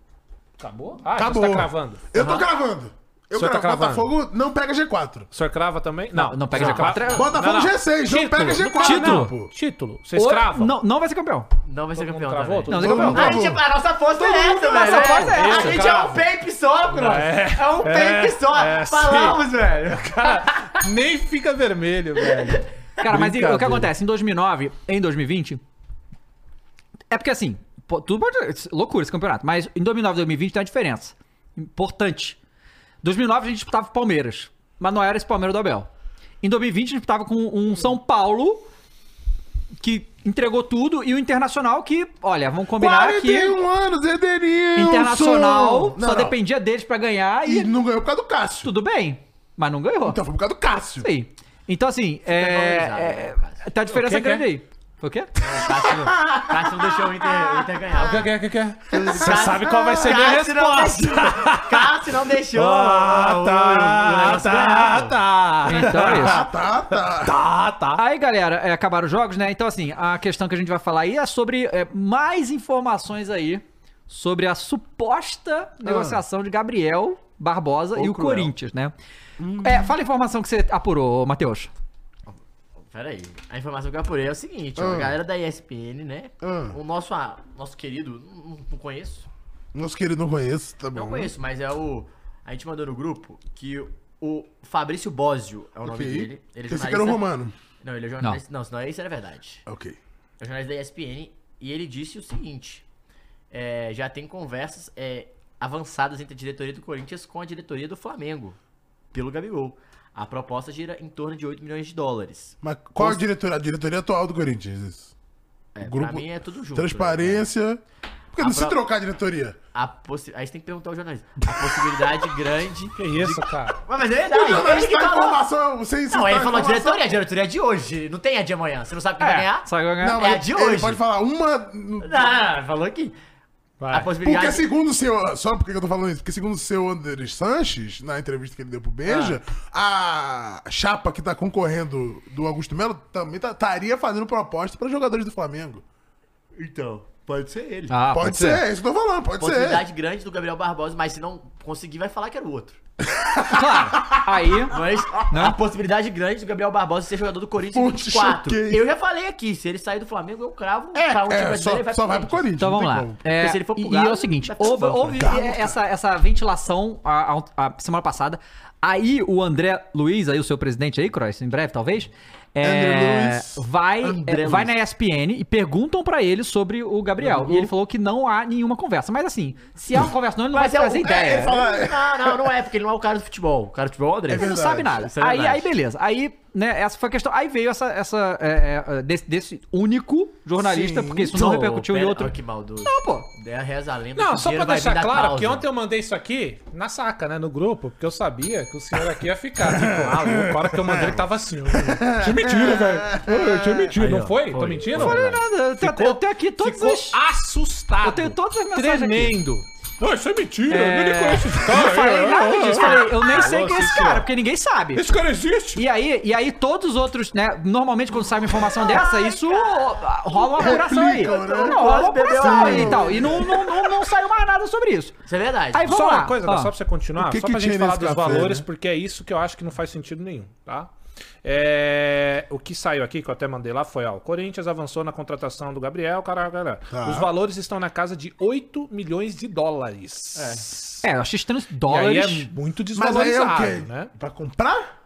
G: Acabou? Ah,
C: Acabou.
G: você tá cravando.
C: Eu tô gravando. Eu
G: O senhor tá
C: cravo.
G: cravando?
C: Botafogo não pega G4.
G: O senhor crava também? Não,
B: Não, não pega
G: O senhor
B: G4 é-
C: Botafogo
G: Não, não.
C: G6, não pega G4.
G: Título.
C: pô.
G: Título. Vocês cravam?
B: Não, não vai ser campeão.
E: Não vai ser
G: Todo
E: campeão,
G: mundo
E: tá?
G: travou?
E: velho?
G: Todo
B: Não, você é
C: Todo
B: campeão.
C: mundo
E: Ah, a, gente,
C: travou.
E: a nossa aposta é essa, velho.
B: nossa aposta é
E: A
G: essa,
E: gente é
G: cravo.
E: um vape só, Cross.
G: É.
E: É, um vape
G: É.
E: só.
G: É, sim.
E: Falamos, velho.
G: Nem fica vermelho, velho.
B: Cara, mas e- o que
G: Brincadeira.
B: acontece? Em 2009, em 2020. É porque assim, pô, tudo pode. Loucura esse campeonato. Mas em 2009 e 2020 tem uma diferença. Importante. 2009 a gente disputava com o Palmeiras. Mas não era esse Palmeiras do Abel. Em 2020 a gente disputava com um São Paulo. Que entregou tudo. E o Internacional que, olha, vamos combinar que.
C: 41 anos, Edenilson.
B: Internacional
C: um, Não,
B: só
C: não.
B: dependia deles pra ganhar. E,
C: E não ganhou por causa do Cássio.
B: tudo bem. Mas não ganhou.
C: Então foi por causa do Cássio.
B: Sim. Então, assim,
E: valorizado,
B: é,
E: né, Cássio?
B: é- Tá a diferença
G: O que que
B: grande aí. O Ah. quê?
E: Cássio não deixou o Inter, o Inter ganhar.
G: O que é? O que é?
E: Você
G: sabe qual vai ser a minha resposta.
E: Cássio não deixou.
G: Ah, tá, tá, tá.
B: Então é isso.
C: Tá, tá.
G: Tá, tá.
B: Aí, galera, é, acabaram os jogos, né? Então, assim, a questão que a gente vai falar aí é sobre é, mais informações aí sobre a suposta negociação de Gabriel Hum. Barbosa e o Corinthians, né? É, fala a informação que você apurou, Matheus.
E: Peraí, a informação que eu apurei é o seguinte, ó, a
C: Ah.
E: galera da ESPN, né?
C: Ah.
E: O nosso, ah, nosso querido, não, não conheço,
C: Nosso querido não conheço, tá bom.
E: não conheço, mas é o... A gente mandou no grupo que o Fabrício Bósio é o nome
C: Ok.
E: dele. Ele é
C: Esse cara é um
E: jornalista-
C: romano.
E: Não, ele é jornalista. Não, senão isso era verdade.
C: Ok.
E: É o jornalista da ESPN e ele disse o seguinte: é, já tem conversas é, avançadas entre a diretoria do Corinthians com a diretoria do Flamengo, pelo Gabigol. A proposta gira em torno de 8 milhões de dólares.
C: Mas qual a diretoria? A diretoria atual do Corinthians? isso.
E: É,
C: Grupo-
E: pra mim é tudo junto. né?
C: Transparência. Por que não
E: A
C: se
E: pro-
C: trocar a diretoria?
E: A possi... Aí você tem que perguntar ao jornalista. A possibilidade grande.
D: Que isso, cara?
E: Mas, mas é verdade, ele que
C: Jornalista
E: falou.
C: tá informação, sem
E: Não,
C: citar
E: ele falou
C: informação.
E: diretoria, a diretoria é de hoje. Não tem a de amanhã. Você não sabe quem vai ganhar?
B: Sabe qual é?
C: Não,
E: É a
C: mas
E: de
C: ele
E: hoje.
C: pode falar uma.
E: Não, falou que. A possibilidade.
C: Porque segundo o seu. Só porque eu tô falando isso, porque segundo o seu Andrés Sanches, na entrevista que ele deu pro Benja, a chapa que tá concorrendo do Augusto Melo também tá- estaria fazendo proposta pra jogadores do Flamengo.
E: Então, pode ser ele.
B: Ah,
C: pode, ser, é isso que eu tô falando, pode ser.
E: possibilidade grande do Gabriel Barbosa, mas se não conseguir, vai falar que era o outro.
B: Claro. Aí.
E: Mas a possibilidade grande do Gabriel Barbosa ser jogador do Corinthians em
C: Putz,
E: 24.
C: choquei.
E: Eu já falei aqui, se ele sair do Flamengo, eu cravo,
C: É,
E: pra um time
C: é,
E: brasileiro,
C: só,
E: ele
C: só vai pro Corinthians.
B: Então
C: não
B: vamos
C: tem
B: lá.
C: como.
B: É,
E: se ele for pro
B: e, e
E: Galo,
B: é o seguinte,
E: vai pro
B: houve,
E: banco,
B: houve é, essa, essa ventilação a, a- a semana passada. Aí o André Luiz, aí o seu presidente aí, Cross, em breve talvez,
C: André
B: é,
C: Luiz.
B: vai,
E: André
B: é, vai
E: Luiz. Uhum.
B: na ESPN e perguntam pra ele sobre o Gabriel. E ele falou que não há nenhuma conversa. Mas assim, se há uma conversa, não, ele não vai
E: Mas é
B: trazer
E: o-
B: ideia.
C: ele falou-
E: Não, não, não é, porque ele não é o cara do futebol. O cara do futebol é o André.
C: É
B: Ele não
C: verdade.
B: sabe nada.
E: isso é
B: aí,
E: verdade.
B: aí, beleza. Aí, né, essa foi a questão. Aí veio essa, essa é, é, é, desse, desse único jornalista,
C: Sim.
B: porque isso não repercutiu em
E: pera-
B: outro.
E: Olha que maldoso.
B: Não, pô.
E: Deu a reza a lenda.
D: Não,
E: que o
D: só pra
E: dinheiro vai vir
D: deixar
E: da
D: claro,
E: causa.
D: que ontem eu mandei isso aqui na saca, né? No grupo, porque eu sabia que o senhor aqui ia ficar. Tipo, ah, louco, a hora que eu mandei ele tava assim. ó. Tinha mentira, velho. Eu Tinha mentira.
E: Aí, ó,
D: Não foi?
E: foi,
D: Tô mentindo?
B: Não,
E: foi.
B: não, Eu tenho, eu tenho aqui todas
D: Ficou
B: as.
D: assustado.
B: Eu tenho todas as mensagens aqui.
D: Tremendo. Pô, isso é mentira.
B: É.
D: Eu nem conheço esse cara.
B: Não falei
D: É,
B: nada
D: é,
B: disso.
D: é, é.
B: Falei, eu nem sei
D: Alô,
B: quem é esse
D: sim,
B: cara,
D: senhor.
B: porque ninguém sabe.
D: Esse cara existe.
B: E aí, e aí todos os outros, né? Normalmente quando sai uma informação dessa, isso ó, rola uma
D: É
B: apuração aí.
C: Replicam, né?
B: Não, rola uma
E: Quase bebeu
B: apuração
E: água.
B: aí e tal. E não, não, não, não saiu mais nada sobre isso.
E: Isso é verdade.
B: Aí vamos
D: só
B: lá.
D: uma coisa,
B: Ó.
D: só pra você continuar,
C: O que
D: só
C: que
D: pra gente
C: tinha
D: falar
C: nesse
D: dos
C: café,
D: valores,
C: né?
D: porque é isso que eu acho que não faz sentido nenhum, tá? É, o que saiu aqui, que eu até mandei lá, foi, ó, o Corinthians avançou na contratação do Gabriel, caraca, caraca.
C: Tá.
D: Os valores estão na casa de 8 milhões de dólares.
B: É, eu achei estranho os
D: E aí
B: dólares.
D: é muito
C: Mas aí é o
D: desvalorizado,
C: quê?
D: né?
C: Pra comprar?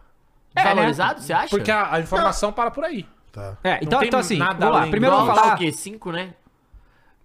E: É, Valorizado, você acha?
D: Porque a, a informação para por aí.
C: Tá.
B: É, então,
D: tem
B: então assim,
D: nada
B: vamos lá.
D: além
B: Primeiro eu
E: Dólar
B: vou
E: tá
B: falar.
E: o quê? 5, né?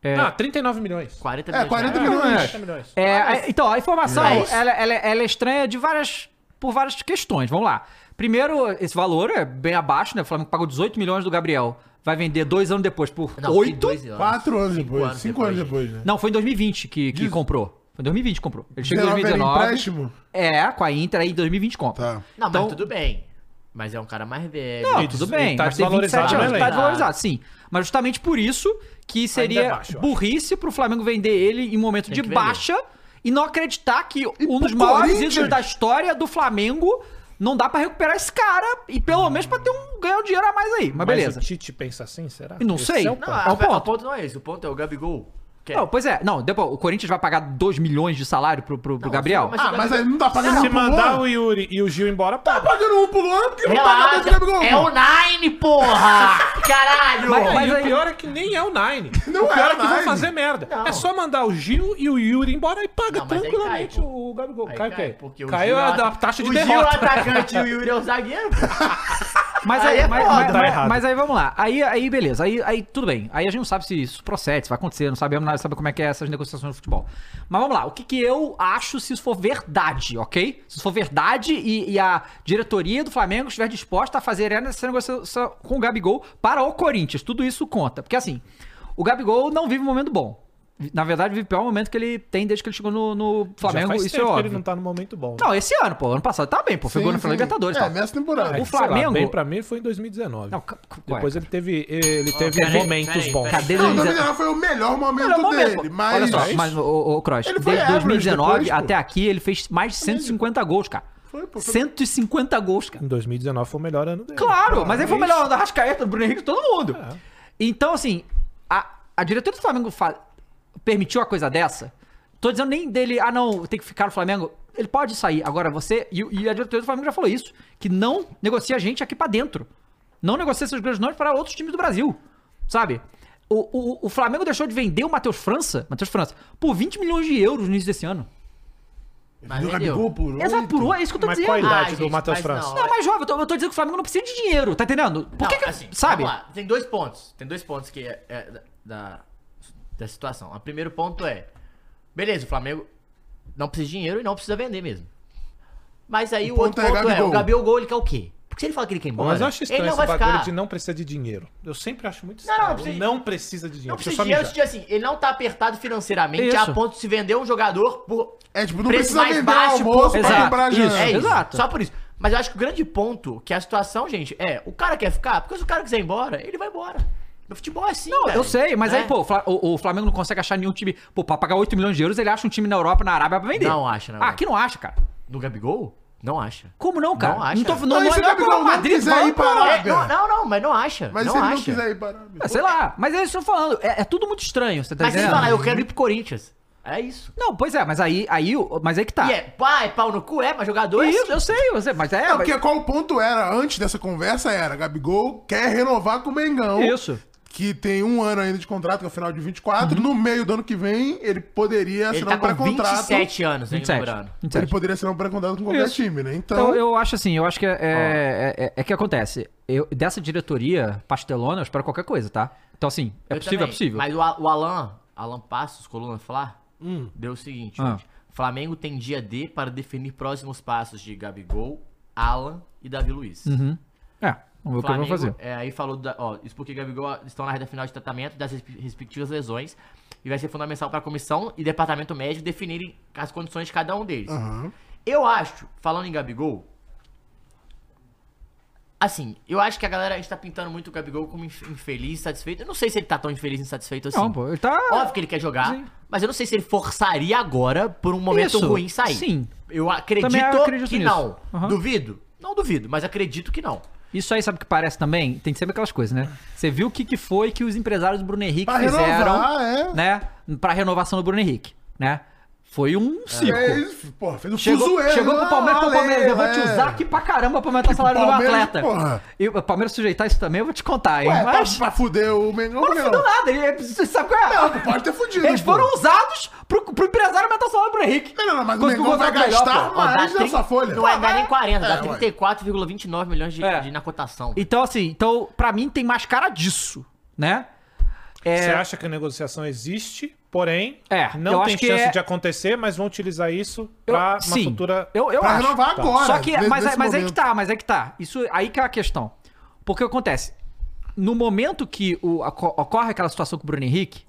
B: É.
D: Ah, 39 milhões.
E: 40
C: É,
E: milhões.
C: 40
E: né?
C: milhões.
D: 40 milhões.
B: É, a- então, a informação,
E: Mas-
B: ela, ela- ela é estranha de várias, por várias questões. Vamos lá. Primeiro, esse valor é bem abaixo, né? O Flamengo pagou 18 milhões do Gabriel. Vai vender dois anos depois por
E: Não, que
B: 8?
E: dois anos.
C: Quatro anos
E: Tá. Cinco
C: depois.
E: anos
C: Cinco anos depois, né?
B: Não, foi em 2020 que, que
C: Diz-
B: comprou. Foi em 2020 que comprou. Ele chegou em
C: 19 era
B: 2019.
C: empréstimo?
B: É, com a Inter aí em 2020 compra.
C: Tá.
E: Não, mas
B: Então-
E: tudo bem. Mas é um cara mais velho.
B: Não,
D: E
B: tudo
D: des-
B: bem.
D: e tá
B: mas tem 27
D: desvalorizado
B: anos,
D: também.
B: tá desvalorizado, sim. Mas justamente por isso que seria
D: é baixo, eu acho.
B: burrice pro Flamengo vender ele em momento
E: Tem
B: de
E: que vender.
B: baixa e não acreditar que um dos
C: pro
B: maiores
C: Corinthians?
B: ídolos da história do Flamengo não dá pra recuperar esse cara e pelo menos pra ter um ganhar um dinheiro a mais aí. Mas, beleza.
D: o Tite pensa assim, será?
B: Não
D: Esse
B: sei.
D: é o
E: Não,
D: ponto.
E: a-
B: É
E: a-
B: o
E: o ponto.
B: ponto.
E: não é esse. O ponto é o Gabigol. Que é-
B: Não, pois é. Não, depois, o Corinthians vai pagar 2 milhões de salário pro, pro, pro Gabriel.
E: mas-
C: Ah, mas aí não dá pra pagar
D: Se
C: um pro
D: mandar o
C: Luan?
D: Yuri e o Gil embora,
C: Tá
D: paga.
C: pagando um pro Luan porque não paga dois
E: Relaxa,
C: pro Gabigol.
E: é o Nine, porra! Caralho!
B: Mas- mas-
D: e o
B: aí-
D: pior é que nem é o Nine.
C: Não
D: o pior
C: é
D: é,
C: o
D: que vão
C: Nine.
D: fazer merda.
E: Não.
D: É só mandar o Gil e o Yuri embora e paga
E: Não, mas aí
D: tranquilamente
E: cai,
D: o Gabigol.
E: Aí
D: Cai, o
E: cai,
D: quê?
E: porque o
D: Caiu
E: Gil
D: a,
E: é o-
D: a taxa de
E: o Gil é o
D: derrota.
E: atacante e o Yuri é o zagueiro.
B: Mas
E: Aí
B: aí,
E: é
B: mas,
E: foda.
B: mas-
D: Tá
B: mas-
D: errado.
B: mas aí vamos lá. Aí, aí beleza. Aí, aí tudo bem. Aí a gente não sabe se isso procede, se vai acontecer, não sabemos nada, sabe como é que é essas negociações de futebol. Mas vamos lá. O que, que eu acho se isso for verdade, ok? Se isso for verdade e, e a diretoria do Flamengo estiver disposta a fazer essa negociação com o Gabigol para o Corinthians. Tudo isso conta. Porque assim, o Gabigol não vive um momento bom. Na verdade, vive o pior momento que ele tem desde que ele chegou no, no Flamengo.
D: faz
B: Isso é
D: tempo que
B: óbvio.
D: ele não tá no momento bom. né?
B: Não, esse ano, pô. Ano passado tá bem, pô. Foi
C: Sim,
B: gol na final
C: sim.
B: da Libertadores.
C: É,
B: tá.
C: nessa temporada.
D: É,
B: o
D: sei lá,
B: Flamengo-
D: bem pra mim foi em 2019.
B: Não, ca- ca-
D: Depois ele teve, ele teve
E: peraí,
D: momentos
E: peraí,
D: bons.
E: peraí.
B: Cadê
C: Não,
B: ele?
C: 2019 foi o melhor momento
B: Olha, bom
C: dele,
B: mesmo.
C: mas...
B: Olha só, mas o, o, Cross,
C: Ele
B: desde
C: foi average
B: 2019
C: depois, pô.
B: até aqui, ele fez mais de 150 gols, cara.
C: Foi, pô, foi-
B: 150 gols, cara.
D: Em 2019 foi o melhor ano dele.
B: Claro, mas aí foi o melhor ano da Rascaeta, do Bruno Henrique, de todo mundo. Então, assim, a, a diretoria do Flamengo fa- permitiu uma coisa dessa. Tô dizendo nem dele, ah não, tem que ficar no Flamengo. Ele pode sair. Agora você, e, o- e a diretoria do Flamengo já falou isso, que não negocia a gente aqui pra dentro. não negocia seus grandes nomes para outros times do Brasil, sabe? O, o, o Flamengo deixou de vender o Matheus França, Matheus França, por 20 milhões de euros no início desse ano. é
E: Mas
C: Viu o
E: vendeu.
C: Gabigol por
B: Exato, por oito, é isso que eu tô
G: Mas
B: dizendo.
G: qual a idade
E: Ah,
G: do
E: gente,
G: Matheus
E: mas
G: França?
E: não.
B: Não, mas jovem, eu tô, eu tô dizendo que o Flamengo não precisa de dinheiro, tá entendendo? Por que
E: Não,
B: que,
E: assim,
B: sabe?
E: vamos lá. Tem dois pontos. Tem dois pontos que é, é da, da, da situação. O primeiro ponto é: beleza, o Flamengo não precisa de dinheiro e não precisa vender mesmo. Mas aí o,
C: ponto
E: outro
C: é
E: ponto é:
C: Gabigol.
E: o Gabigol ele quer o quê? Porque se ele fala que ele quer ir embora,
G: Mas eu acho
E: ele
G: estranho
E: não
G: esse
E: vai
G: bagulho
E: ficar.
G: de não precisa de dinheiro. Eu sempre acho muito
E: não,
G: estranho. Não,
E: precisa-
G: precisa, de dinheiro.
E: Não
G: Deixa eu
E: precisa
G: só
E: de dinheiro,
G: mijar.
E: de assim, ele não tá apertado financeiramente
B: Isso.
E: a ponto de se vender um jogador por
C: É, tipo, não
E: preço
C: precisa
E: mais
C: vender o
E: baixo,
C: almoço pra
B: Exato.
C: comprar a
B: Isso,
C: janta.
E: É isso.
B: Exato.
E: Só por isso. Mas eu acho que o grande ponto, que a situação, gente, é o cara quer ficar, porque se o cara quiser ir embora, ele vai embora. No futebol é assim, Não,
B: Eu sei, mas aí, pô, o Fla- o, o Flamengo não consegue achar nenhum time. Pô, pra pagar 8 milhões de euros, ele acha um time na Europa, na Arábia pra vender.
E: Não acha, não.
B: Ah, aqui não acha, cara.
E: No Gabigol? Não acha.
B: Como não, cara?
E: Não acha.
B: tô, não, não,
C: Mas e se o
B: não é
C: Gabigol
B: pro
C: não
B: Madrid,
C: quiser
B: vai
C: ir
B: pro-
C: pra lá?
E: É,
C: Arábia.
E: não, não, não, mas não acha.
C: Mas
E: não
C: se ele
E: acha.
C: não quiser ir para a Arábia.
B: Ah, Sei lá, mas é isso que eu tô falando. É, é tudo muito estranho, você tá
E: Mas se ele
B: entendendo?
E: falar, eu quero ir pro Corinthians. É isso.
B: Não, pois é, mas aí, aí, o- mas aí que tá.
E: E é pá, é pau no cu, é, mas jogador é
B: Isso,
E: assim.
B: eu sei, eu sei, mas é.
C: É,
B: mas-
C: porque qual o ponto era, antes dessa conversa, era Gabigol quer renovar com o Mengão.
B: é Isso.
C: Que tem um ano ainda de contrato, que é o final de
B: Uhum.
C: 24. No meio do ano que vem, ele poderia
E: Ele
C: assinar
E: tá
C: um
E: com
C: pré-contrato.
E: 27 anos, hein,
B: 27.
E: lembrando.
B: 27.
C: Ele poderia assinar um pré-contrato com qualquer
B: Isso.
C: time, né? Então,
B: Então, eu acho assim, eu acho que é, é, é, é que acontece. Eu, dessa diretoria pastelona, eu espero qualquer coisa, tá? Então, assim, é
E: Eu
B: possível,
E: também.
B: é possível.
E: Mas o, A- o Alan, Alan Passos, coluna Flá, deu o seguinte,
B: Ah.
E: gente. Flamengo tem dia D para definir próximos passos de Gabigol, Alan e Davi
B: É,
E: Luiz.
B: vamos ver o que eu vou fazer.
E: é, aí falou, da, ó, isso porque Gabigol ah, estão na reta final de tratamento das respe- respectivas lesões e vai ser fundamental para a comissão e departamento médico definirem as condições de cada um deles. Eu acho, falando em Gabigol, assim, eu acho que a galera está pintando muito o Gabigol como inf- infeliz, satisfeito. Eu não sei se ele tá tão infeliz e insatisfeito assim.
B: Não, pô, ele tá.
E: Óbvio que ele quer jogar,
B: Sim.
E: mas eu não sei se ele forçaria agora por um momento
B: Isso,
E: ruim sair.
B: sim.
E: Eu acredito,
B: Também acredito
E: que
B: nisso.
E: não.
B: Aham.
E: Duvido? Não duvido, mas acredito que não.
B: Isso aí, sabe o que parece também? Tem sempre aquelas coisas, né? Você viu o que, que foi que os empresários do Bruno Henrique
C: Pra
B: fizeram,
C: renovar, é.
B: né? Pra renovação do Bruno Henrique, né? Foi um circo.
C: é isso, porra, fez o
B: Chegou,
C: fuzueiro
B: chegou pro
C: lá,
B: Palmeiras, pô,
C: olha,
B: Palmeiras, eu vou te
C: é.
B: usar aqui pra caramba pra aumentar o salário do meu
C: Palmeiras,
B: atleta.
C: porra.
B: E o Palmeiras sujeitar isso também, eu vou te contar, hein?
C: Ué, tá pra-
B: Mas-
C: pra fuder o Mengão,
B: Mas não fudeu nada, ele, ele- você sabe qual é?
C: Não, não pode ter fudido,
B: Eles
C: pô.
B: foram usados pro, pro empresário aumentar o salário pro Henrique.
C: Não, não, não, mas o
B: Conseguiu
C: Mengão vai
B: contrato melhor,
C: gastar
B: pô.
E: Ó, dá
C: mais
E: trin-
C: nessa folha.
E: Tá Não é, dá nem 40,
C: É,
E: dá
C: ué.
E: 34,29 milhões de,
B: É.
E: de na cotação.
B: Então, assim, então, pra mim tem mais cara disso, né? É,
G: Você acha que a negociação existe, porém,
B: É, eu
G: não tem
B: acho que
G: chance
B: é-
G: de acontecer, mas vão utilizar isso
B: eu-
G: pra uma
B: sim,
G: futura.
B: eu, eu
C: Pra
B: acho.
C: renovar
B: Tá.
C: agora,
B: Só que,
C: nesse-
B: mas,
C: nesse
B: mas aí que
C: momento.
B: tá, mas aí que tá. Isso aí que é a questão. Porque o que acontece? No momento que o- oco- ocorre aquela situação com o Bruno Henrique,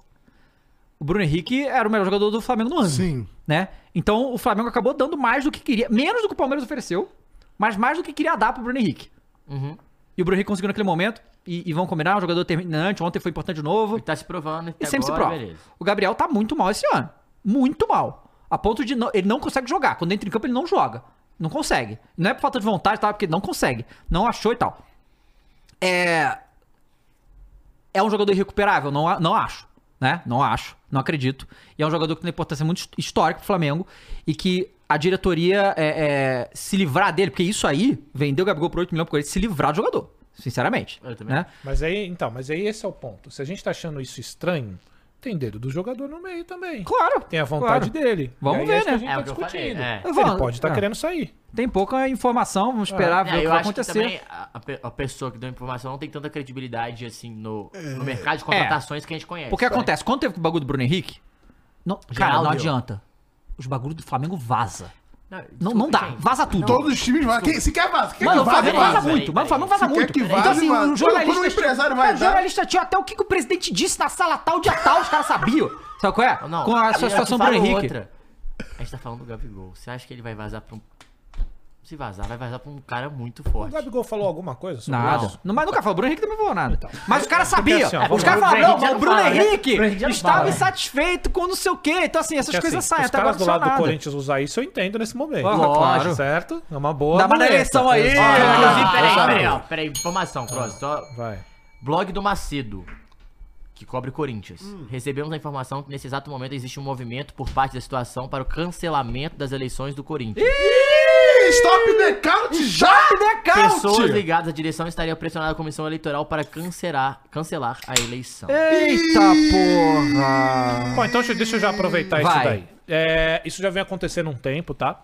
B: o Bruno Henrique era o melhor jogador do Flamengo no ano.
C: Sim.
B: né? Então o Flamengo acabou dando mais do que queria, menos do que o Palmeiras ofereceu, mas mais do que queria dar pro Bruno Henrique. E o Bruno Henrique conseguiu naquele momento, e, e vão combinar, um jogador terminante, ontem foi importante de novo,
E: Ele tá se provando. até
B: e sempre
E: agora,
B: se prova.
E: beleza.
B: O Gabriel tá muito mal esse ano, muito mal, a ponto de não- ele não consegue jogar, quando entra em campo ele não joga, não consegue. Não é por falta de vontade, tá? porque ele não consegue, não achou e tal. É... É um jogador irrecuperável? Não, a- não acho. Né? Não acho. Não acredito. E é um jogador que tem uma importância muito his- histórica pro Flamengo e que a diretoria é, é, se livrar dele, porque isso aí, vendeu o Gabigol por 8 milhões por ele, se livrar do jogador. Sinceramente.
E: Eu também.
B: Né?
G: Mas aí, então, mas aí esse é o ponto. Se a gente tá achando isso estranho, tem dedo do jogador no meio também.
B: Claro.
G: Tem a vontade
B: claro.
G: dele.
B: Vamos
G: E aí
B: ver,
G: é isso que
B: né?
G: a gente
E: É
G: tá
E: o que eu falei,
G: discutindo.
E: é.
B: Eu falo-
G: Ele pode estar
B: é.
G: querendo sair.
B: Tem pouca informação, vamos esperar ver
E: É,
B: Ah, o que
E: eu
B: vai
E: acho
B: acontecer.
E: que também a, a pe- a pessoa que deu a informação não tem tanta credibilidade assim no, no mercado de contratações que a gente conhece.
B: É. Porque acontece, quando teve o bagulho do Bruno Henrique, não, cara,
E: Geral
B: não
E: deu.
B: adianta. Os bagulhos do Flamengo vaza.
E: Não,
B: Não,
E: desculpa,
B: não dá,
E: gente.
B: vaza tudo.
C: Então, Todos os times vazam. Quem- Se quer vazar, se quer
B: Mano,
C: que
B: o
C: vaze,
B: Flamengo
E: vaza,
B: vaza
C: vaza.
B: muito. Mano, o Flamengo vaza
C: Se quer
B: muito.
C: que vaze,
B: então, assim,
C: vaza.
B: o jornalista.
C: Quando o empresário vai
B: Cara, o
C: dar-
B: jornalista tinha até o que, que o presidente disse na sala tal, dia tal, os caras sabiam. Sabe qual é?
E: Não,
B: Com a
E: eu
B: sua situação do
E: falo
B: Bruno Henrique.
E: outra. A gente tá falando do Gabigol. Você acha que ele vai vazar pra um. Se vazar, vai vazar pra um cara muito
G: O
E: forte.
G: Gabigol falou alguma coisa sobre
B: Nada.
G: isso?
B: Não, mas nunca falou. O Bruno Henrique também falou nada. mas os caras sabiam.
G: assim, ó, vamos
B: os caras
G: lá.
B: falaram,
E: O Bruno
B: não,
E: Henrique
B: mas o Bruno
E: não fala, né?
B: Henrique
E: O Bruno Henrique não
B: estava
E: fala, né?
B: insatisfeito com não sei o quê. Então, assim, essas
G: Porque,
B: coisas
G: assim,
B: saem.
G: Os
B: Até agora
G: caras do
B: não saiu
G: lado do
B: nada.
G: Corinthians usar isso, eu entendo nesse momento.
B: Claro. Claro.
G: Certo? É uma boa.
B: Dá uma
G: muleta.
B: eleição aí.
G: Exato.
E: Ah, inclusive, peraí,
G: exato.
E: peraí, ó, peraí, informação, Cross. Só
G: Vai.
E: Blog do Macedo, que cobre Corinthians.
C: Hum.
E: Recebemos a informação que nesse exato momento existe um movimento por parte da situação para o cancelamento das eleições do Corinthians.
C: Stop the count já!
E: Ah, Pessoas ligadas à direção estariam pressionando a comissão eleitoral para cancelar, cancelar a eleição.
B: Eita porra!
D: Bom, então deixa- deixa eu já aproveitar isso
B: Vai.
D: daí. É, isso já vem acontecendo há um tempo, tá?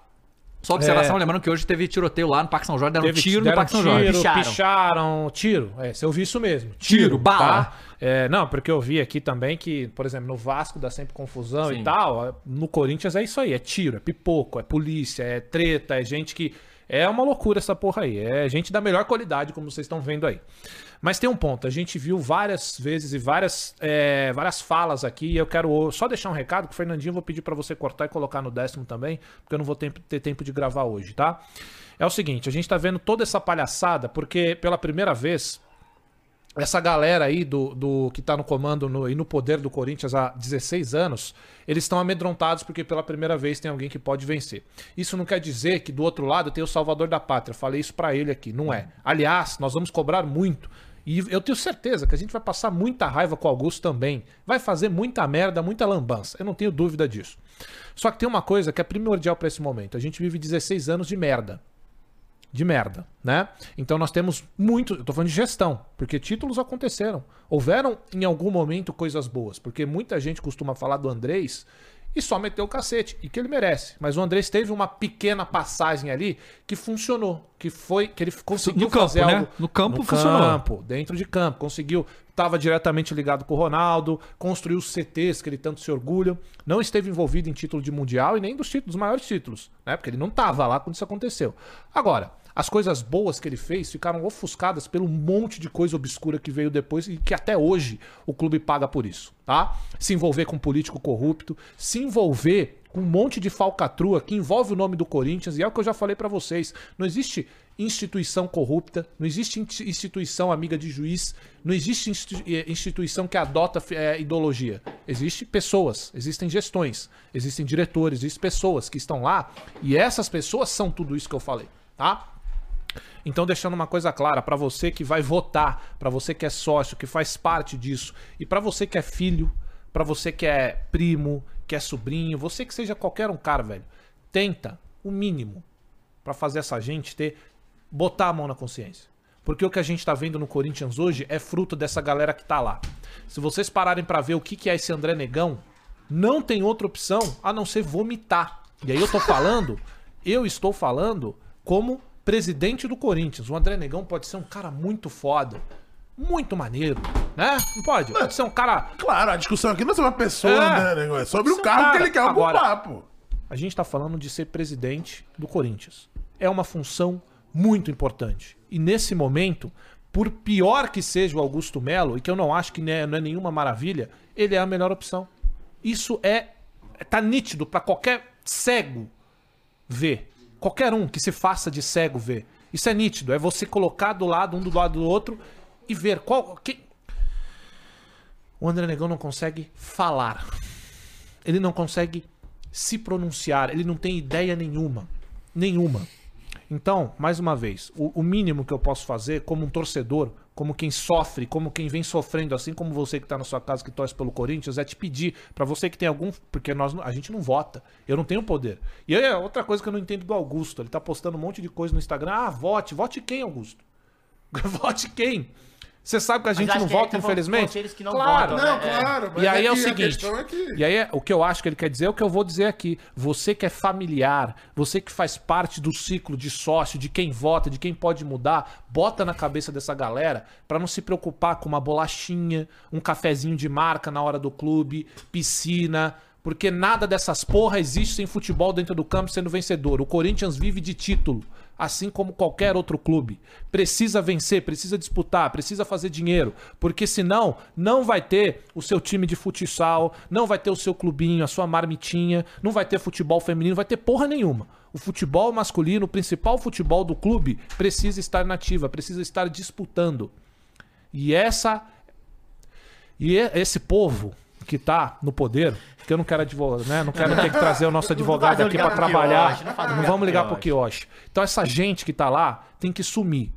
B: Só observação, lembrando que hoje teve tiroteio lá no Parque São Jorge, É. deram
D: Teve-
B: tiro no
D: deram
B: Parque São
D: tiro,
B: Jorge.
E: Picharam.
D: Picharam. tiro. É, se eu vi isso mesmo.
B: Tiro, bala.
D: É, não, porque eu vi aqui também que, por exemplo, no Vasco dá sempre confusão
B: Sim.
D: e tal. é, No Corinthians é isso aí, é tiro, é pipoco, é polícia, é treta, é gente que. É uma loucura essa porra aí. É gente da melhor qualidade, como vocês estão vendo aí. Mas tem um ponto, a gente viu várias vezes e várias, é, várias falas aqui, e eu quero só deixar um recado que o Fernandinho eu vou pedir pra você cortar e colocar no décimo também, porque eu não vou tempo- ter tempo de gravar hoje, tá? É o seguinte, a gente tá vendo toda essa palhaçada, porque pela primeira vez, essa galera aí do, do que tá no comando no- e no poder do Corinthians há 16 anos, eles estão amedrontados porque pela primeira vez tem alguém que pode vencer. Isso não quer dizer que do outro lado tem o salvador da pátria. Falei isso pra ele aqui, não é. Aliás, nós vamos cobrar muito. E eu tenho certeza que a gente vai passar muita raiva com o Augusto também. Vai fazer muita merda, muita lambança. Eu não tenho dúvida disso. Só que tem uma coisa que é primordial pra esse momento. A gente vive 16 anos de merda de merda, né? Então nós temos muito, eu tô falando de gestão, porque títulos aconteceram. Houveram em algum momento coisas boas, porque muita gente costuma falar do Andrés e só meteu o cacete, e que ele merece. Mas o Andrés teve uma pequena passagem ali que funcionou, que foi que ele conseguiu
B: No campo,
D: fazer
B: né?
D: algo
B: No campo funcionou.
D: campo, dentro de campo, conseguiu, estava diretamente ligado com o Ronaldo, construiu os CTs que ele tanto se orgulha, não esteve envolvido em título de mundial e nem dos títulos, dos maiores títulos, né? Porque ele não estava lá quando isso aconteceu. Agora, as coisas boas que ele fez ficaram ofuscadas pelo monte de coisa obscura que veio depois e que até hoje o clube paga por isso, tá? Se envolver com político corrupto, se envolver com um monte de falcatrua que envolve o nome do Corinthians, e é o que eu já falei pra vocês. Não existe instituição corrupta, não existe inti- instituição amiga de juiz, não existe insti- eh, instituição que adota eh, ideologia. Existem pessoas, existem gestões, existem diretores, existem pessoas que estão lá, e essas pessoas são tudo isso que eu falei, tá? Então, deixando uma coisa clara, pra você que vai votar, pra você que é sócio, que faz parte disso, e pra você que é filho, pra você que é primo, que é sobrinho, você que seja qualquer um cara, velho, tenta o mínimo pra fazer essa gente ter botar a mão na consciência. Porque o que a gente tá vendo no Corinthians hoje é fruto dessa galera que tá lá. Se vocês pararem pra ver o que que é esse André Negão, não tem outra opção a não ser vomitar. E aí eu tô falando, eu estou falando como presidente do Corinthians. O André Negão pode ser um cara muito foda, muito maneiro, né? Não pode? Pode ser um cara
C: Claro, a discussão aqui não é sobre uma pessoa,
D: É.
C: né, né? É sobre
D: Isso é
C: o
D: um
C: carro que
D: cara.
C: ele quer
D: Agora-
C: ocupar, pô.
D: A gente tá falando de ser presidente do Corinthians. É uma função muito importante. E nesse momento, por pior que seja o Augusto Melo, e que eu não acho que né- não é nenhuma maravilha, ele é a melhor opção. Isso é. tá nítido pra qualquer cego ver. Qualquer um que se faça de cego ver. Isso é nítido. É você colocar do lado, um do lado do outro, e ver qual. Que... O André Negão não consegue falar ele não consegue se pronunciar, ele não tem ideia nenhuma. Nenhuma. Então, mais uma vez, o, o mínimo que eu posso fazer como um torcedor, como quem sofre, como quem vem sofrendo, assim como você que tá na sua casa que torce pelo Corinthians, é te pedir pra você que tem algum. Porque nós, não- a gente não vota. Eu não tenho poder. E aí é outra coisa que eu não entendo do Augusto. Ele tá postando um monte de coisa no Instagram. Ah, vote. Vote quem, Augusto? vote quem? Você sabe que a gente
E: acho
D: não
E: que ele
D: vota,
E: tá falando com
D: infelizmente?
E: aqueles que não
D: claro,
E: votam, né?
C: Não, claro. mas
D: e aí é, o
C: que a
D: seguinte.
C: questão é que-
D: E aí é- o que eu acho que ele quer dizer é o que eu vou dizer aqui. Você que é familiar, você que faz parte do ciclo de sócio, de quem vota, de quem pode mudar, bota na cabeça dessa galera pra não se preocupar com uma bolachinha, um cafezinho de marca na hora do clube, piscina. Porque nada dessas porra existe sem futebol dentro do campo sendo vencedor. O Corinthians vive de título, assim como qualquer outro clube. Precisa vencer, precisa disputar, precisa fazer dinheiro, porque senão não vai ter o seu time de futsal, não vai ter o seu clubinho, a sua marmitinha, não vai ter futebol feminino, vai ter porra nenhuma. O futebol masculino, o principal futebol do clube, precisa estar nativa, precisa estar disputando. E essa e e- esse povo que tá no poder, que eu não quero advogado, né? Não quero ter que trazer o nosso advogado
E: fazer
D: aqui
E: ligar
D: pra
E: pro
D: trabalhar.
E: Quioche, não fazer
D: Não
E: ligar pro
D: vamos ligar pro Quioche. Então essa gente que tá lá tem que sumir.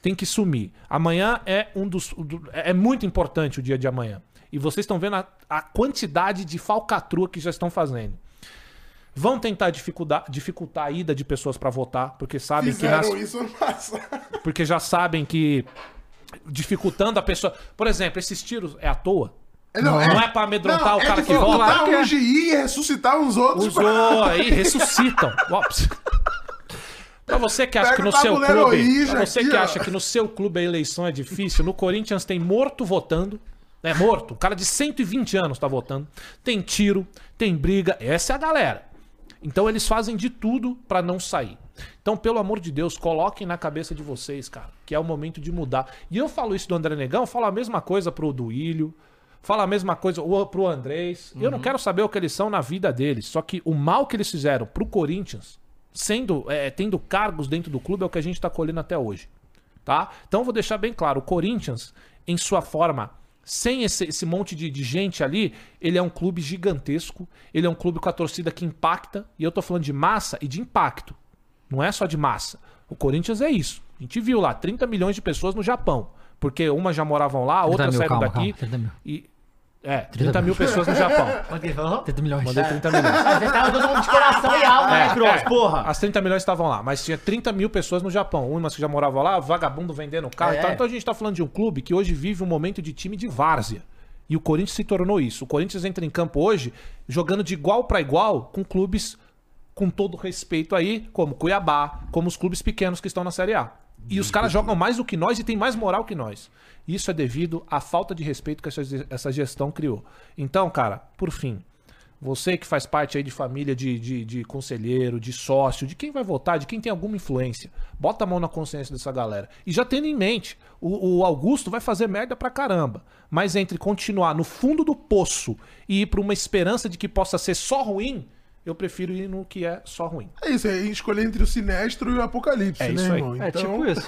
D: Tem que sumir. Amanhã é um dos do- é é muito importante o dia de amanhã. E vocês estão vendo a, a quantidade de falcatrua que já estão fazendo. Vão tentar dificultar, dificultar a ida de pessoas pra votar, porque sabem que
C: Fizeram
D: nas-
C: isso ano passado.
D: porque já sabem que dificultando a pessoa. Por exemplo, esses tiros é à toa. Não, é pra amedrontar o cara
C: é
D: que vota.
C: Claro
D: Claro que é.
C: um GI e ressuscitar uns outros.
D: Usou aí, ressuscitam. Ops. Pra você que acha
C: Pega
D: que no
C: o
D: seu
C: tabuleiro
D: clube,
C: Ouija
D: pra você
C: aqui,
D: que
C: ó.
D: acha que no seu clube a eleição é difícil, no Corinthians tem morto votando, é morto, um cara de 120 anos tá votando, tem tiro, tem briga, essa é a galera. Então eles fazem de tudo pra não sair. Então, pelo amor de Deus, coloquem na cabeça de vocês, cara, que é o momento de mudar. E eu falo isso do André Negão, falo a mesma coisa pro Duílio, falo a mesma coisa o- pro Andrés. Eu não quero saber o que eles são na vida deles, só que o mal que eles fizeram pro Corinthians, sendo, é, tendo cargos dentro do clube, é o que a gente tá colhendo até hoje tá? Então eu vou deixar bem claro, o Corinthians, em sua forma, sem esse, esse monte de, de gente ali, ele é um clube gigantesco, ele é um clube com a torcida que impacta, e eu tô falando de massa e de impacto, não é só de massa. O Corinthians é isso, a gente viu lá, 30 milhões de pessoas no Japão, porque umas já moravam lá, outras
B: mil,
D: saíram
B: calma,
D: daqui,
B: calma, 30 mil.
D: e... É, 30 mil pessoas no Japão.
E: Quanto que ele falou?
B: 30 milhões.
D: Mandei 30 milhões.
E: Ah, Você tava todo mundo de coração e alma, né, Cross?
D: É,
E: Porra.
D: As 30 milhões estavam lá, mas tinha 30 mil pessoas no Japão. Umas que já moravam lá, vagabundo vendendo carro e
E: É.
D: tal. Então a gente tá falando de um clube que hoje vive um momento de time de várzea. E o Corinthians se tornou isso. O Corinthians entra em campo hoje jogando de igual pra igual com clubes com todo respeito aí, como Cuiabá, como os clubes pequenos que estão na Série A. E os caras jogam mais do que nós e têm mais moral que nós. Isso é devido à falta de respeito que essa, essa gestão criou. Então, cara, por fim, você que faz parte aí de família de, de, de conselheiro, de sócio, de quem vai votar, de quem tem alguma influência. Bota a mão na consciência dessa galera. E já tendo em mente, o, o Augusto vai fazer merda pra caramba. Mas entre continuar no fundo do poço e ir pra uma esperança de que possa ser só ruim, eu prefiro ir no que é só ruim.
C: É isso, é escolher entre o sinestro e o apocalipse,
D: É
C: né,
D: isso aí.
C: irmão?
B: É tipo isso.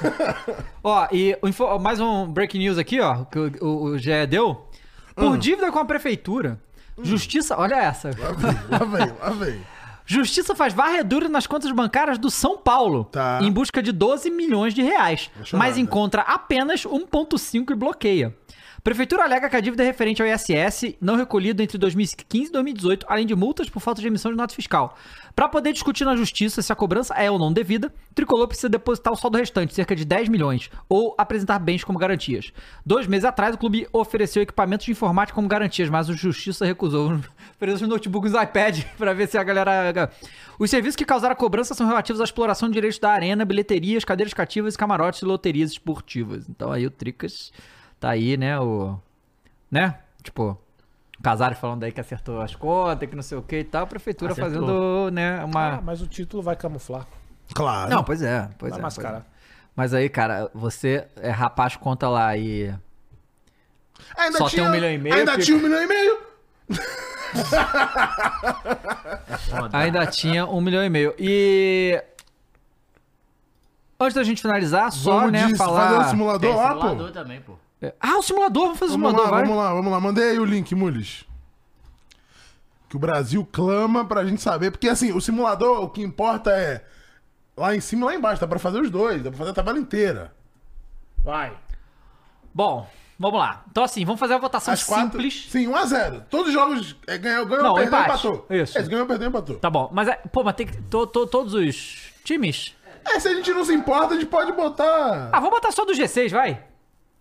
B: ó, e o info- mais um break news aqui, ó, que o, o, o GE deu. Por dívida com a prefeitura, justiça. Olha essa.
D: tipo-
C: Lá vem, lá vem.
B: Justiça faz varredura nas contas bancárias do São Paulo
C: Tá.
B: em busca de 12 milhões de reais, mas encontra apenas 1,5 e bloqueia. Prefeitura alega que a dívida é referente ao ISS não recolhido entre 2015 e 2018, além de multas por falta de emissão de nota fiscal. Para poder discutir na justiça se a cobrança é ou não devida, Tricolor precisa depositar o saldo restante, cerca de 10 milhões, ou apresentar bens como garantias. Dois meses atrás, o clube ofereceu equipamentos de informática como garantias, mas o Justiça recusou. Ofereceu os notebooks e os iPad para ver se a galera. eh, Os serviços que causaram a cobrança são relativos à exploração de direitos da arena, bilheterias, cadeiras cativas, camarotes e loterias esportivas. Então aí o Tricas tá aí, né? O. Né? Tipo. Casares falando aí que acertou as contas, que não sei o que e tal, a prefeitura
E: Acertou.
B: fazendo, né, uma.
D: Ah, mas o título vai camuflar,
C: Claro.
B: Não, pois é, pois é.
D: vai
B: pois é.
D: mascarar.
B: Mas aí, cara, você é rapaz, conta lá e.
C: Ainda
B: Só tem um milhão e meio,
C: Ainda
B: fica-
C: tinha um milhão e meio.
B: Ainda tinha um milhão e meio. E. Antes da gente finalizar, só,
C: Vamos
B: né,
C: disso, fazer um
B: falar.
E: Tem
C: simulador lá, pô.
E: simulador também, pô.
B: Ah, o simulador, vamos fazer o
C: Vamos
B: simulador,
C: lá,
B: vai.
C: vamos lá, vamos lá. Mandei aí o link, Mules. Que o Brasil clama pra gente saber. Porque assim, o simulador, o que importa é lá em cima e lá embaixo. Dá pra fazer os dois, dá pra fazer a tabela inteira.
D: Vai.
B: Bom, vamos lá. Então, assim, vamos fazer a votação simples.
C: Sim, 1x0. Todos os jogos é, ganhou, ganhou,
B: Não,
C: perdeu,
B: empate.
C: empatou.
B: Isso.
C: É, se ganhou, perdeu, empatou.
B: Tá bom, mas é. Pô, mas tem que. to- to- todos os times.
C: É, se a gente não se importa, a gente pode botar.
B: Ah, vamos botar só do G6, vai.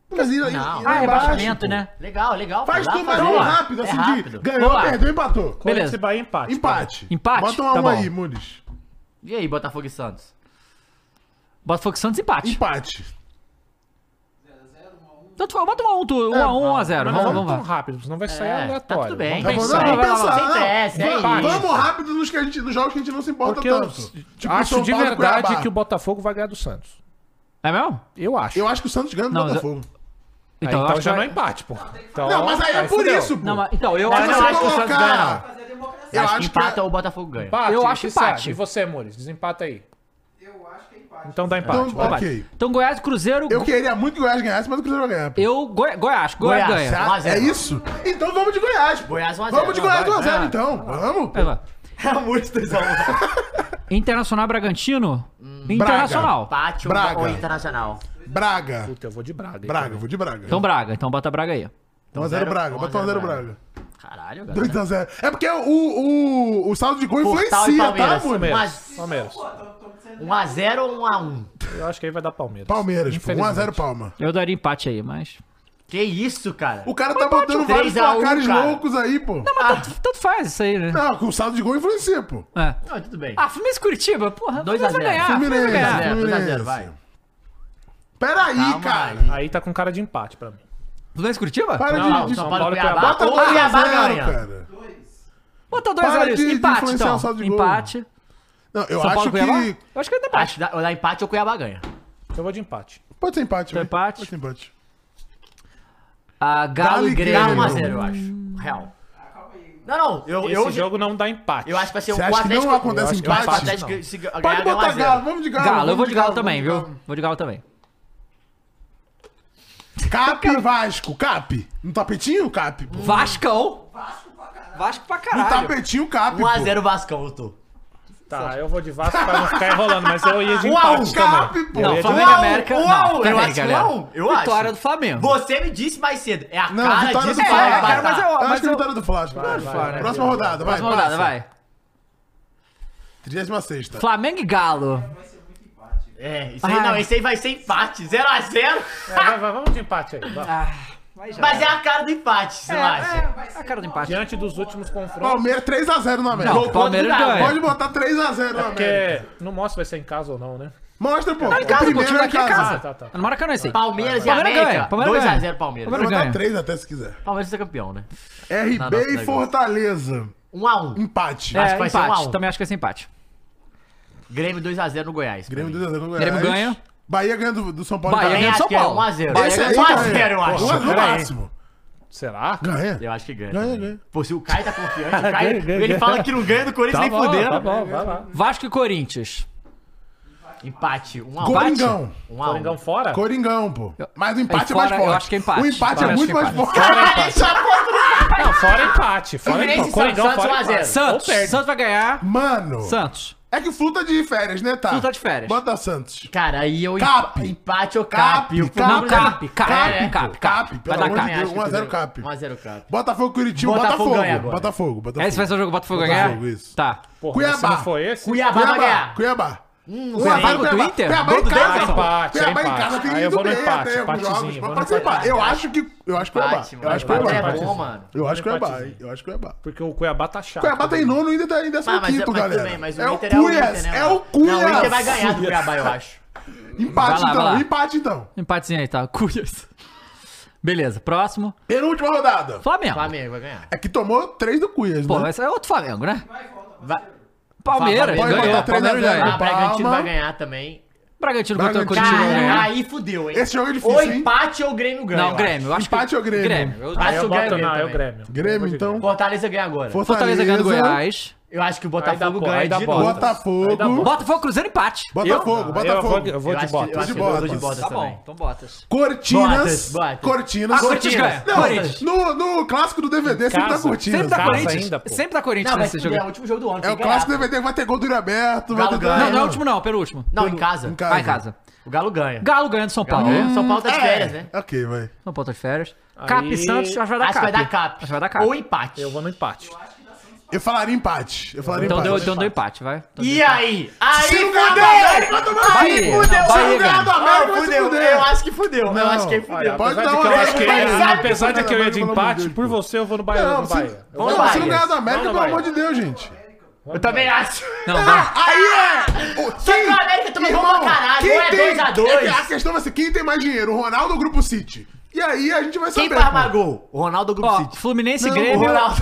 C: Mas e, e- e
E: não.
C: lá
B: Ah,
C: embaixo,
B: rebaixamento,
C: pô?
B: né?
E: Legal, legal.
C: Faz
E: pô, dá
C: tudo,
E: pra
C: mas
E: fazer.
C: não rápido,
E: É
C: assim, de
E: rápido.
C: ganhou,
B: Vamos lá.
C: perdeu, empatou.
B: Beleza.
D: Vai empate.
C: Empate.
B: Empate?
C: Bota um a
B: Tá
C: um
B: bom.
C: aí, Mules.
E: E aí, Botafogo e Santos?
B: Botafogo e Santos empate.
C: Empate.
B: Então, tu fala, bota um 1 um,
C: É,
B: 1 a 1 1 a 0
D: Mas
B: Vamos,
D: não vamos
B: vamos,
D: tão
B: vamos.
D: rápido, senão vai sair
E: É,
D: aleatório.
E: tá tudo bem.
D: Vamos
C: Vamos,
D: pensar.
E: aí, vai lá,
C: pensar.
E: sem pressa, é
C: vamos,
E: isso.
C: vamos rápido nos, que a gente, nos jogos que a gente não se importa
D: Porque eu
C: tanto. Tipo,
D: acho
C: São
D: de
C: Paulo e
D: verdade
C: Cuiabá.
D: que o Botafogo vai ganhar do Santos.
B: É mesmo?
D: Eu acho.
C: Eu acho que o Santos ganha do
B: Não, mas eu-
C: Botafogo.
D: Aí,
B: eu
D: Então,
B: acho que
D: já não
B: vai-
D: é empate, pô. Então,
C: Não, mas aí é por
D: fudeu.
C: isso, pô.
B: Não, mas- então, eu
C: Mas
B: acho
E: não,
C: se
E: acho que o Santos
C: colocar- Eu
E: acho, que
C: acho que
E: empata
C: é-
E: ou o Botafogo ganha.
D: Empate,
B: Eu acho
D: o que você acha?
B: empate.
D: E você, Amores? Desempata aí. Eu acho que é empate. Então dá empate.
C: Então,
D: vai.
C: ok.
B: Então, Goiás e Cruzeiro.
C: Eu queria muito que o Goiás ganhasse, mas o Cruzeiro vai ganhar. pô.
B: Eu. Goi- Goiás, Goiás,
E: Goiás,
B: ganha.
E: um a zero.
C: É isso? Então vamos de Goiás, pô.
E: Goiás, um a zero.
C: Vamos de
E: Não,
C: Goiás
E: vai,
C: 2x0,
E: vai.
C: então. Vamos. pô.
B: Vai lá.
E: É muito 2x1.
B: Internacional Bragantino? Internacional.
E: Empate um
C: Braga.
E: ou, ou Internacional?
C: Braga.
G: então.
D: Puta, eu vou de Braga. hein,
C: Braga,
D: cara.
C: vou de Braga.
B: Então Braga, então bota Braga aí.
E: é
C: 1x0 Braga, bota 1x0 Braga.
E: Caralho, galera.
C: 2x0. É porque o, o, o saldo de gol
E: Portal e
C: influencia, tá,
E: Palmeiras.
C: mano?
E: Palmeiras.
G: Palmeiras.
E: 1x0 ou 1x1?
G: Eu acho que aí vai dar Palmeiras.
C: Palmeiras, pô.
G: Infelizmente.
C: 1x0 Palma.
B: Eu daria empate aí, mas.
E: Que isso, cara?
C: O cara tá botando vários
E: 3 um a 1,
C: placares
E: cara.
C: loucos aí, pô.
B: Tanto, tanto faz isso aí, né?
C: Não, com o saldo de gol influencia, pô.
B: É.
E: Não, tudo bem.
B: Ah, Fluminense e Curitiba, porra.
E: 2
B: Fluminense
E: a
B: vai
E: 0.
B: ganhar, Fluminense vai ganhar.
E: 0, 2 a 0,
C: Fluminense.
E: vai.
C: Pera aí,
E: Calma
C: cara.
E: aí.
G: Aí tá com cara de empate pra mim.
B: Fluminense e Curitiba?
C: Para
E: Não,
C: de, de
E: São
G: Paulo
E: Paulo
G: e
E: e Cuiabá.
G: Cuiabá.
E: Ou
C: Bota 1 a
E: Cuiabá
C: 0,
E: ganha.
C: cara.
B: Bota 2
C: Para
B: a 0
C: de- de
B: Empate,
C: influenciar
B: então.
C: o saldo de gol.
B: Empate.
C: Não, eu
B: São
C: acho
B: Paulo e Cuiabá?
C: que.
B: Eu acho que é empate.
E: Acho que dá- ou dá empate ou Cuiabá ganha.
G: Eu vou de empate.
C: Pode ser empate,
B: Tem
C: velho.
B: empate?
C: Pode ser empate.
B: Ah, Galo
C: Galo
B: e
C: e
E: Dá
B: Grêmio.
E: 1x0, eu acho. Real. Não, não. Eu,
G: Esse
E: eu,
G: jogo não dá empate.
E: eu acho que vai ser um
C: Você acha que não
E: 4x0.
C: acontece
E: Eu acho que o
C: empate?
E: Atlético se ganhar,
C: Pode
E: ganha
C: botar
E: 1 a 0.
C: Galo, vamos de Galo.
B: Galo, eu vou de Galo
C: vamos
B: também,
C: de
B: viu?
C: Galo.
B: Vou de Galo também.
C: Cap e Vasco, Cap. No tapetinho, um Cap. pô.
B: Vascão. Vasco pra
C: No
B: caralho.
C: tapetinho, um Cap.
E: 1x0 Vascão, eu tô.
G: Tá, eu vou de Vasco pra não ficar enrolando, mas eu ia de
C: Uau,
G: empate também.
C: Cap, pô.
B: Não,
G: Eu ia de-
B: Flamengo e
E: Uau,
B: América.
E: uau,
B: não,
E: eu
B: peraí,
E: acho que
B: galera.
E: uau, eu acho.
B: Vitória do Flamengo.
E: Você me disse mais cedo. É a
C: Não,
E: cara
C: vitória
E: disso
C: do
E: que vai
C: Flamengo.
E: empatar.
B: É, cara, mas eu-
C: Acho
B: mas
C: que vitória do Flasco.
G: vai,
C: Próxima rodada, vai.
B: Próxima rodada,
C: passa.
B: vai.
C: 36
B: Flamengo e Galo.
E: É, isso aí
B: Ah.
E: não, isso aí vai ser empate. 0x0.
G: Vai, vai, vai, vamos de empate aí.
B: Ah.
G: vai.
E: Mas é a cara do empate, eu acho.
B: a cara do empate.
G: Diante dos últimos confrontos,
C: Palmeiras 3x0 na América.
B: Não, Palmeiras
E: contra o
B: ganha.
C: Pode É botar 3x0 na
G: porque
C: América.
G: não mostra se vai ser em casa ou não, né?
C: Maracanã. Mostra, pô.
B: Em casa, pô, o time
C: Primeiro é
B: daqui é
G: casa. Tá,
B: casa.
G: tá, tá.
B: É No Maracanã esse aí.
E: Palmeiras e
B: Palmeiras ganha,
E: América.
B: Palmeiras
E: 2x0
B: ganha.
E: Palmeiras.
C: Pode
E: Palmeiras,
B: ganha.
C: botar 3 até se quiser.
E: é campeão, né? Não, não,
C: RB
E: não,
C: e Fortaleza.
E: 1x1.
C: Empate.
B: É,
E: que vai ser
B: empate.
E: um a um.
B: Também acho que vai ser empate.
E: Grêmio 2x0 no Goiás.
C: Grêmio 2x0 no Goiás.
B: Grêmio ganha.
C: é Bahia ganha do, do São Paulo. e
B: Bahia
E: Bahia
B: ganha
C: Carioca.
B: do São
E: acho que é
B: Paulo.
E: 1x0.
C: Esse aí
E: 1x0, eu
C: ganha.
E: acho.
C: Um a- No
G: Pera aí.
C: máximo.
G: Será?
C: Ganha.
E: Eu acho que ganha.
C: Ganha,
E: também.
C: ganha.
E: Pô, se o Caio tá confiante, o
G: Ganha,
E: Caio,
G: ganha,
E: ele
G: ganha.
E: fala que não ganha do Corinthians nem fudendo.
G: tá bom, vai lá.
B: Vasco e Corinthians.
E: Empate, 1x1.
C: Coringão.
G: Coringão
E: 1x1.
G: fora?
C: Coringão, pô. Mas o empate
B: Aí
C: é
B: fora,
C: mais forte.
B: eu acho que é empate.
C: O empate
B: Fora,
C: é
B: acho
C: muito
B: que é
C: mais
B: empate.
C: forte.
E: Caralho, isso é uma coisa-
G: Não, fora empate. Fora
E: Fluminense
G: empate.
E: e Santos, Santos 1 a
G: empate.
E: 0.
B: Santos.
G: Ou perde.
B: Santos vai ganhar.
C: Mano.
B: Santos.
C: É que o Flu tá de férias, né, tá?
B: Flu tá de férias.
C: Bota Santos.
E: Cara, aí eu
C: Cap.
E: empate ou
C: Cap,
E: cap.
B: Não, cap, cap, é.
C: Cap,
B: cap,
C: cap,
B: cap,
C: cap. Pelo
B: Vai dar
C: amor de
B: cap.
C: Deus, 1x0 Cap.
E: 1x0 cap.
C: Botafogo, Curitiba,
E: Botafogo
C: Botafogo.
E: ganha agora.
C: Botafogo, Botafogo.
B: Esse vai ser o jogo que o Botafogo
C: Botafogo,
B: ganhar?
C: isso.
B: Tá.
G: Porra,
C: Cuiabá.
G: se não foi esse?
E: Cuiabá vai ganhar.
C: Cuiabá.
E: Hum,
C: Cuiabá,
B: Flamengo do
C: Cuiabá.
B: Inter?
C: Cuiabá em
B: Gol do
C: casa,
G: Davidson.
C: pô.
G: Empate,
C: Cuiabá em
G: empate.
C: casa tem
G: Aí eu
C: ido
G: vou no
C: bem
G: empate,
C: até alguns
G: empatezinho,
C: jogos,
G: vou
C: mas
G: no
C: pode ser empate.
G: empate.
C: Eu acho que... Eu acho Cuiabá.
E: Empate,
C: Eu
E: mano.
C: acho
E: Empate
C: Cuiabá.
E: é bom, mano.
C: Eu acho Cuiabá, hein?
G: Empatezinho.
C: Eu acho é Cuiabá.
G: Porque o Cuiabá tá chato.
C: Cuiabá tá em nono ainda tá em
E: Ah,
C: décimo
E: mas,
C: quinto,
E: mas tudo
C: galera.
E: bem, mas o
C: É o
E: Inter é o Inter,
C: Cunhas,
E: né?
C: é o
E: mano? Não, o Inter vai
C: Cunhas.
E: ganhar do Cuiabá, eu acho.
C: Empate,
B: Vai lá, vai
C: então.
B: lá.
C: Empate, então.
B: Empatezinho aí, tá? Curias. Beleza, próximo.
C: Penúltima rodada.
B: Flamengo.
E: Flamengo vai ganhar.
C: É que tomou três do Cunhas,
B: Pô,
C: né?
B: esse é outro Flamengo, né?
E: Vai-
B: Palmeiras,
E: Pode
B: ganhou.
E: botar
C: três a
B: Palmeiras
C: zero.
B: ganha.
E: Ah, Bragantino
C: Palma.
E: vai ganhar também.
B: Bragantino contra o
C: Bragantino.
B: Curitiba. vai
E: Cara,
B: ganhar.
E: aí fudeu, hein?
C: Esse jogo é difícil,
E: Ou
C: hein?
E: empate ou o Grêmio ganha. eu
B: Não,
E: acho.
B: Grêmio. Eu acho que-
C: Empate ou Grêmio?
B: Grêmio. Eu-
E: Acho
G: Aí
E: que
G: eu
E: o Grêmio
G: boto,
E: ganha
G: não, é o
E: também.
G: Grêmio.
C: Grêmio, então.
E: Fortaleza ganha agora.
B: Fortaleza ganhando Goiás.
E: Eu acho que o
G: Aí dá
E: Botafogo
G: bo- aí
E: ganha
G: dá
E: de
G: bola.
E: novo.
G: Aí dá
C: Botafogo.
G: bola.
B: Botafogo, Cruzeiro, empate.
C: Botafogo,
G: Eu
C: Botafogo.
G: vou- Eu vou
E: Eu
G: de
E: acho que- eu
G: bota.
E: acho que
C: De
E: eu vou de
C: Botas.
E: botas
B: Tá bom,
E: também.
B: então botas.
C: Cortinas.
E: Botas, botas.
C: Cortinas.
B: Ah, Cortinas ganha.
C: Não,
B: Corinthians.
C: no, no clássico do DVD sempre dá
G: casa.
C: Cortinas.
B: Sempre dá
G: Casa
B: tá Corinthians.
G: ainda, pô.
B: Sempre dá Corinthians
E: Não, mas
B: nesse
E: tudo
B: jogo.
E: bem, é o último jogo do ano.
C: É o
E: tem que ganhar,
C: clássico do DVD que vai ter gol do Yuri Aberto. Vai
E: Galo
C: ter
E: ganha.
B: Não, não é o último não, é o penúltimo.
E: Não, em casa.
C: Em
B: Vai em casa.
E: O Galo ganha.
B: Galo ganhando São Paulo. Uhum.
E: Ganha. São Paulo tá de férias, né?
C: É, Ok, vai.
B: São Paulo tá de férias. Cap e Santos, acho que vai dar
E: Acho que
B: cap.
E: vai dar cap.
B: Acho que vai dar cap.
E: Ou empate.
G: Eu vou no empate.
C: Eu falaria empate. Eu falaria
B: Então
C: empate.
B: deu, então deu empate, vai. Então
E: E
B: deu empate.
E: aí? Aí
C: Se não
E: fudeu!
C: ganhar do América, eu tô mais
B: Bahia.
C: fudeu. Se
B: Não,
C: não
B: Bahia
C: ganhar do
B: ganha.
C: América,
E: Não,
C: vai se
E: fudeu.
C: fuder.
E: Eu acho que fudeu. Eu
C: Não. é
E: acho que
G: Olha,
E: fudeu.
C: Pode
G: apesar de
C: dar uma
G: que eu
C: olhada
G: acho que-
C: no Bahia.
G: Apesar de que eu ia de
C: Pelo amor de
G: empate,
C: Deus,
G: por
C: pô.
G: você eu vou no Bahia. eu vou
C: Não,
G: no
C: se,
G: Bahia. Eu
C: não,
G: vou no
E: Bahia.
C: se não ganhar do América,
G: Vamos
C: pelo
G: no
C: amor de
G: Bahia.
C: Deus, gente.
E: Eu também acho.
B: Não, vai.
C: Aí é! O-
E: Só que o América tomou gol pra caralho, ou é dois a dois?
C: A questão vai ser quem tem mais dinheiro, o Ronaldo ou o Grupo City? E aí a gente vai saber.
E: Quem farma
C: pô.
E: gol? O Ronaldo ou o Grupo
B: Ó,
E: City.
B: Fluminense e
C: Não,
B: Grêmio.
E: O Ronaldo.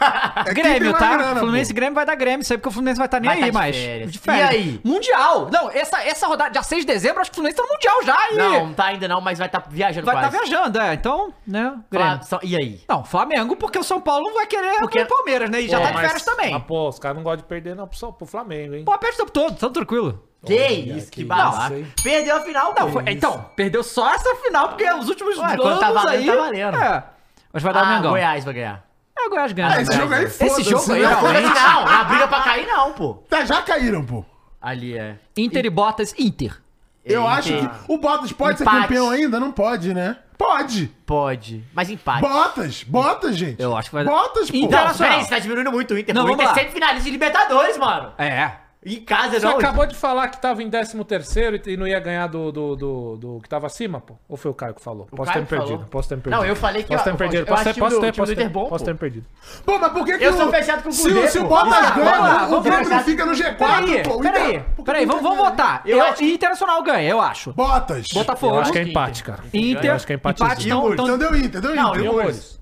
C: É quem tem
B: Grêmio,
C: mais
B: tá?
C: grana, pô.
B: Fluminense e Grêmio vai dar Grêmio, isso aí, porque o Fluminense vai estar nem
E: Vai
B: aí
E: tá de
B: mais.
E: férias.
B: De férias.
E: E aí?
B: Mundial! Não, essa, essa rodada, dia 6 de dezembro, acho que o Fluminense tá no Mundial já e
E: Não, não tá ainda não, mas vai tá viajando
B: vai estar
E: quase.
B: viajando, é. Então, né, Grêmio.
E: Fala- só- E aí?
B: Não, Flamengo, porque o São Paulo não vai querer
E: Porque-
B: o Palmeiras, né? E já
E: Pô,
B: tá de
G: Mas-
B: férias também.
G: Mas, pô, os caras não gostam de perder não pro, São- pro Flamengo, hein?
B: Pô, perde o tempo todo, tá tranquilo.
E: Que isso, que babaca.
G: hein?
E: Perdeu a final,
B: Não,
E: pô.
B: foi- então, perdeu só essa final, porque os últimos
E: Ué,
B: anos
E: quando tá valendo,
B: aí...
E: tá valendo.
B: É. Mas vai dar o
E: Ah,
B: Mengão.
E: Goiás vai ganhar.
B: É, o Goiás ganha.
C: Esse jogo aí, foda-se.
B: Esse jogo aí,
C: né?
E: Não,
B: realmente.
E: foda-se não. Na briga pra cair, não, pô.
C: Tá, já caíram, pô.
E: Ali é.
B: Inter e Botas, Inter.
C: Eu
E: É,
C: acho
E: tem-
C: que o Bottas pode ser
E: Empate.
C: campeão ainda? Não pode, né? Pode!
E: Pode. Mas empate.
C: Botas! Botas, gente!
B: Eu acho que vai dar-
C: Botas, pô!
B: Então-
E: Não,
B: Internacional.
E: peraí, você tá diminuindo muito o Inter.
B: Não,
E: o
B: vamos
E: Inter é
B: lá.
E: semifinalista de Libertadores, mano.
B: É.
E: Em casa,
D: Você
E: não.
D: acabou de falar que tava em 13º e e não ia ganhar do, do, do, do que tava acima, pô? Ou foi o Caio que falou?
E: O
D: Posso
E: Caio
D: ter me perdido.
E: falou.
D: Posso ter me perdido.
E: Não, eu falei que
D: posso ter
E: eu-
D: me perdido.
E: eu
D: Posso
E: acho
D: ter,
E: que
D: posso
E: o
D: ter,
E: time do
D: posso ter,
E: Inter é bom,
D: posso
E: pô.
D: ter me perdido.
C: Pô, mas por que que
E: Eu
C: o-
E: sou fechado com o
C: se,
E: Cudê,
C: o- se o
E: pô.
C: Botas
E: Vamos lá,
C: ganha,
B: vamos lá,
C: o- o
B: vamos
C: Grêmio
E: fechar-
C: fica no G4,
B: Peraí,
C: pô! O Inter-
B: peraí.
C: por que
B: Peraí,
C: o
B: vamos,
C: Inter
B: vamos
C: ganha?
B: votar. Eu,
E: Eu
B: acho
E: acho
B: que Internacional ganha, eu acho.
C: Botas!
B: Botafogo.
D: Eu acho que é
E: que
D: empate,
E: Inter.
D: cara.
B: Inter,
D: Eu acho que é
B: empate,
D: empate.
B: então, então-
C: Então deu Inter, deu
E: Não,
C: Inter.
E: eu-
D: Amores,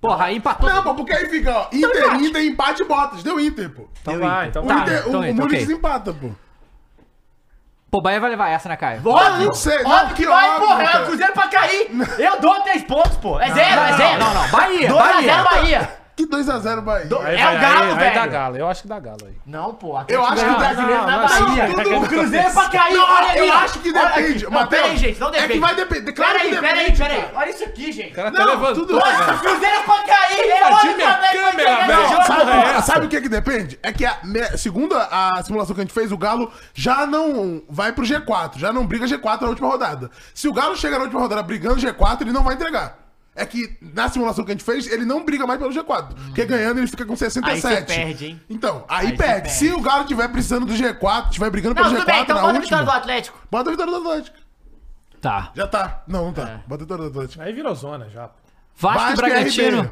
B: Porra, empatou.
C: Não, pô, porque aí fica, ó, Inter,
B: empate.
C: Inter, empate, Botas. Deu Inter, pô.
D: Então vai, então
C: O,
D: vai.
C: Inter,
B: então
C: o,
B: Inter,
C: o Muniz
B: ok.
C: desempata, pô.
B: Pô, o Bahia vai levar essa, né, Caio?
E: Óbvio,
C: Não sei, não,
E: óbvio
C: que
E: que vai,
C: óbvio,
E: porra. É
C: cara.
E: o Cruzeiro pra cair. Eu dou três pontos, pô. É zero, é zero.
B: não, não, Bahia,
E: 2 a
B: Bahia.
E: 0 Bahia.
C: Que 2x0 Bahia.
D: Aí
E: é
D: vai-
E: o Galo,
D: aí- Aí
E: velho.
D: dá Galo, eu acho que dá Galo aí.
E: Não, pô.
C: Eu acho que o
E: brasileiro
C: brasileiro
E: na
C: não,
E: Bahia.
C: não, tudo-
E: O Cruzeiro é pra cair.
C: Não,
E: olha ali,
C: eu
E: ó.
C: acho que
E: Olha aqui.
C: depende,
E: Não, peraí,
C: Matheus.
E: gente, não
C: É que
E: depende.
C: vai depender, claro
E: peraí,
C: que
E: peraí,
C: depende,
E: peraí. Olha isso aqui, gente.
D: cara
C: Não, tudo
E: Nossa, o Cruzeiro é pra cair. Eu olho
D: minha
E: pra ver
D: câmera, velho.
C: Sabe,
E: jogo.
D: porra é
C: sabe
D: essa?
C: o que que depende? É que, a, me- segundo a a simulação que a gente fez, o Galo já não vai pro G4, já não briga G4 na última rodada. Se o Galo chegar na última rodada brigando G4, ele não vai entregar. É que na simulação que a gente fez, ele não briga mais pelo G4. Porque ganhando ele fica com 67.
E: Aí você perde, hein?
C: Então, aí, perde. Se o Galo tiver precisando do G4, tiver brigando
E: Não,
C: pelo
E: tudo
C: G4
E: bem, então
C: na
E: manda a vitória do
C: última...
E: Atlético.
C: Bota a vitória do Atlético.
B: Tá.
C: Já tá. Não, não tá. Bota a vitória do Atlético.
D: Aí virou zona já.
B: Vasco, e
C: Vasco e
B: Bragantino.
C: RB.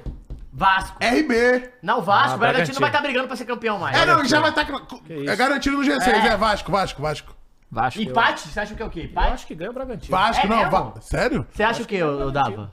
E: Vasco.
C: RB.
D: Ah,
E: Não, Vasco, o Bragantino
D: Bragantino.
E: vai estar brigando pra ser campeão mais.
C: É, não, já vai estar... é garantido no G6.
E: É.
C: é Vasco, Vasco, Vasco.
B: Vasco.
E: Empate? Você acha que é o quê?
D: Eu
E: Empate?
D: acho que ganha o Bragantino.
C: Vasco,
E: É
C: não.
E: mesmo?
C: Va... Sério?
E: Você acha o quê, eu, dava?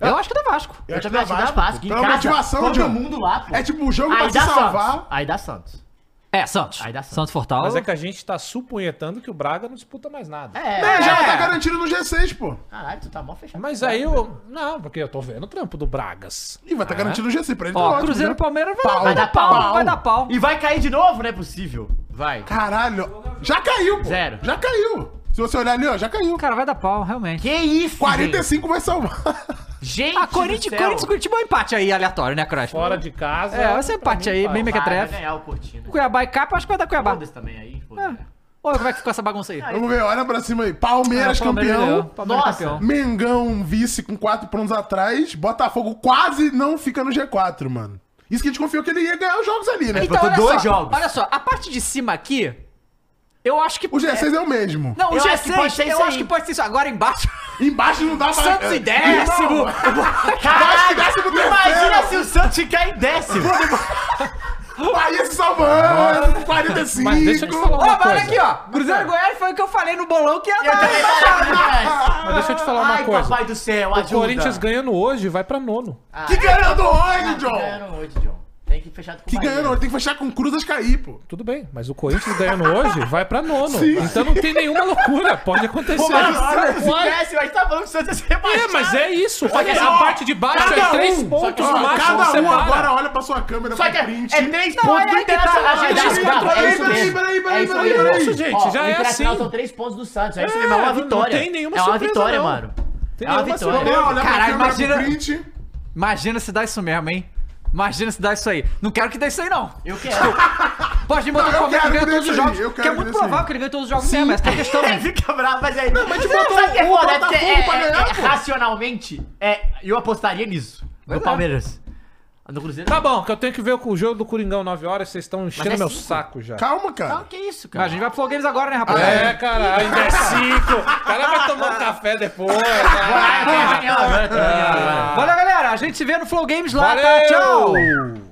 B: Eu acho que dá Vasco.
E: Eu também acho que dá Vasco. Em
C: Pela
E: casa,
C: motivação,
E: todo
C: John.
E: mundo lá, pô.
C: É tipo o jogo pra
E: Aí
C: se
E: dá
C: salvar.
E: Santos. Aí dá Santos.
B: É, Santos.
E: Aí dá Santos.
B: Santos Fortaleza.
D: Mas é que a gente tá supunhetando que o Braga não disputa mais nada.
E: É,
C: É, já
E: é.
C: tá garantido no G6, pô.
E: Caralho, tu tá mó fechado.
D: Mas aí eu. Não, porque eu tô vendo o trampo do Bragas.
C: Ih, vai estar garantido no G6. Pra ele tá
B: Ó,
C: ótimo,
B: Cruzeiro
C: né?
B: e Palmeiras vai,
C: Pau.
B: dar, vai dar é pau,
C: Pau.
B: vai dar pau.
E: E vai cair de novo? Não é possível. Vai.
C: Caralho. Já caiu, pô.
E: Zero.
C: Já caiu. Se você olhar ali, ó, já caiu.
B: Cara, vai dar pau, realmente.
E: Que isso,
C: 45 vai salvar.
E: Gente,
B: Ah,
E: gente
B: Corinthians,
E: do céu.
B: Corinthians, e Curitiba é um empate aí, aleatório, né, Crush?
D: Fora de casa.
B: É, esse
D: pra
B: empate
D: mim,
B: aí,
D: vai.
B: bem
E: Vai, vai
B: mequetrefe.
E: ganhar o Cortina.
B: Cuiabá e Capa, acho que vai dar Cuiabá.
E: Foda-se também aí, foda-se.
B: Ô, como é que ficou essa bagunça aí?
C: Vamos ver, olha pra cima aí. Palmeiras,
B: Ah, Palmeiras ganhou,
C: campeão.
B: Palmeiras
E: Nossa.
B: campeão.
C: Mengão, vice com 4 pontos atrás. Botafogo quase não fica no G4, mano. Isso que a gente confiou que ele ia ganhar os jogos ali, né?
E: botou dois
B: só,
E: jogos.
B: Então, Olha só, a parte de cima aqui, eu acho que.
C: O G6 é, o mesmo.
B: Não, o
E: Eu
B: G6,
E: acho que pode ser
B: eu
E: isso
B: acho
E: aí.
B: que pode ser isso. Agora embaixo,
C: Embaixo não dá pra...
B: Santos e décimo.
C: Irmão,
E: Caralho,
C: décimo terceiro.
E: imagina se o Santos ficar em décimo.
C: Bahia se salvando, 45.
D: Mas deixa eu te
B: Ó,
D: falar uma
B: mas olha
D: coisa.
B: aqui, ó. Cruzeiro e Goiás foi o que eu falei no bolão que ia
E: Eu
B: dar.
E: também tava atrás.
D: Mas deixa eu te falar uma
E: Ai,
D: coisa.
E: papai do céu,
D: O
E: ajuda.
D: Corinthians ganhando hoje vai pra nono.
C: Que ganhando
E: Ah,
C: hoje,
E: que
C: John.
E: ganharam hoje, John. Tem que fechar com o
C: Que
E: Bahia.
C: ganhando hoje. Tem que fechar com Cruzas cair, pô.
D: Tudo bem, mas o Corinthians ganhando hoje vai pra nono. Então não tem nenhuma loucura, pode acontecer.
E: Mas o Santos
D: Uai,
E: esquece, mas tá falando que o Santos é
D: é,
E: rebaixado.
D: mas é isso.
E: Olha
D: Olha,
E: só,
D: a parte de baixo
E: cada
D: é três
E: um,
D: pontos
E: só
D: no
E: que
C: Ó,
D: máximo.
C: cada um
D: separa.
C: agora olha pra sua câmera,
E: Só
C: pra
E: que é,
C: print.
E: é três
B: Não,
E: pontos
B: é
E: do
B: aí que tá,
E: Internacional.
B: a
E: gente
B: gente
E: dá quatro,
B: controla
E: é
B: aí,
E: isso
C: peraí,
E: mesmo.
C: peraí, peraí,
E: É isso
C: peraí,
E: mesmo.
C: peraí.
D: Isso, gente,
E: Ó,
D: já
E: o
D: é
E: Internacional
D: assim.
E: são três pontos do Santos. É isso
D: É,
E: mesmo, é uma
D: não- não
E: vitória.
D: tem nenhuma
E: É uma
D: surpresa,
E: vitória,
D: não.
E: mano.
D: Tem
E: É uma
D: nenhuma
E: vitória.
C: Vamos lá, um olha
B: Caralho,
C: pra
B: imagina-
C: câmera pro print.
B: Imagina se dá isso mesmo, hein? Imagina se dá isso aí. Não quero que dê isso aí, não.
E: Eu quero.
B: Pode me botar
C: Não, eu
B: o Palmeiras
C: quero
B: que ganha
C: que dê
B: todos os
C: isso aí,
B: jogos.
C: eu
B: Porque
C: quero
B: é
C: que
B: muito
C: dê isso aí.
B: provável que ele ganhe todos os jogos mesmo. Essa é a questão.
E: Ele fica bravo, mas aí. Não,
C: mas te botou
E: sabe o que é
C: o
E: foda? É porque
C: Botafogo
E: é,
C: pra
E: é-
C: ganhar,
E: é-
C: pô.
E: racionalmente, é, eu apostaria nisso. No
B: é.
E: Palmeiras. No Cruzeiro.
D: Tá bom, que eu tenho que ver o jogo do Coringão 9 horas, vocês estão enchendo
E: é
D: meu
E: cinco.
D: saco já.
C: Calma,
E: Não,
C: cara.
E: que isso,
B: A
E: cara.
B: gente vai pro Flow Games agora, né, rapaz?
D: É, cara, ainda é cinco. O cara vai tomar um café depois.
E: Ah, tem reunião agora, tem reunião agora.
B: Valeu, galera. A gente se vê no Flow Games lá, tá?
D: Valeu!
B: Tchau!
D: Tchau!